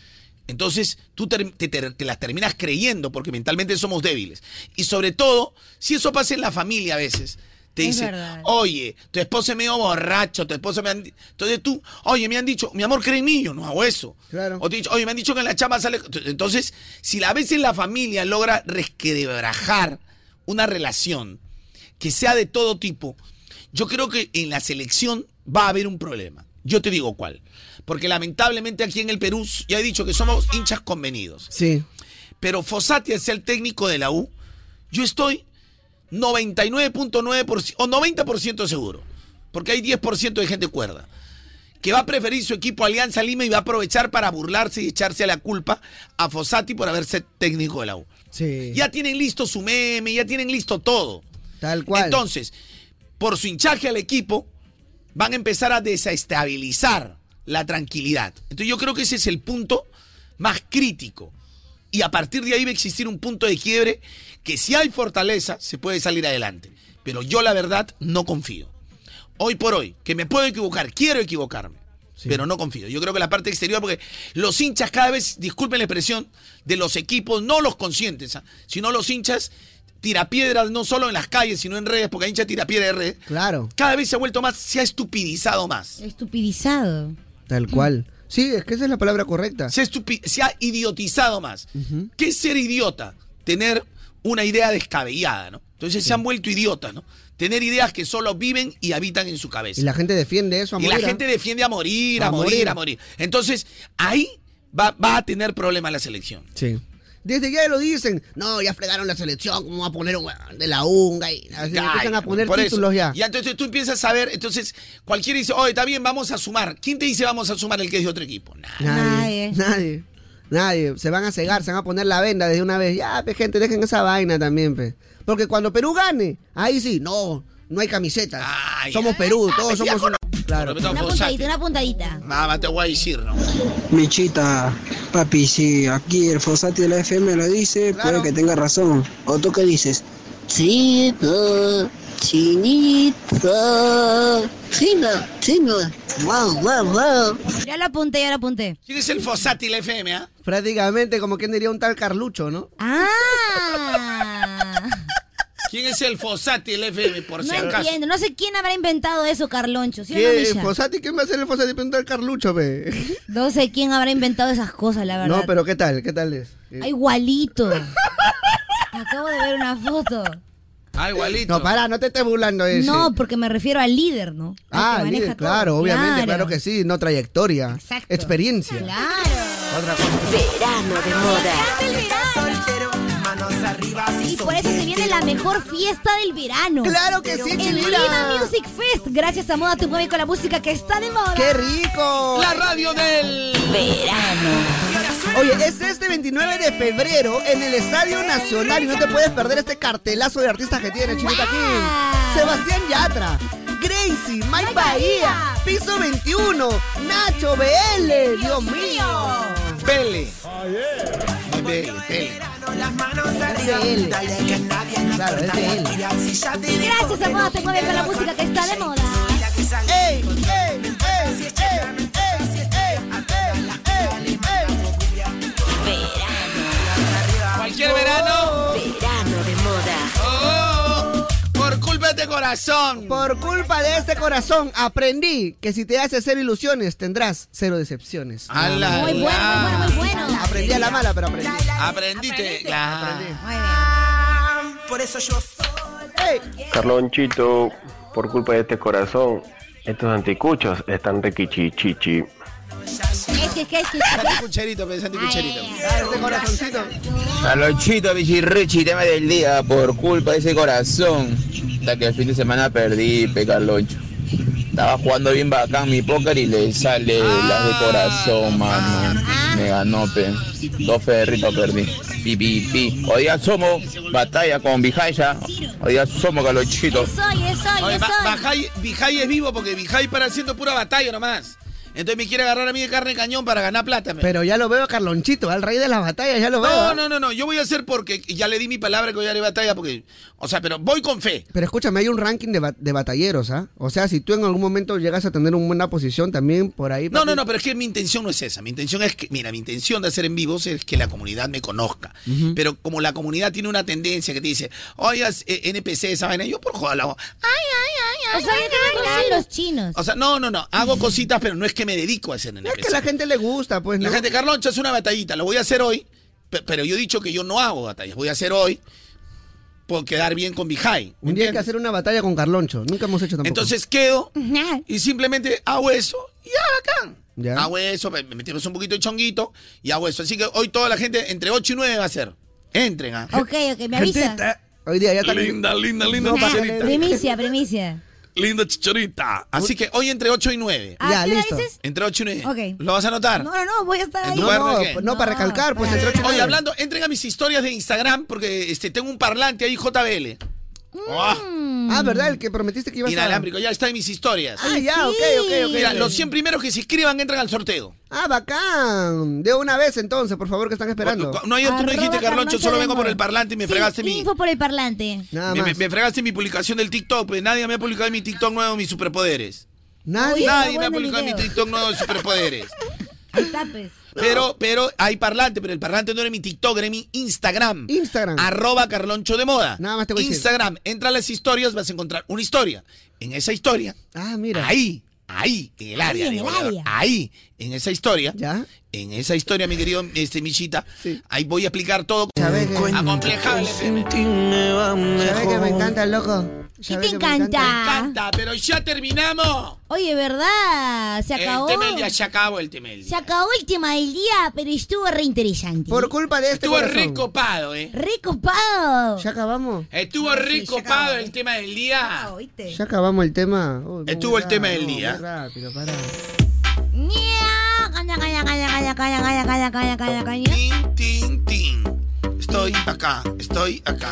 entonces tú ter- te, ter- te las terminas creyendo porque mentalmente somos débiles. Y sobre todo, si eso pasa en la familia a veces, te
Es
dicen,
verdad.
oye, tu esposo es medio borracho, tu esposo me han... di-". Entonces tú, oye, me han dicho, mi amor, cree en mí, yo no hago eso.
Claro.
O te dicen, oye, me han dicho que en la chamba sale... Entonces, si la vez en la familia logra resquebrajar una relación que sea de todo tipo, yo creo que en la selección va a haber un problema. Yo te digo cuál. Porque lamentablemente aquí en el Perú, ya he dicho que somos hinchas convenidos.
Sí.
Pero Fossati es el técnico de la U. Yo estoy 99.9% o 90% seguro. Porque hay 10% de gente cuerda. Que va a preferir su equipo Alianza Lima y va a aprovechar para burlarse y echarse a la culpa a Fossati por haberse técnico de la U.
Sí.
Ya tienen listo su meme, ya tienen listo todo.
Tal cual.
Entonces, por su hinchaje al equipo, van a empezar a desestabilizar la tranquilidad. Entonces yo creo que ese es el punto más crítico. Y a partir de ahí va a existir un punto de quiebre que si hay fortaleza se puede salir adelante. Pero yo la verdad no confío. Hoy por hoy, que me puedo equivocar, quiero equivocarme, pero no confío. Yo creo que la parte exterior, porque los hinchas cada vez, disculpen la expresión, de los equipos, no los conscientes, ¿ah? sino los hinchas tirapiedras, no solo en las calles, sino en redes, porque hay hincha tirapiedra de redes,
Claro,
cada vez se ha vuelto más, se ha estupidizado más.
Estupidizado.
tal cual. Sí, es que esa es la palabra correcta.
Se, estupi- se ha idiotizado más. ¿Qué es ser idiota? Tener una idea descabellada, ¿no? Entonces se han vuelto idiotas, ¿no? tener ideas que solo viven y habitan en su cabeza.
Y la gente defiende eso a
Y
morir,
la
¿ah?
gente defiende a morir,
Va
a,
a
morir,
morir.
a morir. Entonces, ahí va, va a tener problemas la selección.
Sí. Desde ya lo dicen, no, ya fregaron la selección, ¿cómo va a poner un huevón de la UNGA? Y así
Ya,
empiezan
ya,
a poner
por eso.
títulos ya.
Ya, entonces tú empiezas a ver, entonces cualquiera dice, oye, está bien, vamos a sumar. ¿Quién te dice vamos a sumar el que es de otro equipo? Nah.
Nadie, nadie. Nadie. Se van a cegar, se van a poner la venda desde una vez. Ya, pe, gente, dejen esa vaina también, pe. Porque cuando Perú gane, ahí sí, no, no hay camisetas.
Ah,
somos Perú, todos somos una... Claro.
Una puntadita, una puntadita.
Nada, te voy a decir, ¿no?
Michita, papi, sí, aquí el Fosati de la FM lo dice, puede que tenga razón. ¿O tú qué dices?
Chino, chinito, chino, chino, wow, wow, wow.
Ya lo apunté, ya lo apunté.
¿Quién es el Fosátil FM, ah?
Prácticamente como quien diría un tal Carlucho, ¿no?
Ah.
¿Quién es el Fosátil FM, por si
No
acaso?
entiendo, no sé quién habrá inventado eso, Carloncho. ¿sí o no,
¿Qué?
Misha?
¿Fosati? ¿Quién va a ser el Fosati? Preguntar al Carlucho, pe.
No sé quién habrá inventado esas cosas, (laughs) la verdad.
(laughs) No, pero ¿qué tal? ¿Qué tal es? Eh,
Ah, igualito. Acabo de ver una foto.
Ah, igualito.
No, para, no te estés burlando de eso.
No, porque me refiero al líder, ¿no? Al
Ah,
que maneja
líder,
todo.
claro, obviamente, claro. que sí, no trayectoria,
Exacto.
experiencia.
Verano de
Manos arriba,
Y por eso se viene la mejor fiesta del verano.
Claro que sí,
El
Chinita.
Lima Music Fest, gracias a Moda Tu Mueve con la música que está de moda.
¡Qué rico!
La
radio del
verano.
Oye, es este 29 de febrero en el Estadio Nacional y no te puedes perder este cartelazo de artistas que tiene Chinita aquí. Sebastián Yatra, Gracie, Mike Bahía, Piso 21, Nacho BL, Dios mío.
Pele. Pele, Pele.
Claro, es de él.
Gracias a Moda Te Mueve con la música que está de moda.
¡Ey, ey, ey, ey, ey, ey,
Cualquier verano. Verano de moda. por culpa de este corazón.
Por culpa de este corazón aprendí que si te haces cero ilusiones tendrás cero decepciones.
¡Ala, Muy bueno, ala!
muy bueno, muy bueno. Aprendí a la mala, pero aprendí.
Aprendiste. Claro. Ah,
Por eso yo
Carlonchito, por culpa de este corazón, estos anticuchos están requichichichi.
Es que, es que, es que.
Cucherito, pensante cucherito.
Este corazoncito.
Carlonchito, Michi Richie, tema del día, por culpa de ese corazón. Hasta que el fin de semana perdí, pe Carloncho. Estaba jugando bien bacán mi póker y le sale las de
Ah,
corazón, mano. Me ganó, pe. Dos ferritos perdí. Pi, pi, pi. Hoy día somos batalla con Vijaya. Hoy día somos Carlonchito.
Soy, es soy,
Oye,
es
Ba-
soy.
Bajay- Vijay es vivo porque Vijay para haciendo pura batalla nomás. Entonces me quiere agarrar a mí de carne de cañón para ganar plata. pe.
Pero ya lo veo a Carlonchito, al rey de las batallas, ya lo veo.
No,
¿ah?
no, no, no. Yo voy a hacer porque ya le di mi palabra que voy a dar batalla porque. O sea, pero voy con fe.
Pero escúchame, hay un ranking de, ba- de batalleros, ¿ah? O sea, si tú en algún momento llegas a tener una buena posición también por ahí.
No, no, no, pero es que mi intención no es esa. Mi intención es que, mira, mi intención de hacer en vivos es que la comunidad me conozca. Pero como la comunidad tiene una tendencia que te dice, oye, es, eh, NPC, esa vaina, yo por joder la hago.
O sea, yo te conocí Ah, los chinos.
O sea, no, no, no, hago cositas, pero no es que me dedico a hacer NPC.
Es que a la gente le gusta, pues, ¿no?
La gente, Carloncho, es una batallita, lo voy a hacer hoy, pe- pero yo he dicho que yo no hago batallas, voy a hacer hoy por quedar bien con Vijay.
Un día hay que hacer una batalla con Carloncho. Nunca hemos hecho tampoco.
Entonces quedo y simplemente hago eso y ya bacán.
Ya.
Hago eso, me me metemos un poquito de chonguito y hago eso. Así que hoy toda la gente entre 8 y 9 va a ser. Entren. ¿ah?
Ok, ok, me avisa.
Hoy día ya está.
Linda, linda, linda
Nah,
chicharita.
Primicia, primicia.
Linda chicharita. Así que hoy entre 8 y 9.
Ah, Ya, ¿qué hora listo. dices?
Entre 8 y 9.
Ok.
¿Lo vas a anotar?
No, no, no, voy a estar ahí.
tu cuerno de qué?
No, para recalcar, pues entre ocho y
Oye,
nueve.
hablando, entren a mis historias de Instagram porque este, tengo un parlante ahí, JBL. Ah,
Mm.
Ah, ¿verdad? El que prometiste que ibas
inalámbrico, ya está en mis historias.
Ah, ya, ok, ok, ok.
Mira,
ok.
los 100 primeros que se inscriban entran al sorteo.
Ah, bacán. De una vez entonces, por favor, que están esperando.
No, yo, tú no dijiste, Carloncho, solo vengo por el parlante y me fregaste mi,
Info por el parlante.
me, me- me fregaste mi publicación del TikTok. Pues nadie me ha publicado en mi TikTok nuevo mis superpoderes.
Nadie.
Nadie me
bueno
ha
el
publicado en mi
video.
TikTok nuevo de superpoderes.
(laughs) Ahí tapes.
Pero, pero hay parlante, pero el parlante no era mi TikTok, era mi Instagram.
Instagram.
Arroba Carloncho de Moda.
Nada más te voy a decir.
Instagram. Entra a las historias, vas a encontrar una historia. En esa historia.
Ah, mira.
Ahí, ahí, en el área.
en
de
el
goleador,
área.
Ahí, en esa historia, en esa historia, mi querido este, Michita, ahí voy a explicar todo.
eh.
Acomplejable.
¿Sabes que me encanta, loco?
¿Qué
¿Sabes
te
que me
encanta?
encanta, pero ya terminamos.
Oye, ¿verdad? Se acabó.
El tema del día se acabó el tema del día.
Se acabó el tema del día, pero estuvo reinteresante. Por
culpa de este
este
Estuvo recopado, ¿eh?
Recopado.
Ya acabamos.
Estuvo recopado el tema del día.
Ya acabamos el tema. Uy, muy
Estuvo el
rápido,
tema del
muy
día.
rápido, para.
Ña, caña, caña, caña, caña, caña, caña, caña, caña, caña, caña.
Estoy acá, estoy acá.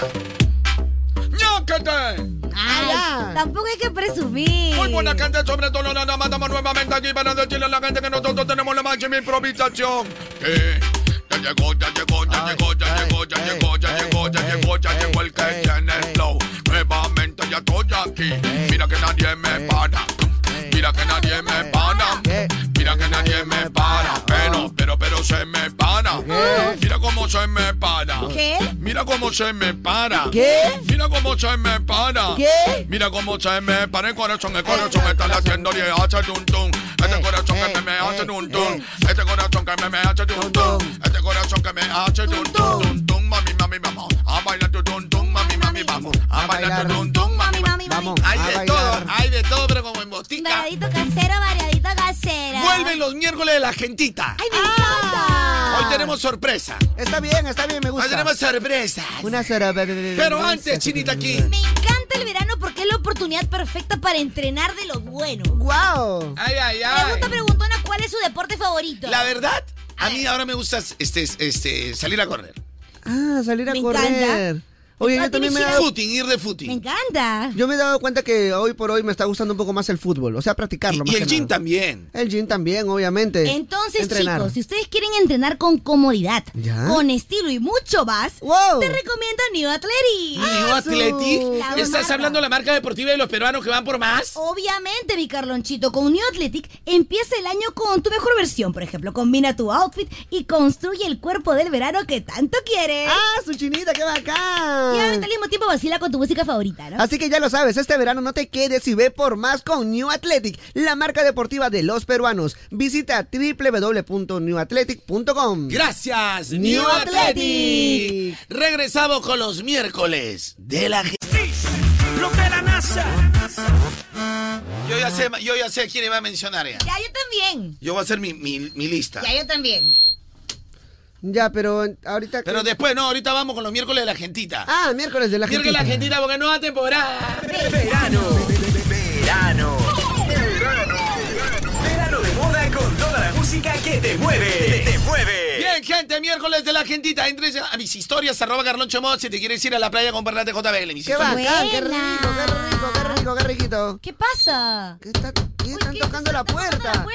Ay, tampoco hay que presumir.
Muy buena gente, sobre todo la nada, matamos nuevamente aquí para decirle a la gente que nosotros tenemos la máxima improvisación. Que ya llegó, ya llegó, ya llegó, ya llegó, ya llegó, ya llegó, ya llegó, ya llegó el que tiene el flow. Nuevamente ya estoy aquí. Mira que nadie me para. Mira que nadie me para. Mira que nadie me para. Pero, pero, pero se me para. Mira cómo se me para.
¿Qué?
Mira cómo se me para.
¿Qué?
Mira cómo se me para.
¿Qué?
Mira cómo se me para el corazón. El corazón está latiendo y hace tum tum. Este corazón que me, me hace tum tum. Este corazón que me, me hace tum tum. Este corazón que me hace tum tum. Tum tum, mami, mami, vamos. A bailar tu tum tum, mami, mami, vamos. A bailar tu tum tum, mami, mami, vamos. Hay
a
de
bailar.
todo, hay de todo, pero como en botica.
Variadito casero, variadito casero.
Vuelven los miércoles de la gentita.
¡Ay, me encanta!
Ah. Hoy tenemos sorpresa.
Está bien, está bien, me gusta.
Hoy tenemos sorpresa.
Una Ah, sorpresa.
Pero antes, Chinita, aquí.
encanta el verano porque es la oportunidad perfecta para entrenar de lo bueno.
¡Wow!
Ay, ay, ay.
Pregunta preguntona, ¿cuál es su deporte favorito?
La verdad, a mí ahora me gusta este, este, salir a correr.
Ah, salir a
Me
correr.
encanta.
Oye, yo
Igual
también me he
tiene
dado...
Footing, ir de footing.
Me encanta.
Yo me he dado cuenta que hoy por hoy me está gustando un poco más el fútbol, o sea, practicarlo más
Y el
que
gym
nada.
también.
El gym también, obviamente.
Entonces,
Entrenar.
chicos, si ustedes quieren entrenar con comodidad,
Ya.
con estilo y mucho más, te recomiendo New Athletic.
New Athletic.
La
¿Estás
marca.
hablando de la marca deportiva de los peruanos que van por más?
Obviamente, mi Carlonchito, con New Athletic empieza el año con tu mejor versión. Por ejemplo, combina tu outfit y construye el cuerpo del verano que tanto quieres.
¡Ah, su chinita, qué bacán!
Y obviamente al mismo tiempo vacila con tu música favorita, ¿no?
Ah. Así que ya lo sabes, este verano no te quedes y ve por más con New Athletic, la marca deportiva de los peruanos. Visita www.newathletic.com.
Gracias,
New
New Athletic.
Athletic.
Regresamos con los miércoles de la gente.
Lo de la NASA.
Yo ya sé, yo ya sé quién va a mencionar. ya.
Ya, yo también.
Yo voy a hacer mi, mi- mi lista.
Ya, yo también.
Ya, pero eh, ahorita.
Pero después, no, ahorita vamos con los miércoles de la gentita.
Ah, miércoles de la
miércoles de la
gente.
gentita porque nueva temporada.
Verano. Verano. Verano. Verano de moda con toda la música que te mueve. Te mueve.
Bien, gente, miércoles de la gentita. Entres a mis historias, arroba Carloncho Mod, si te quieres ir a la playa con Bernate JBL. Mis
¡Qué
historias.
bacán! ¡Qué rico, qué rico, qué rico, qué riquito!
¿Qué pasa?
¿Qué está- qué están tocando la puerta?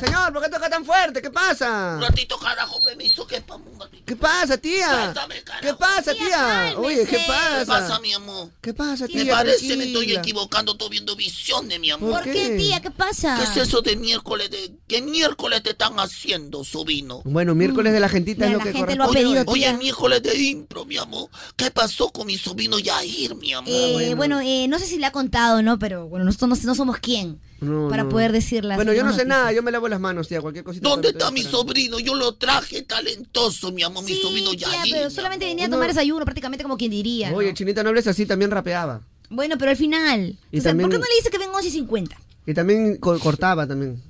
Señor, ¿por qué toca tan fuerte? ¿Qué pasa?
Ratito, carajo, permiso, que pa-
¿Qué pasa, tía?
Suéltame, carajo.
¿Qué pasa,
Tía,
tía?
cálmese.
Oye, ¿qué pasa?
¿Qué pasa, mi amor?
¿Qué pasa, tía?
Me parece,
Tranquila.
me estoy equivocando, estoy viendo visiones, mi amor.
¿Por ¿Por qué, qué? tía?
¿Qué pasa?
¿Qué es eso de miércoles? De... ¿Qué miércoles te están haciendo, sobrino?
Bueno, miércoles de la gentita es lo que corresponde.
Oye, Oye, miércoles de impro, mi amor. ¿Qué pasó con mi sobrino Yair, mi amor?
Eh, bueno, eh, no sé si le ha contado, ¿no? Pero bueno, nosotros no, sé- no somos quién
No,
para
no.
poder decirla.
Bueno, yo no sé nada, yo me lavo las manos, tía, cualquier cosita.
¿Dónde
solo
está
estoy
mi
esperando.
sobrino? Yo lo traje talentoso, mi amor, mi sobrino Yair.
pero solamente venía a tomar desayuno, prácticamente como quien diría. ¿no?
Oye, chinita, no hables así, también rapeaba.
Bueno, pero al final.
Y
o sea,
también-
¿Por qué no le dice que ven 11 y 50?
Y también co- cortaba
(laughs)
también.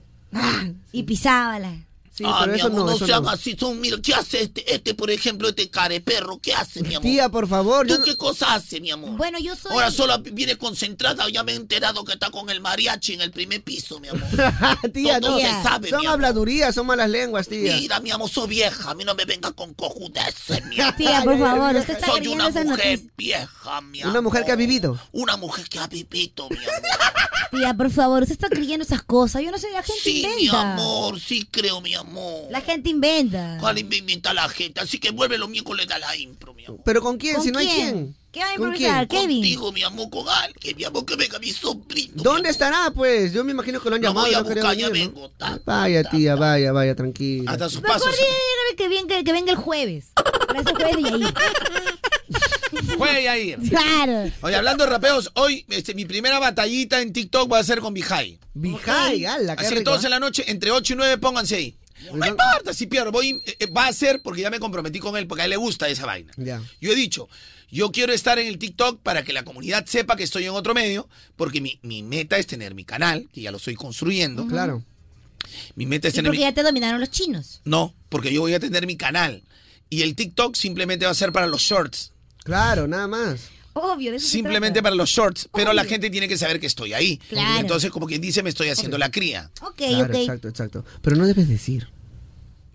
Y pisábala.
Sí,
ah,
pero
mi
eso
amor,
no,
no,
eso
sean
no.
así. Son, mira, ¿qué hace este, este, por ejemplo, este careperro? ¿Qué hace, mi amor?
Tía, por favor, yo
¿Tú qué cosa hace, mi amor?
Bueno, yo soy.
Ahora solo viene concentrada, ya me he enterado que está con el mariachi en el primer piso, mi amor.
Ah,
tía,
Todo
no.
se sabe, mi
son
amor.
habladurías, son malas lenguas, tía.
(laughs)
Mira, mi amor, soy vieja, a mí no me venga con cojudeces, mi amor.
Tía, por favor, usted está
Soy
creyendo
una
esas
mujer
noticias.
vieja, mi amor.
Una mujer que ha vivido.
Una mujer que ha vivido, mi amor.
Tía, por favor, usted está creyendo esas cosas. Yo no sé, (laughs) la gente
Sí,
inventa.
mi amor, sí creo, mi amor.
La gente inventa.
¿Cuál inventa la gente? Así que vuelve los miércoles a la impro, mi amor.
¿Pero con quién?
¿Con
si no hay
quién?
quién.
¿Qué va a
¿Con
improvisar,
quién?
Kevin?
Digo, mi amor, con alguien, mi amor, que venga mi sobrino.
¿Dónde estará, pues? Yo me imagino que lo han
Lo
llamado
voy
y
a
no quería
buscar, ya
venir, ¿no?
vengo. ta.
Vaya, tía, vaya, vaya, tranquila.
Hasta sus
Mejor
pasos.
dígale que, bien- que, que venga el jueves. Para ese jueves de ahí.
Puede ya ir.
Claro.
Oye, hablando de rapeos, hoy este, mi primera batallita en TikTok va a ser con Bihai.
Bihai, ala, qué
Así que
rico,
todos
¿eh?
en la noche, entre 8 y 9, pónganse ahí. No importa si pierdo, voy, eh, eh, va a ser porque ya me comprometí con él, porque a él le gusta esa vaina.
Ya.
Yo he dicho, yo quiero estar en el TikTok para que la comunidad sepa que estoy en otro medio, porque mi, mi meta es tener mi canal, que ya lo estoy construyendo.
Claro.
Mi meta es
Y
tener mi...
porque ya te dominaron los chinos.
No, porque yo voy a tener mi canal. Y el TikTok simplemente va a ser para los shorts.
Claro, nada más.
Obvio, de eso se
Simplemente para los shorts. Pero la gente tiene que saber que estoy ahí.
Claro.
Entonces, como quien dice, me estoy haciendo la cría.
trata. Ok,
Claro,
ok.
exacto, exacto. Pero no debes decir.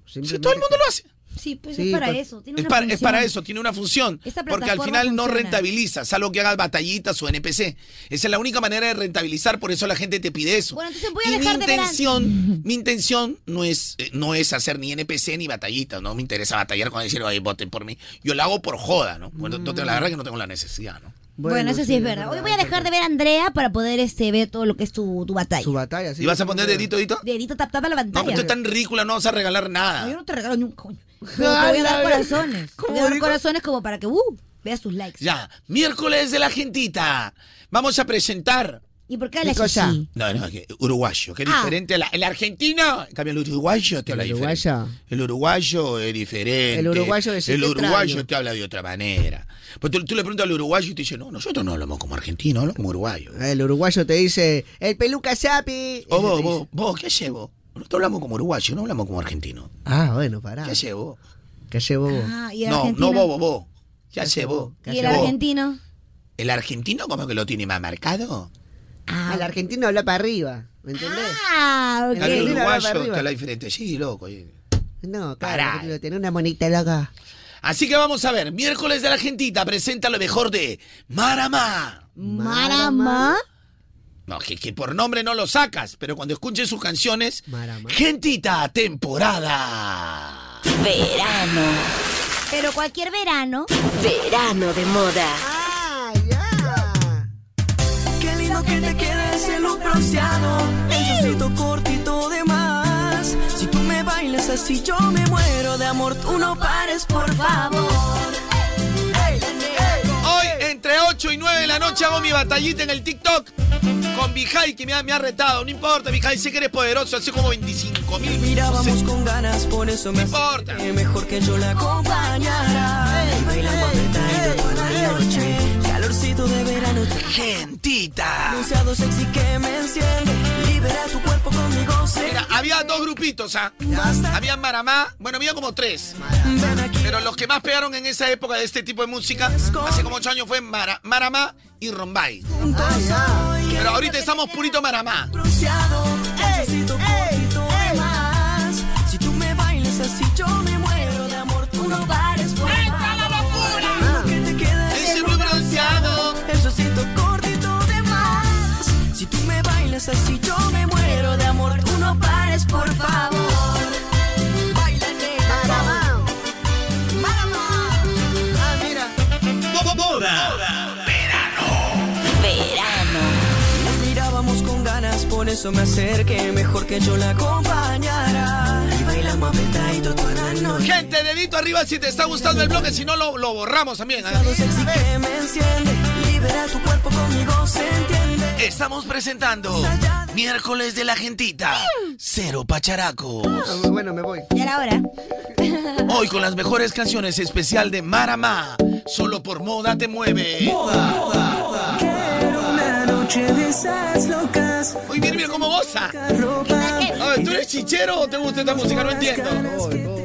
Si todo el mundo lo hace.
Sí, pues
Sí,
es para
pues,
eso. Tiene
Es
una
para, es
función.
para eso, tiene una función.
Esta
Porque al
plataforma
final no
funciona.
rentabiliza, salvo que hagas batallitas o NPC. Esa es la única manera de rentabilizar, por eso la gente te pide eso.
Bueno, entonces voy a
y mi
dejar de ver
intención, mi intención no es, eh, no es hacer ni NPC ni batallitas, no me interesa batallar con decir, oye, voten por mí. Yo la hago por joda, ¿no? Bueno, no tengo- la verdad que no tengo la necesidad, ¿no?
Bueno, eso sí, es verdad. Hoy voy a dejar de ver a Andrea para poder este, ver todo lo que es tu, tu batalla. Su
batalla,
¿Y vas a poner dedito, dedito?
Dedito tap tap a la
No, pero
pantalla.
tú tan ridícula, no vas a regalar nada.
Yo no te regalo ni un coño. Pero te voy a dar
Ala,
corazones. Te voy a dar
dijo?
corazones como para que uh, veas tus likes.
Ya, miércoles de la gentita. Vamos a presentar.
¿Y por qué hablas
cosa?
así?
No, no, que uruguayo, que es
Ah.
diferente a la, el argentino. En cambio, el uruguayo te habla diferente. El uruguayo es diferente.
El uruguayo es
El
extraño.
uruguayo te habla de otra manera. Pues tú, tú le preguntas al uruguayo y te dice, no, nosotros no hablamos como argentino, hablamos como uruguayo.
El uruguayo te dice, el peluca sapi.
O vos, vos, vos, ¿qué llevo? Nosotros hablamos como uruguayo, no hablamos como argentino.
Ah, bueno, pará.
¿Qué llevo?
Que llevo vos.
Ah, y el
No,
argentino.
no bobo, vos. Ya llevo.
¿Y el argentino?
¿El argentino como que lo tiene más marcado?
Ah, El argentino habla para arriba, ¿me entendés?
Ah,
El
argentino habla para
uruguayo
arriba.
te habla diferente. Sí, loco. eh.
No,
Pará.
claro, tiene una monita loca.
Así que vamos a ver, miércoles de la Gentita presenta lo mejor de Marama.
Marama.
No, que, que por nombre no lo sacas, pero cuando escuches sus canciones, Gentita temporada.
Verano. Pero cualquier verano.
Verano de moda.
Qué lindo que te queda ese look bronceado, el chocito cortito de más. Si tú me bailas así yo me muero de amor, tú no pares por favor.
Hoy, entre 8 y 9 de la noche, hago mi batallita en el TikTok con Vijay, que me ha, me ha retado. No importa, Vijay, sé que eres poderoso, hace como 25 mil.
Mirábamos con ganas, por eso me importa. Mejor que yo la acompañara. Y bailamos apretadito toda la noche. Calorcito de verano.
Gentita.
Anunciado sexy que me enciende. Libera tu cuerpo conmigo.
Mira, había dos grupitos, ¿ah? Había Maramá, bueno, había como tres. Pero los que más pegaron en esa época de este tipo de música, hace como ocho años, fue Mara- Maramá y Rombay. Ah, Pero ahorita estamos purito Maramá.
bronceado, necesito poquito de más. Si tú me bailas así, yo me muero de amor. Tú no pares por ¡Esta la locura! que te queda
es el bronceado.
El chocito cortito de más. Si tú me bailas así, yo me muero de amor. Tú no pares, por favor. Báilale, Maramá. Ah, mira. Verano. Nos mirábamos con ganas, por eso me acerqué. Mejor que yo la acompañara. Y bailamos apretadito toda la noche.
Gente, dedito arriba si te está gustando el bloque, si no lo, lo borramos también. ¿ah?
Todo sexy que me enciende. Libera tu cuerpo conmigo, se entiende.
Estamos presentando Miércoles de la Gentita,
Mm.
Cero Pacharacos.
Ah,
Bueno, me voy.
Ya era hora. (laughs)
Hoy con las mejores canciones especial de Maramá, solo por moda te mueve.
Quiero una noche de esas locas.
Uy, mira, mira cómo goza. A ver, ¿tú eres chichero o te gusta esta música? No entiendo. (laughs)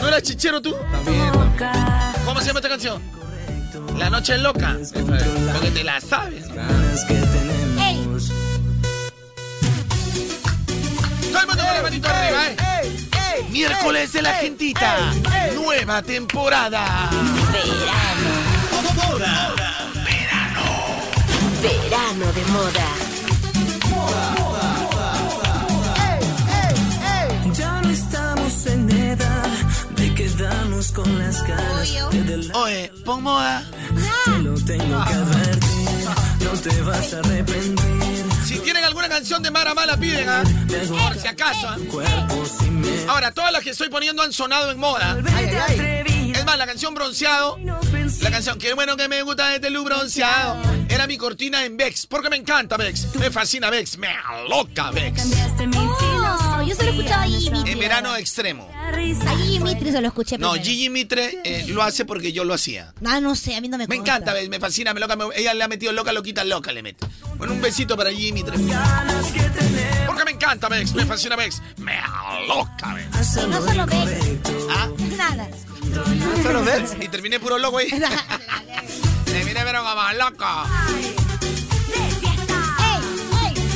¿No eras chichero tú? También. ¿Cómo se llama esta canción? La noche es loca. Porque te la sabes.
Ey,
Todo el mundo con la manito arriba, eh. Miércoles de la gentita. Nueva temporada. Verano. Moda.
Verano de moda. Ya no estamos en edad de quedarnos con las ganas de la-
Oye, pon moda.
Te lo tengo que advertir, no te vas a arrepentir.
Si tienen alguna canción de Maramá, la piden, ¿ah? Por si acaso, ¿ah?
Cuerpo sin miedo.
Ahora, todas las que estoy poniendo han sonado en moda. Es más, la canción bronceado La canción Qué bueno que me gusta de este look bronceado. Era mi cortina en Vex, porque me encanta Vex. Me fascina Vex, me aloca Vex.
Oh, yo solo escuchaba a Gigi
En
Mitre.
verano extremo.
A Gigi Mitre solo escuché
No,
primero.
Gigi Mitre eh, lo hace porque yo lo hacía.
Ah, no sé, a mí no me
Me
consta.
encanta Vex, me fascina, me loca. me- ella le ha metido loca, loquita, loca le mete. Bueno, un besito para Gigi Mitre. Porque me encanta Vex, me fascina Vex. Me aloca Vex.
Y no solo ve. Es nada.
¿Ah? Y terminé puro loco
(laughs)
ahí. terminé pero como loco.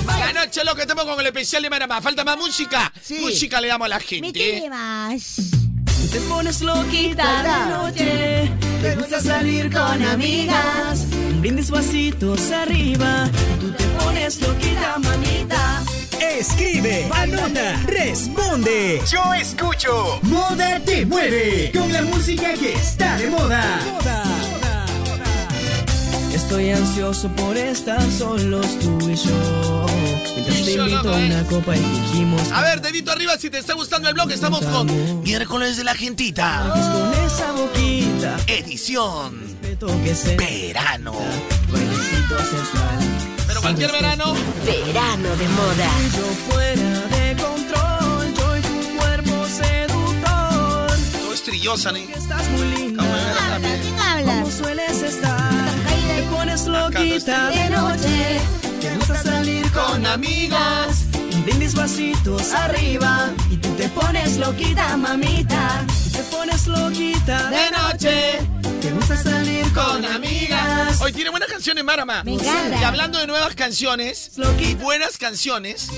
La noche loca estamos con el especial de Marama. Falta más música. Música le damos a la gente.
Te pones loquita de noche, te gusta salir con amigas, un brindis vasitos arriba, tú te pones loquita, mamita.
Escribe, anota, responde. Yo escucho. Moda te mueve. Con la música que está de moda.
Estoy ansioso por estar solos tú y yo. ¿eh? Mientras te
yo
invito a una copa y fingimos
A ver, dedito arriba si te está gustando el blog. Estamos con Miércoles de la Gentita.
con esa boquita.
Edición
que se
verano. Pero cualquier verano.
Verano de moda. Yo fuera de control, yo y tu cuerpo seductor.
Todo es trillosa, ¿no?
Estás muy linda. ¿Quién habla? Como sueles estar. Te pones loquita de noche. Te gusta salir con amigas. Y brindis vasitos arriba. Y tú te pones loquita, mamita. Y Te pones loquita de noche. Te gusta salir con amigas.
Hoy tiene buenas canciones, Marama.
Me encanta.
Y hablando de nuevas canciones, y buenas canciones,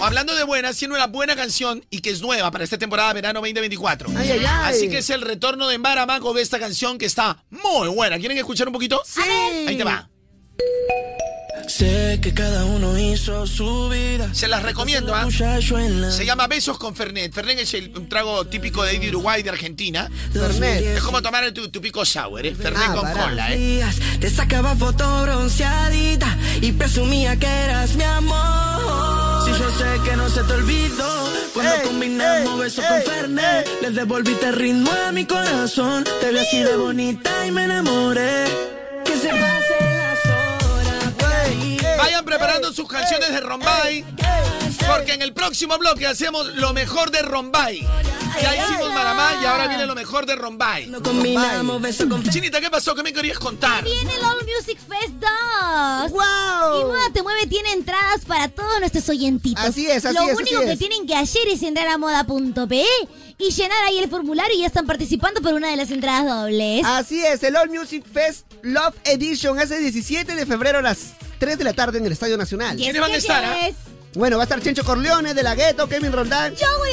o hablando de buenas, tiene una buena canción y que es nueva para esta temporada verano 2024.
Ay, ay, ay.
Así que es el retorno de Marama con esta canción que está muy buena. ¿Quieren escuchar un poquito? Sí. Ahí te va.
Sé que cada uno hizo su vida.
Se las recomiendo, ¿ah? Se llama Besos con Fernet. Fernet es el, un trago típico de ahí de Uruguay, de Argentina.
Fernet. Ah,
Es como tomar tu, tu pico sour, ¿eh? Fernet con cola, ¿eh?
días, Te sacaba foto bronceadita y presumía que eras mi amor. Si yo sé que no se te olvidó, cuando combinamos besos con Fernet, le devolviste ritmo a mi corazón. Te vi así de bonita y me enamoré. Que se pasen las horas.
Vayan preparando sus canciones de Rombay. Porque en el próximo bloque hacemos lo mejor de Rombay. Ya hicimos Maramá y ahora viene lo mejor de Rombay.
combinamos besos con-
Chinita, ¿qué pasó? ¿Qué me querías contar?
Viene el All Music Fest 2. ¡Wow! Y Moda Te Mueve tiene entradas para todos nuestros oyentitos.
Así es, así
Lo
es, así
único que
es.
tienen que hacer es entrar a moda.pe y llenar ahí el formulario y ya están participando por una de las entradas dobles.
Así es, el All Music Fest Love Edition hace 17 de febrero a las 3 de la tarde en el Estadio Nacional.
¿Quiénes van a estar, ah?
Bueno, va a estar Chencho Corleone, De La Ghetto, Kevin Rondán,
Joey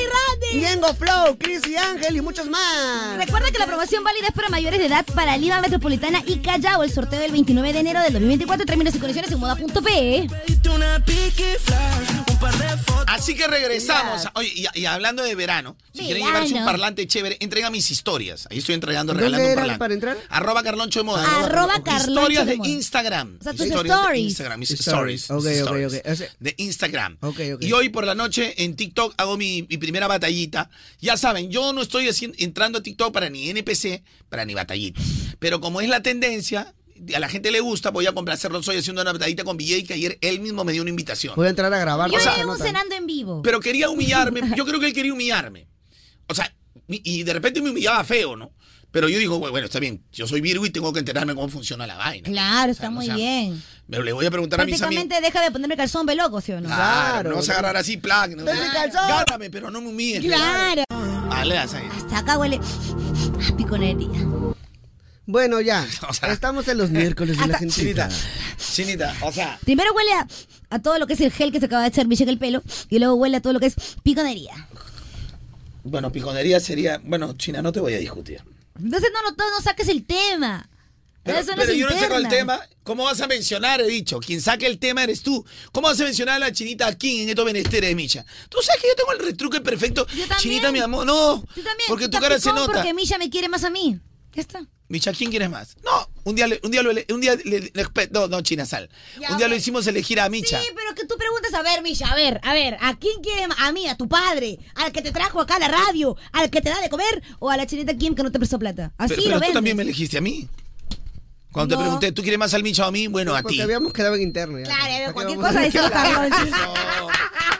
Randy, Ñengo Flow, Chris y Ángel y muchos más.
Recuerda que la promoción válida es para mayores de edad para Lima Metropolitana y Callao. El sorteo del 29 de enero del 2024. Términos y condiciones en moda.pe.
Así que regresamos. Oye, y, y hablando de verano, si quieren
Verano.
llevarse un parlante chévere, entrega mis historias. Ahí estoy entregando,
¿Dónde
regalando un
era
parlante.
para entrar?
Arroba Carloncho de Moda.
Arroba Carloncho
Historias
de
de
Moda.
Instagram.
O sea, tus
Historias de
stories.
Instagram, mis
Stories.
stories.
Ok,
mis
ok,
stories.
ok. O sea-
De Instagram.
ok.
Y hoy por la noche en TikTok hago mi, mi primera batallita. Ya saben, yo no estoy haci- entrando a TikTok para ni NPC, para ni batallita. Pero como es la tendencia, a la gente le gusta, voy a complacerlo. Estoy haciendo una batallita con Villay que ayer él mismo me dio una invitación.
Voy a entrar a grabar.
Yo
O sea,
llevo cenando en vivo.
pero quería humillarme. Yo creo que él quería humillarme. O sea, mi- y de repente me humillaba feo, ¿no? Pero yo digo, bueno, bueno, está bien, yo soy Virgo y tengo que enterarme cómo funciona la vaina.
Claro, está muy
sea,
bien.
Pero le voy a preguntar a mis amigos.
Prácticamente deja de ponerme calzón veloco, ¿sí o no?
Claro, no vas a agarrar así, plac. No,
Claro.
Gárrame, pero no me humilles.
Claro.
Vale, haz ahí.
Hasta acá huele a piconería.
Bueno,
(laughs)
ya. Estamos en los miércoles de la gentita.
Chinita, o sea.
Primero huele a, a todo lo que es el gel que se acaba de echar Michelle el pelo y luego huele a todo lo que es piconería.
Bueno, piconería sería. Bueno, China, no te voy a discutir.
Entonces no, no, no saques el tema.
Pero,
Eso no
pero
es
yo no saco el
interna.
tema. ¿Cómo vas a mencionar? He dicho, quien saque el tema eres tú. ¿Cómo vas a mencionar a la chinita aquí en estos menesteres de Micha? Tú sabes que yo tengo el retruque perfecto. Chinita, mi amor, no.
Tú también.
Porque tu
estás
cara se
picón
nota.
Porque Milla me quiere más a mí. Ya está.
Micha, ¿quién quieres más? No, un día, le- un día, lo ele- un día le- le- no, no, China, sal.
Ya,
un día
ok.
lo hicimos elegir a Micha.
Sí, pero que tú preguntas, a ver, Milla, a ver, a ver, ¿a quién quiere más? ¿A mí, a tu padre, al que te trajo acá a la radio, al que te da de comer o a la chineta Kim que no te prestó plata? Así
pero
lo
pero tú
ves.
también me elegiste a mí. Cuando te
No.
pregunté, ¿tú quieres más salmicha o a mí? Bueno, a ti.
Porque habíamos quedado en interno ya.
Claro, pero cualquier
vamos a-
cosa dice
¿Qué lacras
Carloncho.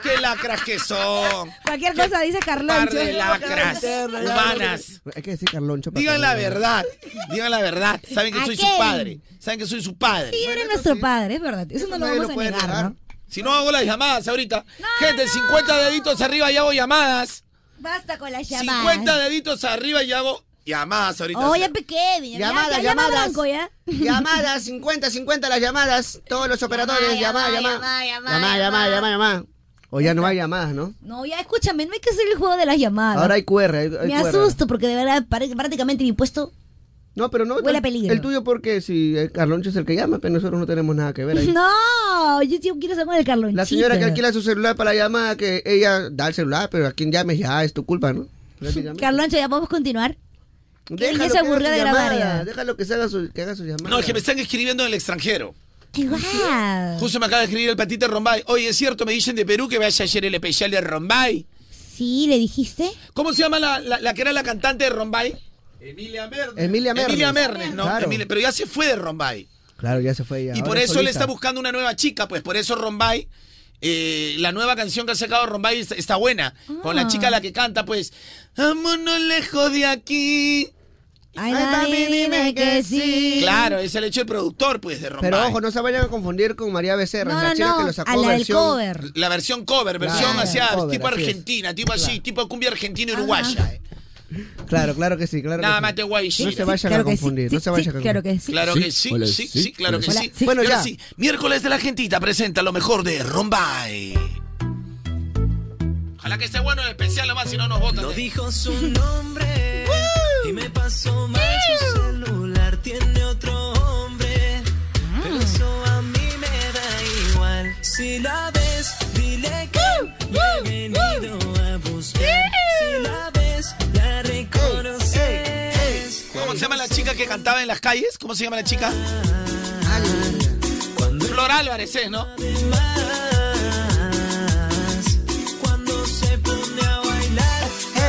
¡Qué lacras que son!
Cualquier cosa dice
Par
Carloncho.
de lacras humanas.
Hay que decir Carloncho. para
Digan la
Carloncho.
verdad. Digan la verdad. Saben que
¿A
soy su
quién?
padre. Saben que soy su padre.
Sí, eres nuestro padre, es verdad. Eso no lo
nadie
vamos
lo
a
puede
negar,
negar.
¿no?
Si no hago las llamadas ahorita. Gente, 50 deditos arriba y hago llamadas.
Basta con las llamadas.
50 deditos arriba y hago llamadas ahorita.
Oye, pe Kevin. ya,
Llamadas,
ya, llama
llamadas.
Blanco, ¿ya?
Llamadas, 50, 50 las llamadas. Todos los operadores, llamada, llamada. Llamada, llamada, llamada, llamada. O ya no hay llamadas, ¿no?
No, ya escúchame, no hay que hacer el juego de las llamadas.
Ahora hay QR. hay- hay
Ah, Me
QR.
asusto porque de verdad pare- prácticamente mi puesto.
No, pero no.
Huele a
el-
peligro.
El tuyo porque si el Carloncho es el que llama, pero nosotros no tenemos nada que ver ahí.
(laughs) No, yo, yo quiero ser con el Carlonchito.
La señora que alquila su celular para llamar, que ella da el celular, pero a quien llames ya es tu culpa, ¿no?
Carloncho, ya podemos continuar. Kevin
Déjalo
ya
que
se
haga
aburrió
su
de grabar.
llamada,
ya.
Déjalo que, se haga su, que haga su llamada.
No, es que me están escribiendo en el extranjero.
Igual.
Justo me acaba de escribir el patita Rombay. Oye, es cierto, me dicen de Perú que vaya ayer el especial de Rombay.
Sí, le dijiste.
¿Cómo se llama la, la- la que era la cantante de Rombay? Emilia Mernes.
Emilia Mernes.
Emilia Mernes, ¿no?
Claro.
Emilia- pero ya se fue de Rombay.
Claro, ya se fue ella.
Y
ahora
por
es
eso él
solista.
está buscando una nueva chica, pues por eso Rombay, eh, la nueva canción que ha sacado Rombay está, está buena. Con
Ah.
la chica la que canta, pues, vámonos lejos de aquí.
Ay,
mami, dime que sí.
Claro, es el hecho del productor, pues, de Rombay.
Pero ojo, no se vayan a confundir con María Becerra,
No,
la
no,
chica
no,
que lo sacó
a la del
versión...
cover. La versión cover, versión
Claro,
hacia
cover,
tipo
así es.
argentina, tipo así, tipo cumbia argentina uruguaya. eh.
Claro, claro que sí, claro
Nada
que
más te voy a
sí.
decir.
No se vayan a confundir, no se vayan a confundir.
Claro que sí,
hola,
sí, sí, claro
hola,
que sí.
Bueno,
Y ahora
ya.
sí, miércoles de la gentita presenta lo mejor de Rombay. Ojalá que esté bueno el especial, nomás si no nos eh. votan. Lo dijo su nombre.
Y me pasó mal su celular, tiene otro hombre.
Mm.
Pero eso a mí me da igual. Si la ves, dile que yo he venido a buscar. Si la ves, la reconoces.
¿Cómo se llama la chica que cantaba en las calles? ¿Cómo se llama la chica? Flor Álvarez es, ¿no?
Cuando se pone a bailar,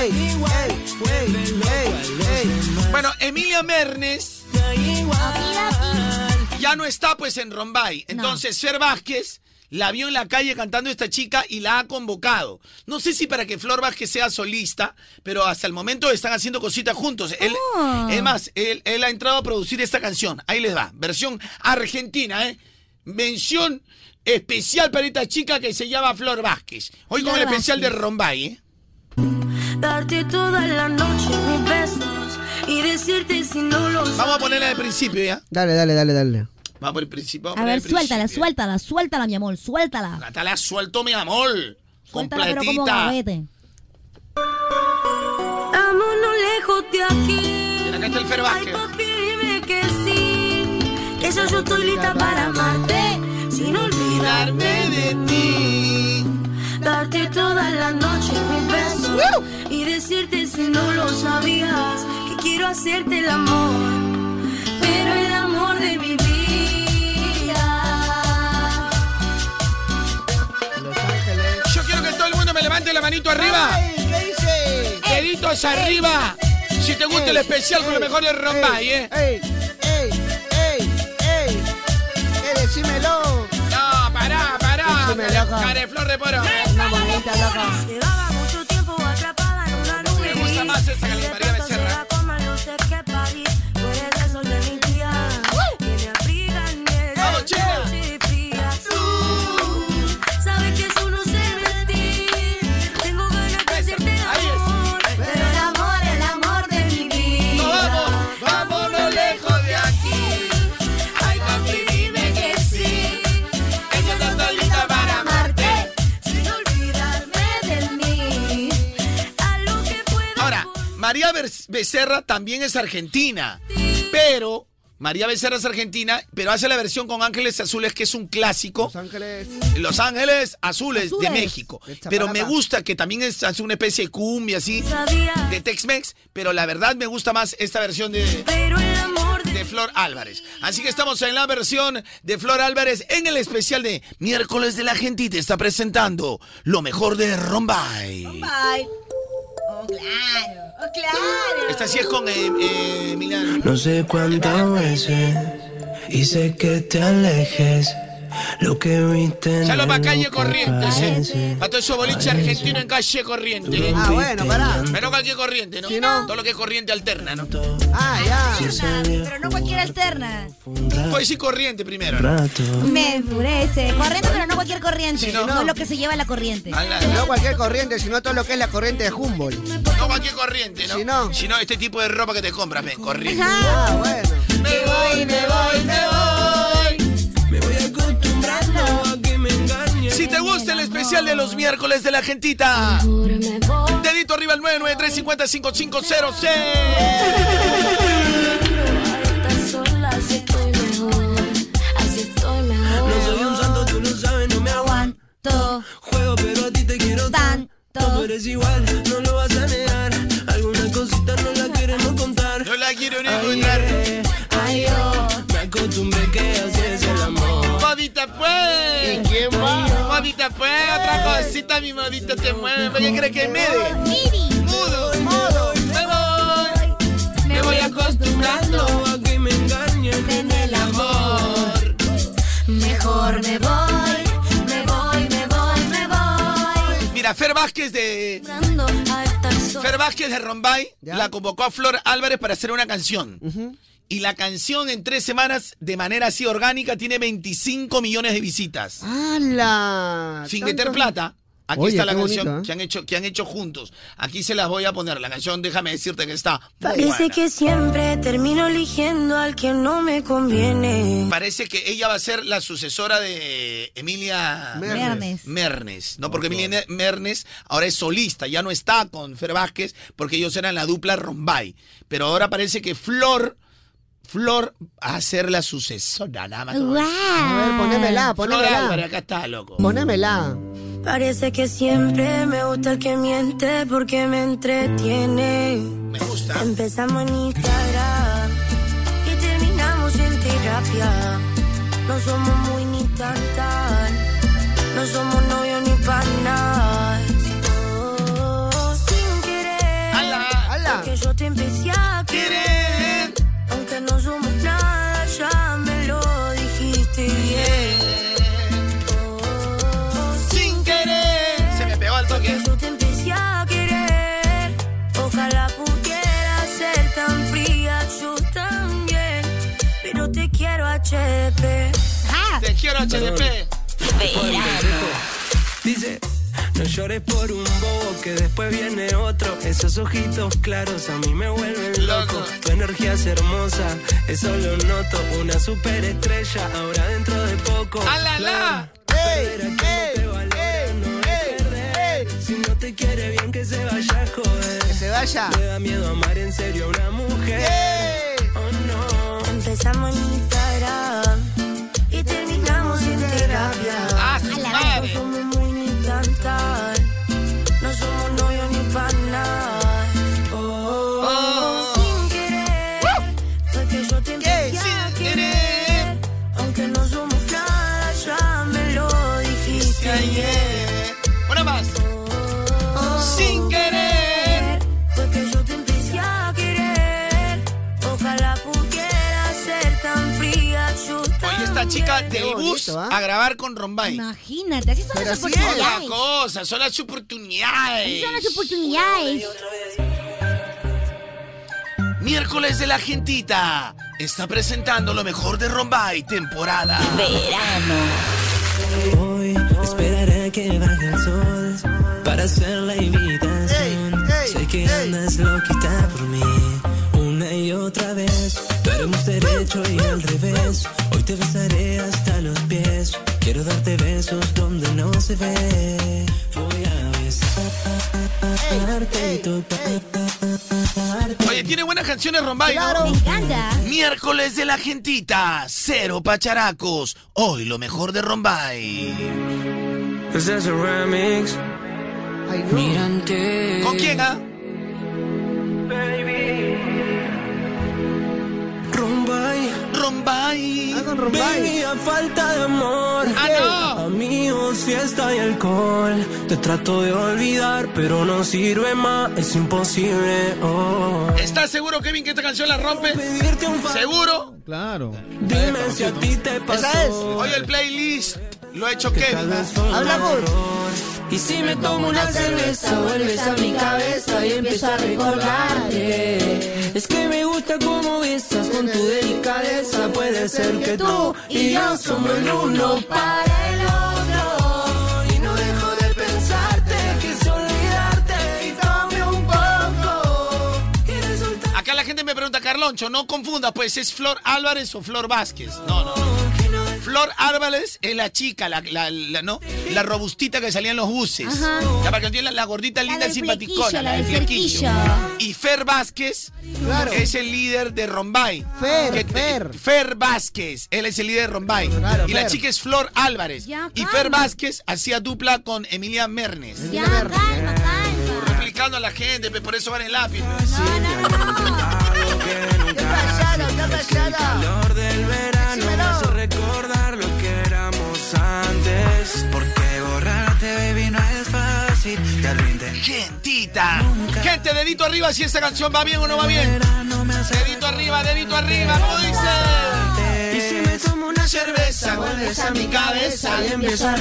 igual vuelve loco a los demás.
Bueno, Emilia Mernes ya no está pues en Rombay. Entonces, Fer Vázquez la vio en la calle cantando esta chica y la ha convocado. No sé si para que Flor Vázquez sea solista, pero hasta el momento están haciendo cositas juntos. Él,
Ah.
Es más, él, él ha entrado a producir esta canción. Ahí les va. Versión argentina, ¿eh? Mención especial para esta chica que se llama Flor Vázquez. Hoy con
Flor
el especial de
Vázquez.
Rombay, ¿eh?
Darte toda la noche mis besos y decirte si no los
Vamos a ponerla de principio, ¿ya?
Dale, dale, dale, dale.
Vamos por el principio. vamos
A
ponerla
ver,
de principio.
suéltala, suéltala, suéltala, mi amor, suéltala.
Catala, suelto mi amor.
Suéltala, pero como
Completita.
gavete.
Vámonos lejos de aquí.
Acá está el Fer
Ay, papi, dime que sí. Que yo, yo estoy lista para amarte. Sin olvidarme de ti. Darte toda la noche mis besos. Y decirte si no lo sabías. Que quiero hacerte el amor. Pero el amor de mi vida.
Yo quiero que todo el mundo me levante la manito arriba.
¿Qué dice?
Deditos arriba. Si te gusta el especial con lo mejor de Rombay, ¿eh?
¡Ey! ¡Ey! ¡Ey! ¡Ey! ¡Eh, decímelo!
No, pará, pará.
Decime, loco.
Careflor de poro.
Una bonita loca.
Llevaba mucho tiempo atrapada en una nube.
Me gusta
gris.
más esa que
Y
la
de
de María
pronto
Becerra.
se da coma, no sé qué país. Tú eres el sol de mis días, que me abriga en el noche fría. Tú sabes que eso no sé mentir. Tengo ganas de hacerte amor, pero el amor, el amor de mi vida.
Vamos,
vámonos lejos de aquí. Ay, papi, dime que sí. Ella está solita para amarte. Sin olvidarme de mí.
Ahora, María Ber- Becerra también es argentina. Pero. María Becerra es argentina, pero hace la versión con Ángeles Azules, que es un clásico. Los
Ángeles.
Los Ángeles Azules,
Azules.
de México.
De Zapalapa.
pero me gusta que también es, hace una especie de cumbia así, de Tex-Mex. Pero la verdad me gusta más esta versión de, de Flor Álvarez. Así que estamos en la versión de Flor Álvarez en el especial de Miércoles de la Gente y te está presentando lo mejor de Rombay.
Bye. Oh, claro. Oh, claro.
Esta sí es con eh, eh, Milán.
No sé cuántas veces hice que te alejes. Lo que viste
Salva para
no
calle
te
Corrientes,
parece.
¿eh? Para todo eso boliche argentino en calle Corrientes.
Ah, bueno, pará.
Menos calle Corriente, ¿no? Todo lo que es corriente alterna, ¿no?
Ah,
Si salió
Pero no cualquier alterna.
Puedes decir Pues corriente primero.
un rato,
Me enfurece. Corriente, pero no cualquier corriente. no, lo que se lleva la corriente.
No cualquier corriente, sino todo lo que es la corriente de Humboldt.
No cualquier corriente, ¿no? Si no. Si no, este tipo de ropa que te compras, ven, corriente.
Ah, bueno.
Me voy, me voy, me voy.
Me voy acostumbrando a que me engañen.
Si te gusta el especial de los miércoles de la gentita, dedito arriba al 993
Así estoy mejor, así estoy mejor.
No soy un santo, tú lo sabes, no me aguanto. Juego, pero a ti te quiero tanto. Tú eres igual, no lo vas a negar. Algunas cositas no las queremos contar.
No la quiero ni
encontrar. Ay, yo me acostumbré que haces el amor.
Modita pues. ¿Y quién va? Modita pues, otra cosita, mi modita te mueve. Oye, ¿crees que me de? Mudo, mudo, me voy.
Me voy acostumbrando a que me engañen en el amor.
Mejor me voy, me voy, me voy, me voy.
Mira, Fer Vázquez de.
Dando a estar sola.
Fer Vázquez de Rombay la convocó a Flor Álvarez para hacer una canción. Y la canción en tres semanas, de manera así orgánica, tiene 25 millones de visitas.
¡Hala!
Sin
Tanto-
meter plata. Aquí
Ah, Oye,
está la
qué
canción
bonito, ¿eh?
que, han hecho, que han hecho juntos. Aquí se las voy a poner. La canción, déjame decirte que está. muy
Parece
buena.
que siempre termino eligiendo al que no me conviene.
Parece que ella va a ser la sucesora de Emilia
Mernes.
Mernes, no, porque Emilia Mernes ahora es solista, ya no está con Fer Vázquez, porque ellos eran la dupla Rombay. Pero ahora parece que Flor, Flor va a ser la sucesora, nada más.
Guau. A ver, ponémela,
Flor
ponémela.
Álvarez, acá está, loco.
Ponémela. Parece que siempre me gusta el que miente porque me entretiene. Me gusta. Empezamos en Instagram y terminamos en terapia. No somos muy ni tan tan. No somos novios ni panas. Oh, sin querer. Porque yo te empecé a querer. Aunque no somos nada, ya me lo dijiste bien.
Sin querer. Se me pegó el toque.
Yo te empecé a querer. Ojalá pudiera ser tan fría yo también. Pero te quiero HP.
Te quiero
HDP.
Dice, no llores por un bobo que después viene otro. Esos ojitos claros a mí me vuelven loco. Tu energía es hermosa, eso lo noto. Una superestrella ahora dentro de poco.
la!
Si no te quiere bien que se vaya, joder. Que se
vaya.
Te da miedo amar en serio a una mujer.
Oh, Empezamos en Instagram y terminamos en terapia. Ah, su No somos muy ni tan tan, no somos novios ni panas. Oh, oh, oh, sin querer fue que yo te empecé a querer, aunque no somos nada ya me lo dijiste Oh, ayer.
Una más.
Sin querer fue que yo te empecé a querer. Ojalá pudiera ser tan fría yo
Oye, esta chica del bus
¿ah?
a grabar con Rombay.
Imagínate, así son las
son las
oportunidades.
cosas, son las
Así
oportunidades.
son las oportunidades.
Miércoles de la Gentita está presentando lo mejor de Rombay, temporada. Verano.
Hoy esperaré a que baje el sol para hacer la invitación. Sé que andas loquita por mí una y otra vez. Pero hemos derecho y al revés. Hoy te besaré hasta los pies. Quiero darte besos donde no se ve. Voy a besarte y tocarte.
Oye, tiene buenas canciones Rombay, ¿no?
Me encanta.
Miércoles de la Gentita, cero pacharacos. Hoy lo mejor de Rombay.
Este es un remix. Mirante.
¿Con quién, ah?
Rombay.
Rombay.
Ah, con Rombay.
Vivía falta de amor.
Ah,
Amigos, fiesta y alcohol. Te trato de olvidar, pero no sirve más. Es imposible. Oh.
¿Estás seguro, Kevin, que esta canción la rompe? ¿Seguro?
Claro.
Dime si a ti te pasó.
¿Esa es? Oye, el playlist lo ha hecho Kevin.
Hablamos. Y si me tomo una cerveza, vuelves a mi cabeza y empiezo a recordarte. Es que me gusta cómo besas con tu delicadeza. Puede ser que tú y yo somos el uno para el otro. Y no dejo de pensarte, quise olvidarte y dame un poco. Y resulta
Acá la gente me pregunta, Carloncho, no confunda, pues, ¿es Flor Álvarez o Flor Vázquez? No, no, no. Flor Álvarez es la chica, la, la, la- ¿no? La robustita que salía en los buses.
Ajá.
La, para que entiendan, la gordita linda
del
simpaticona, la
flequillo, la
del
del
flequillo.
flequillo.
Y Fer Vázquez
Claro.
es el líder de Rombay.
Fer,
Que- Fer. Vázquez, él es el líder de Rombay.
Claro,
y la
Fer.
chica es Flor Álvarez.
Ya,
y
calma.
Fer Vázquez hacía dupla con Emilia Mernes.
Ya, calma, calma.
Explicando a la gente, pe, por eso van el lápiz.
calor del verano me hace recordar lo que éramos antes. Porque borrarte, baby, no es fácil. Ya lo intenté.
Gentita. Gente, dedito arriba si esta canción va bien o no va bien. Dedito arriba, dedito arriba, ¿cómo dice?
Y si me tomo una cerveza, vuelves a mi cabeza y empiezo a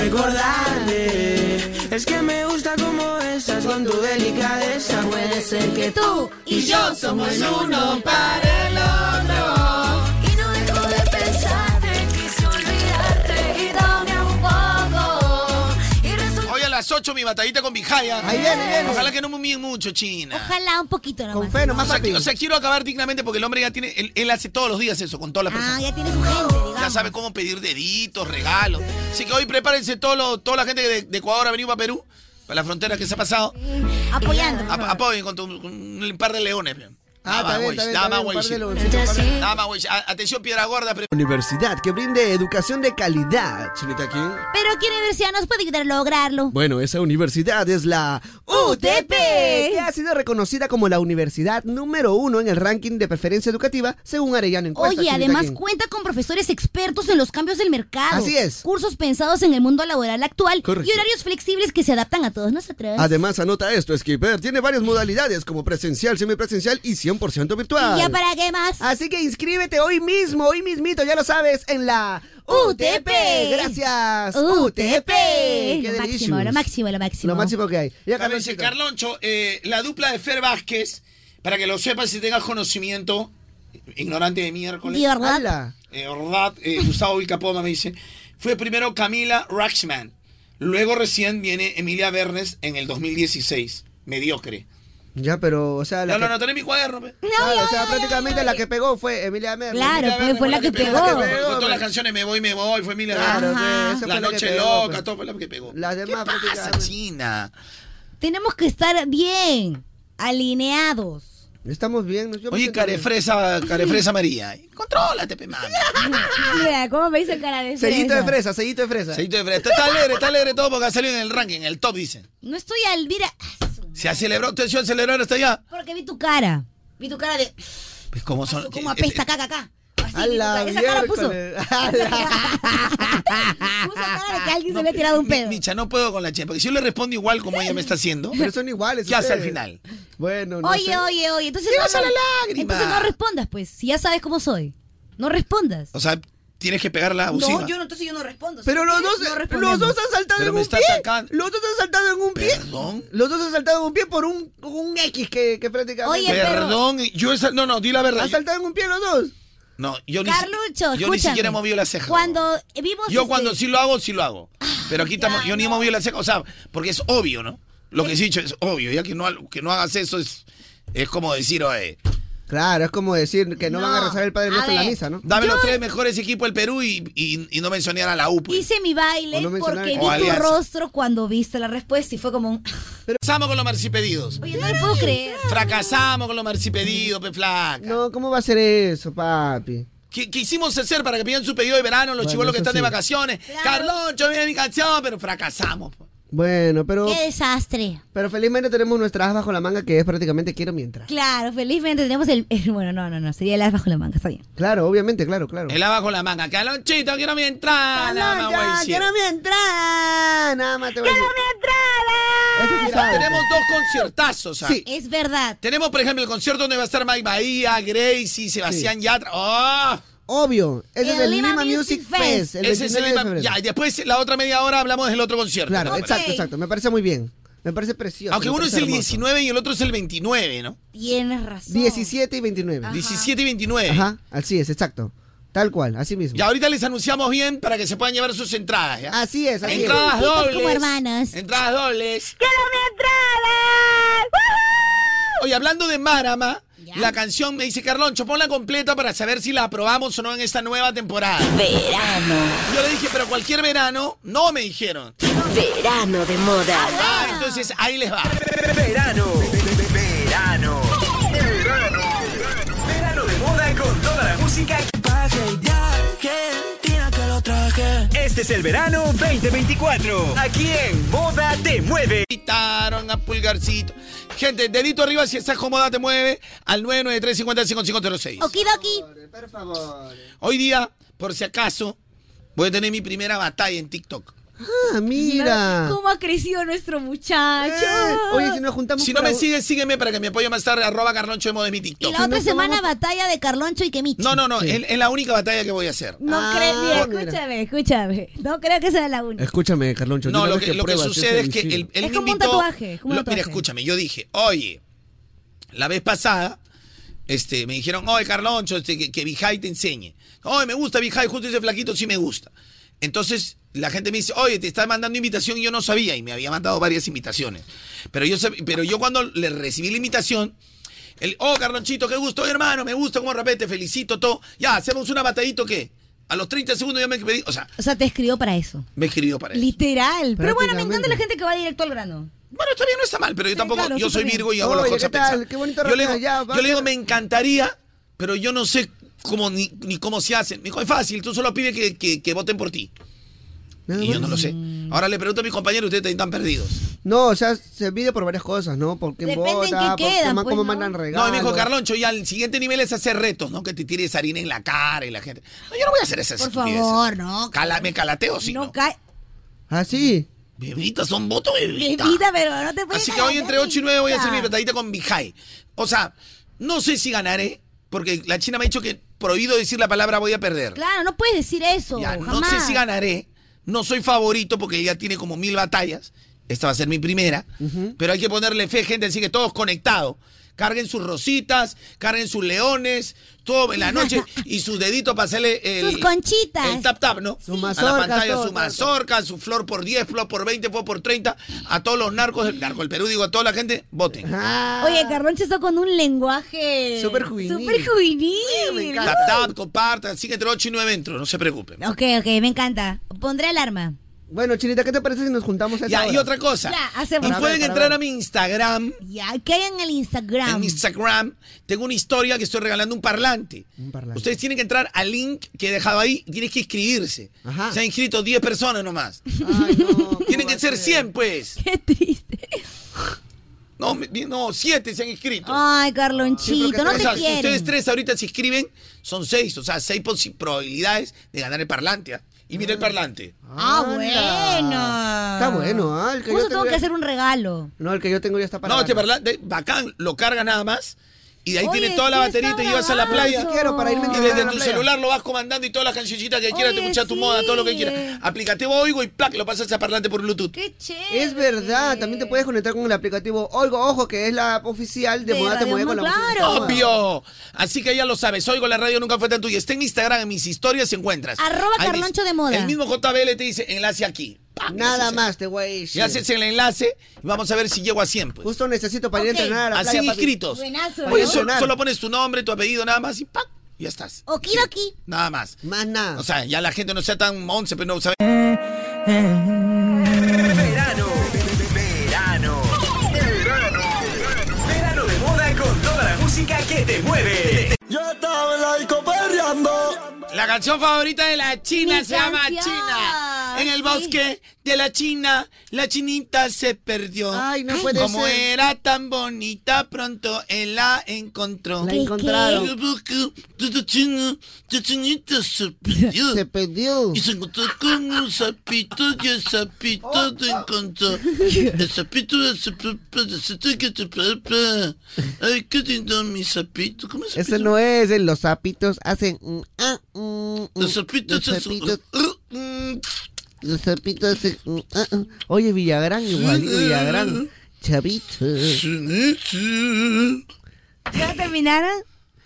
recordarte. Es que me gusta como esas con tu delicadeza. Puede ser que tú y yo somos el uno para el otro.
Y no dejo de pensarte, quise olvidarte y dame un poco. Y resulta
Hoy a las 8 mi batallita con Vijaya.
Ahí viene, ahí viene.
Ojalá que no me humillen mucho, China.
Ojalá un poquito nomás.
Con fe nomás,
O sea,
papi.
qui- o sea, quiero acabar dignamente porque el hombre ya tiene, él, él hace todos los días eso con todas las
Ah,
personas.
ya tiene su gente, digamos.
Ya sabe cómo pedir deditos, regalos. Así que hoy prepárense todo lo- toda la gente de, de Ecuador ha venido para Perú, para la frontera que se ha pasado.
Apoyando.
Ap- apoyen con, tu- con un par de leones. pe. Dama,
Ah, está bien,
güey,
está bien,
dama,
está bien, un par de
güey.
leoncitos, un par de-
Dama, güey. A- Atención, piedra gorda. pre-
Universidad que brinde educación de calidad, Chinita King.
Pero ¿qué universidad nos puede ayudar a lograrlo?
Bueno, esa universidad es la
UTP, que ha sido reconocida como la universidad número uno en el ranking de preferencia educativa según Arellano Encuesta.
Oye,
Chinita
además
King.
cuenta con profesores expertos en los cambios del mercado.
Así es.
Cursos pensados en el mundo laboral actual
Correcto.
y horarios flexibles que se adaptan a todos nosotros.
Además, anota esto, Skipper. Tiene varias modalidades como presencial, semipresencial y 100% virtual.
¿Y ya para qué más?
Así que inscríbete hoy mismo, hoy mismito, ya lo sabes, en la UTP. Gracias.
UTP.
Qué
Lo máximo,
delicious.
lo máximo, lo máximo.
Lo máximo que hay. Ya,
Carlos, dice, Carloncho, eh, la dupla de Fer Vázquez, para que lo sepas si tengas conocimiento, ignorante de miércoles.
De verdad.
Ala. Eh, verdad, eh, Gustavo Vilcapoma me dice, fue primero Camila Raxman, luego recién viene Emilia Bernes en el 2016, mediocre.
Ya, pero, o sea, la
No, no,
que-
no, tenés mi cuaderno. pe.
Claro, o sea, prácticamente la que pegó fue Emilia Merlo.
Claro,
Emilia
pues,
Merlo
fue la que pegó.
la
Porque Con
pe.
todas las canciones Me Voy, Me Voy, fue Emilia
Claro,
Bernes.
pe, esa
La
fue
Noche
que pegó,
Loca,
pe.
todo fue la que pegó.
Las demás
¿Qué pasa,
prácticamente.
China?
Tenemos que estar bien, alineados.
Estamos bien. ¿no? Yo
Oye,
pensé que-
carefresa, carefresa
(laughs)
María. Contrólate, pe, mami.
Mira, ¿cómo me hizo cara de
Sellito de
fresa?
fresa, sellito de fresa.
Seguito de fresa. Está alegre, está alegre todo porque ha salido en el ranking, en el top, dicen.
No estoy al... Mira,
Se ha celebrado, atención, celebraron hasta allá.
porque vi tu cara. Vi tu cara de...
Pues como son.
Como apesta acá, acá, acá. Así,
A
vi tu
la
cara. Esa cara
(laughs)
puso.
miércoles.
(laughs) puso cara de que alguien se me ha tirado un pedo.
Micha, no puedo con la chepa, porque si yo le respondo igual como ella me está haciendo.
Pero son iguales.
¿Qué hace al
ustedes.
final?
Bueno, no
Oye,
sé.
oye, oye. Entonces
Sí,
no,
vas a
no-
la lágrima.
Entonces no respondas, pues. Si ya sabes cómo soy. No respondas.
O sea, tienes que pegar la abusiva.
No, yo no, entonces yo no respondo.
Pero los
¿Qué?
dos,
No
los
respondemos.
dos han saltado
Pero
en
me
un
está
pie.
atacando.
Los dos han saltado en un pie.
Perdón.
Los dos han saltado en un pie por un, un X que, que prácticamente.
Oye, pero-
Perdón, yo esa, no, no, di la verdad.
han
Yo-
saltado en un pie los dos.
no, yo ni, si-
Carlucho,
yo ni siquiera he
escúchame.
movido la ceja.
Cuando vimos.
yo
este-
cuando sí lo hago, sí lo hago.
Ah,
Pero aquí estamos, yo ni he movido la ceja, o sea, porque es obvio, ¿no? Lo que he dicho es obvio, ya que no, que no hagas eso es, es como decir, oye,
Claro, es como decir que no,
No,
van a rezar el
a
Padre Nuestro en la
ver.
misa, ¿no?
dame
Yo-
los tres mejores equipos del Perú y, y, y no mencionar a la U. pues.
Hice mi
O
baile
no mencionar-
porque
o
vi tu
alianza.
rostro cuando viste la respuesta y fue como un. (laughs)
Fracasamos con los marcipedidos.
Oye, no lo puedo creer.
Fracasamos con los marcipedidos, pe flaca.
No, ¿cómo va a ser eso, papi?
Qui- Quisimos hacer para que pidan su pedido de verano los
Bueno,
chibolos que
eso
están de
sí.
vacaciones. Carlón, yo vi mi canción, pero fracasamos. po.
Bueno, pero.
Qué desastre.
Pero felizmente tenemos nuestra as bajo la manga que es prácticamente quiero mientras.
Claro, felizmente tenemos el, el- Bueno, no, no, no. Sería el as bajo la manga, está bien.
Claro, obviamente, claro, claro.
El abajo la manga. Calonchito, quiero mi entrada. nada más voy a decir.
quiero mi entrada. Nada más te voy a decir. Eso sí
Mira,
sabe.
tenemos dos conciertazos. ¿ah?
Es verdad.
Tenemos, por ejemplo, el concierto donde va a estar Mike Bahía, Gracie, Sebastián Yatra. ¡Oh!
Obvio, ese es el Lima, Music Fest. el
Ese es el
29 de
Lima-
febrero.
Ya, y después la otra media hora hablamos del otro concierto.
Claro,
¿no?
exacto, exacto. Me parece muy bien. Me parece precioso.
Aunque
me
uno es
parece
el
hermoso.
19 y el otro es el 29, ¿no?
Tienes razón.
17 y 29.
17 y 29.
Ajá, así es, exacto. Tal cual, así mismo.
Y ahorita les anunciamos bien para que se puedan llevar sus entradas. ¿ya?
Así es, así es.
entradas
Juntitos
Dobles,
como
hermanos.
Entradas dobles. ¡Quiero mi entrada! Oye, hablando de Marama, la canción me dice Carloncho, ponla completa para saber si la aprobamos o no en esta nueva temporada.
Verano.
Yo le dije, pero cualquier verano, no me dijeron.
Verano de moda.
Ah, entonces ahí les va.
Verano. Verano. Verano. Verano de moda con toda la música. Este es el verano 2024. Aquí en Moda Te Mueve.
Quitaron a pulgarcito. Gente, dedito arriba si estás cómoda, te mueve al 993-50-5506.
Okidoki.
Por favor.
Hoy día, por si acaso, voy a tener mi primera batalla en TikTok.
Ah, mira.
¿Cómo ha crecido nuestro muchacho?
Oye, si nos juntamos
Eh, Si no me
para-
sigues, sígueme para que me apoye más tarde. Arroba Carloncho de Moda es mi TikTok.
Y la otra semana batalla de Carloncho y Kemichi.
No, no, no. Es, es la única batalla que voy a hacer.
No creo, mira, escúchame, escúchame. No creo que sea la única.
Escúchame, Carloncho.
No,
una
lo
vez
que, lo que
pruebas
sucede
ese
es que
elixir-
él, él
Es
me
como un
invitó-
tatuaje, como un
lo- mira,
tatuaje.
escúchame, yo dije, oye, la vez pasada este, me dijeron, oye, Carloncho, este, que, que Vijay te enseñe. Oye, me gusta Vijay, justo ese flaquito sí me gusta. Entonces la gente me dice, oye, te está mandando invitación y yo no sabía y me había mandado varias invitaciones. Pero yo, sab- pero yo cuando le recibí la invitación, el, oh, Carlonchito, qué gusto, oye, hermano, me gusta, como repente, felicito, todo. Ya, hacemos una batallito que a los 30 segundos ya me pedí, o sea,
O sea, te escribió para eso.
me escribió para eso.
Literal. Pero bueno, me
Prácticamente.
encanta la gente que va directo al grano.
Bueno, está bien, no está mal, pero yo tampoco,
claro,
yo
súper
soy
bien.
Virgo y hago las
Oye,
cosas
¿qué tal?
pensadas.
Qué bonito
yo le digo,
rapear, ya,
yo le digo, me encantaría, pero yo no sé cómo ni, ni cómo se hacen. Me dijo, es fácil, tú solo pides que, que- que voten por ti. y yo no lo sé. Ahora le pregunto a mis compañeros, ustedes están perdidos.
No, o sea, se mide por varias cosas, ¿no? Por quién
Depende en
vota,
qué
por
quedan,
cómo,
pues,
cómo
¿no?
mandan
No,
regalos.
y me dijo, Carloncho, ya el siguiente nivel es hacer retos, ¿no? Que te tires harina en la cara y la gente. No, yo no voy a hacer esas
Por
estupideces.
favor, no.
Cala- me calateo, sí. No,
cae.
Ah, sí.
Bebita, son votos, bebita.
Bebita, pero no te puedes
Así que hoy
calentar,
entre 8 y 9 voy a hacer mi
bebita.
batallita con Vijay. O sea, no sé si ganaré, porque la China me ha dicho que prohibido decir la palabra voy a perder.
Claro, no puedes decir eso.
Ya, no
jamás.
sé si ganaré. No soy favorito porque ya tiene como mil batallas. Esta va a ser mi primera. Pero hay que ponerle fe, gente, así que todos conectados. Carguen sus rositas, carguen sus leones, todo en
(laughs)
la noche y sus deditos para hacerle el,
Sus conchitas.
el tap tap, ¿no? a la
mazorcas,
pantalla
todo,
su
todo.
mazorca, su flor por 10, flor por 20, flor por 30. A todos los narcos, del narco del Perú, digo a toda la gente, voten.
Ah.
Oye, Carloncho está con un lenguaje.
Súper juvenil.
Súper juvenil.
Tap tap, compartan, sigue entre 8 y 9 dentro, no se preocupen.
Ok, ok, me encanta. Pondré alarma.
Bueno, Chinita, ¿qué te parece si nos juntamos a esa
Ya,
hora?
y otra cosa.
Ya, hacemos.
Y
Para
pueden
ver, para
entrar
ver.
a mi Instagram.
Ya, ¿qué hay en el Instagram?
En mi Instagram tengo una historia que estoy regalando un parlante. Ustedes tienen que entrar al link que he dejado ahí y tienes que inscribirse. Se han inscrito 10 personas nomás. (laughs) tienen que ser 100,
(laughs)
pues. Qué triste. No, me- no, 7 se han inscrito.
Ay, Carlonchito, no
O
te
sea, Si
quieren.
ustedes tres ahorita se inscriben, son 6. O sea, 6 probabilidades de ganar el parlante. ¿ah? Y mira el parlante.
Ah, bueno.
Está bueno, ¿ah? El que
Justo
yo
tengo
tengo
que
ya-
hacer un regalo.
No, el que yo tengo ya está para.
No,
dar.
este parlante, bacán, lo cargas nada más. Y de ahí
Oye,
tiene toda la
sí,
baterita
está
y llevas a la
bravazo.
playa.
Sí quiero, para irme
y
entrenando
desde
a la
tu
playa.
celular lo vas comandando y todas las cancioncitas que quieras, te escuchas tu moda, todo lo que quieras. Aplicativo Oigo y plac, lo pasas a parlante por Bluetooth.
Es verdad, también te puedes conectar con el aplicativo Oigo Ojo, que es la app oficial de,
De
Moda Te
Radio
Mueve con la
Moda,
música. de moda.
Obvio. Así que ya lo sabes, Oigo la radio nunca fue tan tuya. Está en mi Instagram, en mis historias se encuentras.
Arroba
Ahí
Carloncho
dice-
de Moda.
El mismo JBL te dice enlace aquí. Pa,
Nada
haces-
más, te voy a decir.
Y haces el enlace y vamos a ver si llego a 100. Pues.
Justo necesito para ir a entrenar a la
Así
playa, papi.
inscritos.
Buenazo,
Oye,
¿no?
sol- solo, pones tu nombre, tu apellido, nada más y ¡pac! Ya estás.
Okidoki.
Nada más.
Más nada.
O sea, ya la gente no sea tan once, pero no sabe.
Verano. Verano. Verano. Verano de moda con toda la música que te mueve. Yo estaba en la
La canción favorita de la China se llama China. en el bosque de la China, la chinita se perdió.
Ay, no puede
Como
ser.
era tan bonita, pronto él la encontró.
La ¿Qué, encontraron.
En
qué?
el bosque de la China, la chinita se
(laughs)
perdió. Se
perdió.
Y se encontró con un sapito y el sapito
Oh.
lo encontró. El sapito de Ay, qué lindo mi sapito. ¿Cómo es
Ese no es, el- los sapitos hacen... mm, ah,
Los sapitos
Los
hacen- (laughs)
sapitos- Los sapitos hacen... mm, ah, ah. Oye, Villagrán,
Mm,
igualito Villagrán. Chavito.
¿Ya terminaron?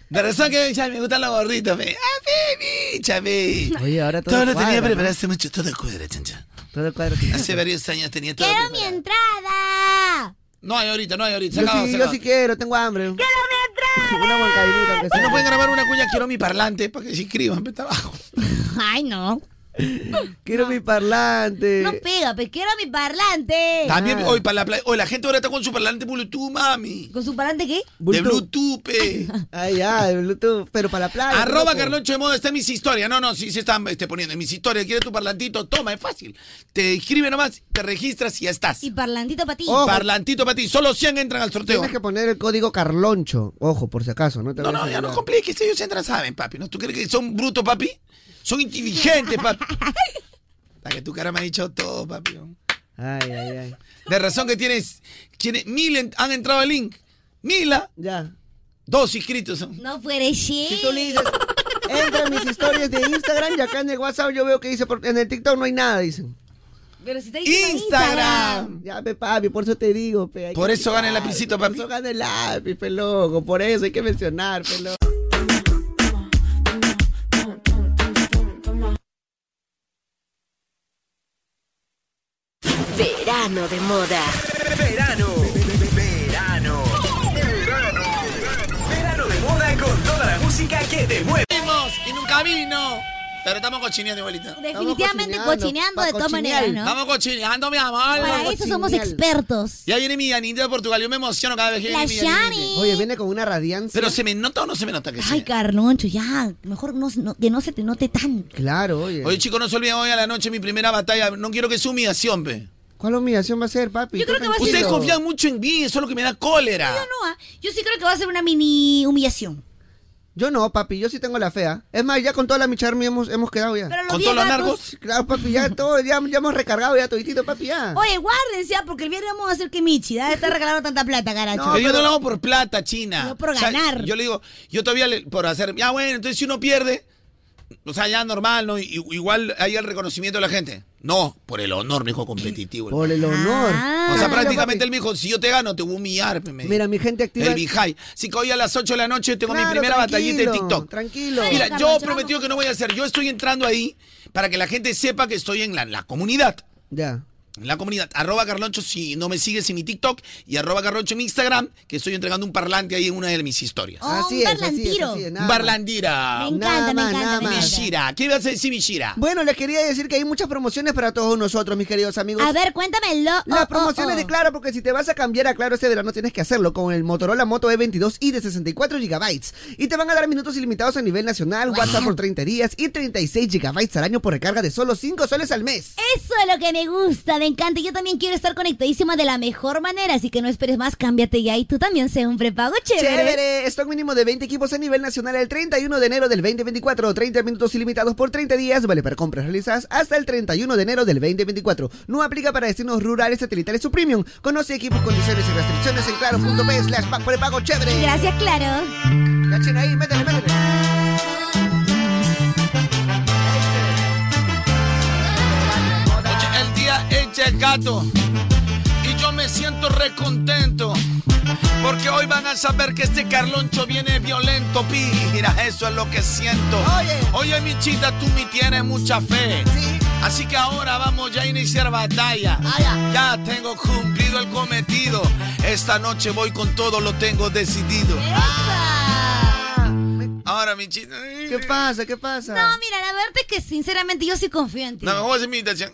De razón que ya me gustan los gorditos, fe. ¡Ah, baby! Chavi.
Oye, ahora todo
Todo lo
cuadra,
tenía
¿no?
preparado hace mucho, todo cuadra, chancha.
Todo cuadro.
Hace varios años tenía todo.
¡Quiero mi entrada!
No hay ahorita, no hay ahorita. Se
Yo
acabó,
sí,
se
yo
acabó.
sí quiero, tengo hambre. ¡Quiero mi entrada! Una volcadita. que sea.
No pueden grabar una cuña, quiero mi parlante para que se inscriban, pe, está
(laughs)
abajo.
Ay, no.
Quiero mi parlante.
No pega, pero quiero mi parlante.
También
Ah.
hoy para la playa. Hoy la gente ahora está con su parlante Bluetooth, mami.
¿Con su parlante qué?
De Bluetooth,
(laughs)
pe.
Ay, ya, de Bluetooth, pero para la playa.
Arroba
loco.
Carloncho de Moda, está en mis historias. No, no, sí, sí están este, poniendo en mis historias. Quiere tu parlantito, toma, es fácil. Te inscribe nomás, te registras y ya estás.
Y parlantito para ti.
Ojo.
Parlantito para ti, solo 100 entran al sorteo.
Tienes que poner el código Carloncho. Ojo, por si acaso, no te
No,
vayas
no,
a
ya no
olvidar.
compliques, ellos entran, saben, papi. ¿no? ¿Tú crees que son brutos, papi? Son inteligentes,
(laughs)
papi. Para que tu cara me ha dicho todo, papi. ¿no?
Ay, ay, ay.
De razón que tienes, quienes mil en- han entrado al link. Mila.
Ya.
Dos inscritos son.
No fuere shit. Si
tú le dices, entra en mis historias de Instagram y acá en el WhatsApp yo veo que dice, por- en el TikTok no hay nada, dicen.
Pero si te dicen
Instagram.
Ya, pe, papi, por eso te digo, pe. hay
Por
que
eso gana el
explicar,
lapicito,
Por
papi.
eso gana el lápiz, pe, loco. Por eso hay que mencionar, pe, loco.
Verano de moda. Verano. Verano. Verano. Verano de moda con toda la música que te mueve.
Fuimos y nunca vino. Pero estamos cochineando, igualita.
Definitivamente
Estamos
cochineando de todas maneras, ¿no?
Estamos cochineando, mi amor.
Para eso somos expertos.
Ya viene mi Yanita de Portugal. Yo me emociono cada vez que
La
viene mi Yanita.
Yanni.
Oye, viene con una radiancia.
Pero se me nota o no se me nota que sí.
Ay, Carloncho, ya. Mejor no, no- que no se te note tan.
Claro, oye.
Oye, chicos, no se olviden hoy a la noche mi primera batalla. No quiero que sea humillación, pe.
¿Cuál humillación va a ser, papi? Yo creo
que va a ser-
Ustedes confían e- mucho en mí, eso es lo que me da cólera.
Yo no, ah. yo sí creo que va a ser una mini humillación.
Yo no, papi, yo sí tengo la fea. Es más, ya con toda la micharmi hemos, hemos quedado ya.
Pero los ¿Con diez todos los gatos- narcos?
Claro, papi, ya todo, ya, ya hemos recargado ya toditito, papi, ya.
Oye, guárdense, ah, porque el viernes vamos a hacer que Michi, ¿ah? Está regalando tanta plata, caracho.
Pero yo no lo hago por plata, China.
No, por ganar.
yo le digo, yo todavía le- por hacer. Ya bueno, entonces si uno pierde, o sea, ya normal, ¿no? I- Igual hay el reconocimiento de la gente. No, por el honor, me dijo competitivo.
Por el honor.
O
Ah,
sea, prácticamente él me dijo, si yo te gano, te voy a humillar. pe, me dijo.
Mira, mi gente activa.
El Vijay. Así que hoy a las 8 de la noche tengo mi
Claro,
primera batallita de
tranquilo,
TikTok.
Tranquilo.
Mira, yo prometido que no voy a hacer. Yo estoy entrando ahí para que la gente sepa que estoy en la, la comunidad.
Ya.
En la comunidad. Arroba Carloncho si no me sigues en mi TikTok y arroba Carloncho en mi Instagram, que estoy entregando un parlante ahí en una de mis historias.
Oh, Así un es, así es, parlantiro. así es, nada más.
un parlandira.
Me encanta, Nada me más, encanta, nada me más.
Mishira. ¿Qué vas a decir, Mishira?
Bueno, les quería decir que hay muchas promociones para todos nosotros, mis queridos amigos.
A ver, cuéntamelo.
Las
Oh,
promociones
oh, oh.
de Claro, porque si te vas a cambiar a Claro este verano tienes que hacerlo con el Motorola Moto E22 y de 64 GB. Y te van a dar minutos ilimitados a nivel nacional, WhatsApp por 30 días y 36 GB al año por recarga de solo 5 soles al mes.
Eso es lo que me gusta, me encanta. Yo también quiero estar conectadísima de la mejor manera, así que no esperes más, cámbiate ya y tú también sé un prepago chévere.
Chévere, stock mínimo de 20 equipos a nivel nacional el 31 de enero del 2024, 30 minutos ilimitados por 30 días, vale para compras realizadas hasta el 31 de enero del 2024. No aplica para destinos rurales, satelitales o premium. Conoce equipos, condiciones y restricciones en claro.p slash pack prepago chévere.
Gracias, Claro.
Cachen ahí, métele, métele.
Oye, el día he llegado y yo me siento recontento. Porque hoy van a saber que este Carloncho viene violento, pi. Mira, eso es lo que siento. Oye, mi chita, tú me tienes mucha fe. Así que ahora vamos ya a iniciar batalla. Ah, ya. tengo cumplido el cometido. Esta noche voy con todo, lo tengo decidido. Ahora, mi chita.
¿Qué pasa? ¿Qué pasa?
No, mira, la verdad es que sinceramente yo sí confío en ti.
No, me voy a hacer mi imitación.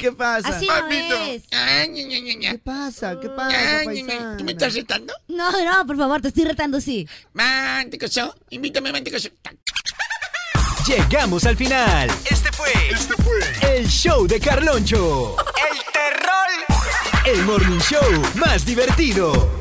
¿Qué pasa?
Así
Papito.
no es. Ah.
¿Qué pasa? ¿Qué pasa, paisana?
¿Tú me estás retando?
No, no, por favor, te estoy retando, sí.
Manticoso, invítame a Manticoso.
Llegamos al final. Este fue, el show de Carloncho. El terror. El morning show más divertido.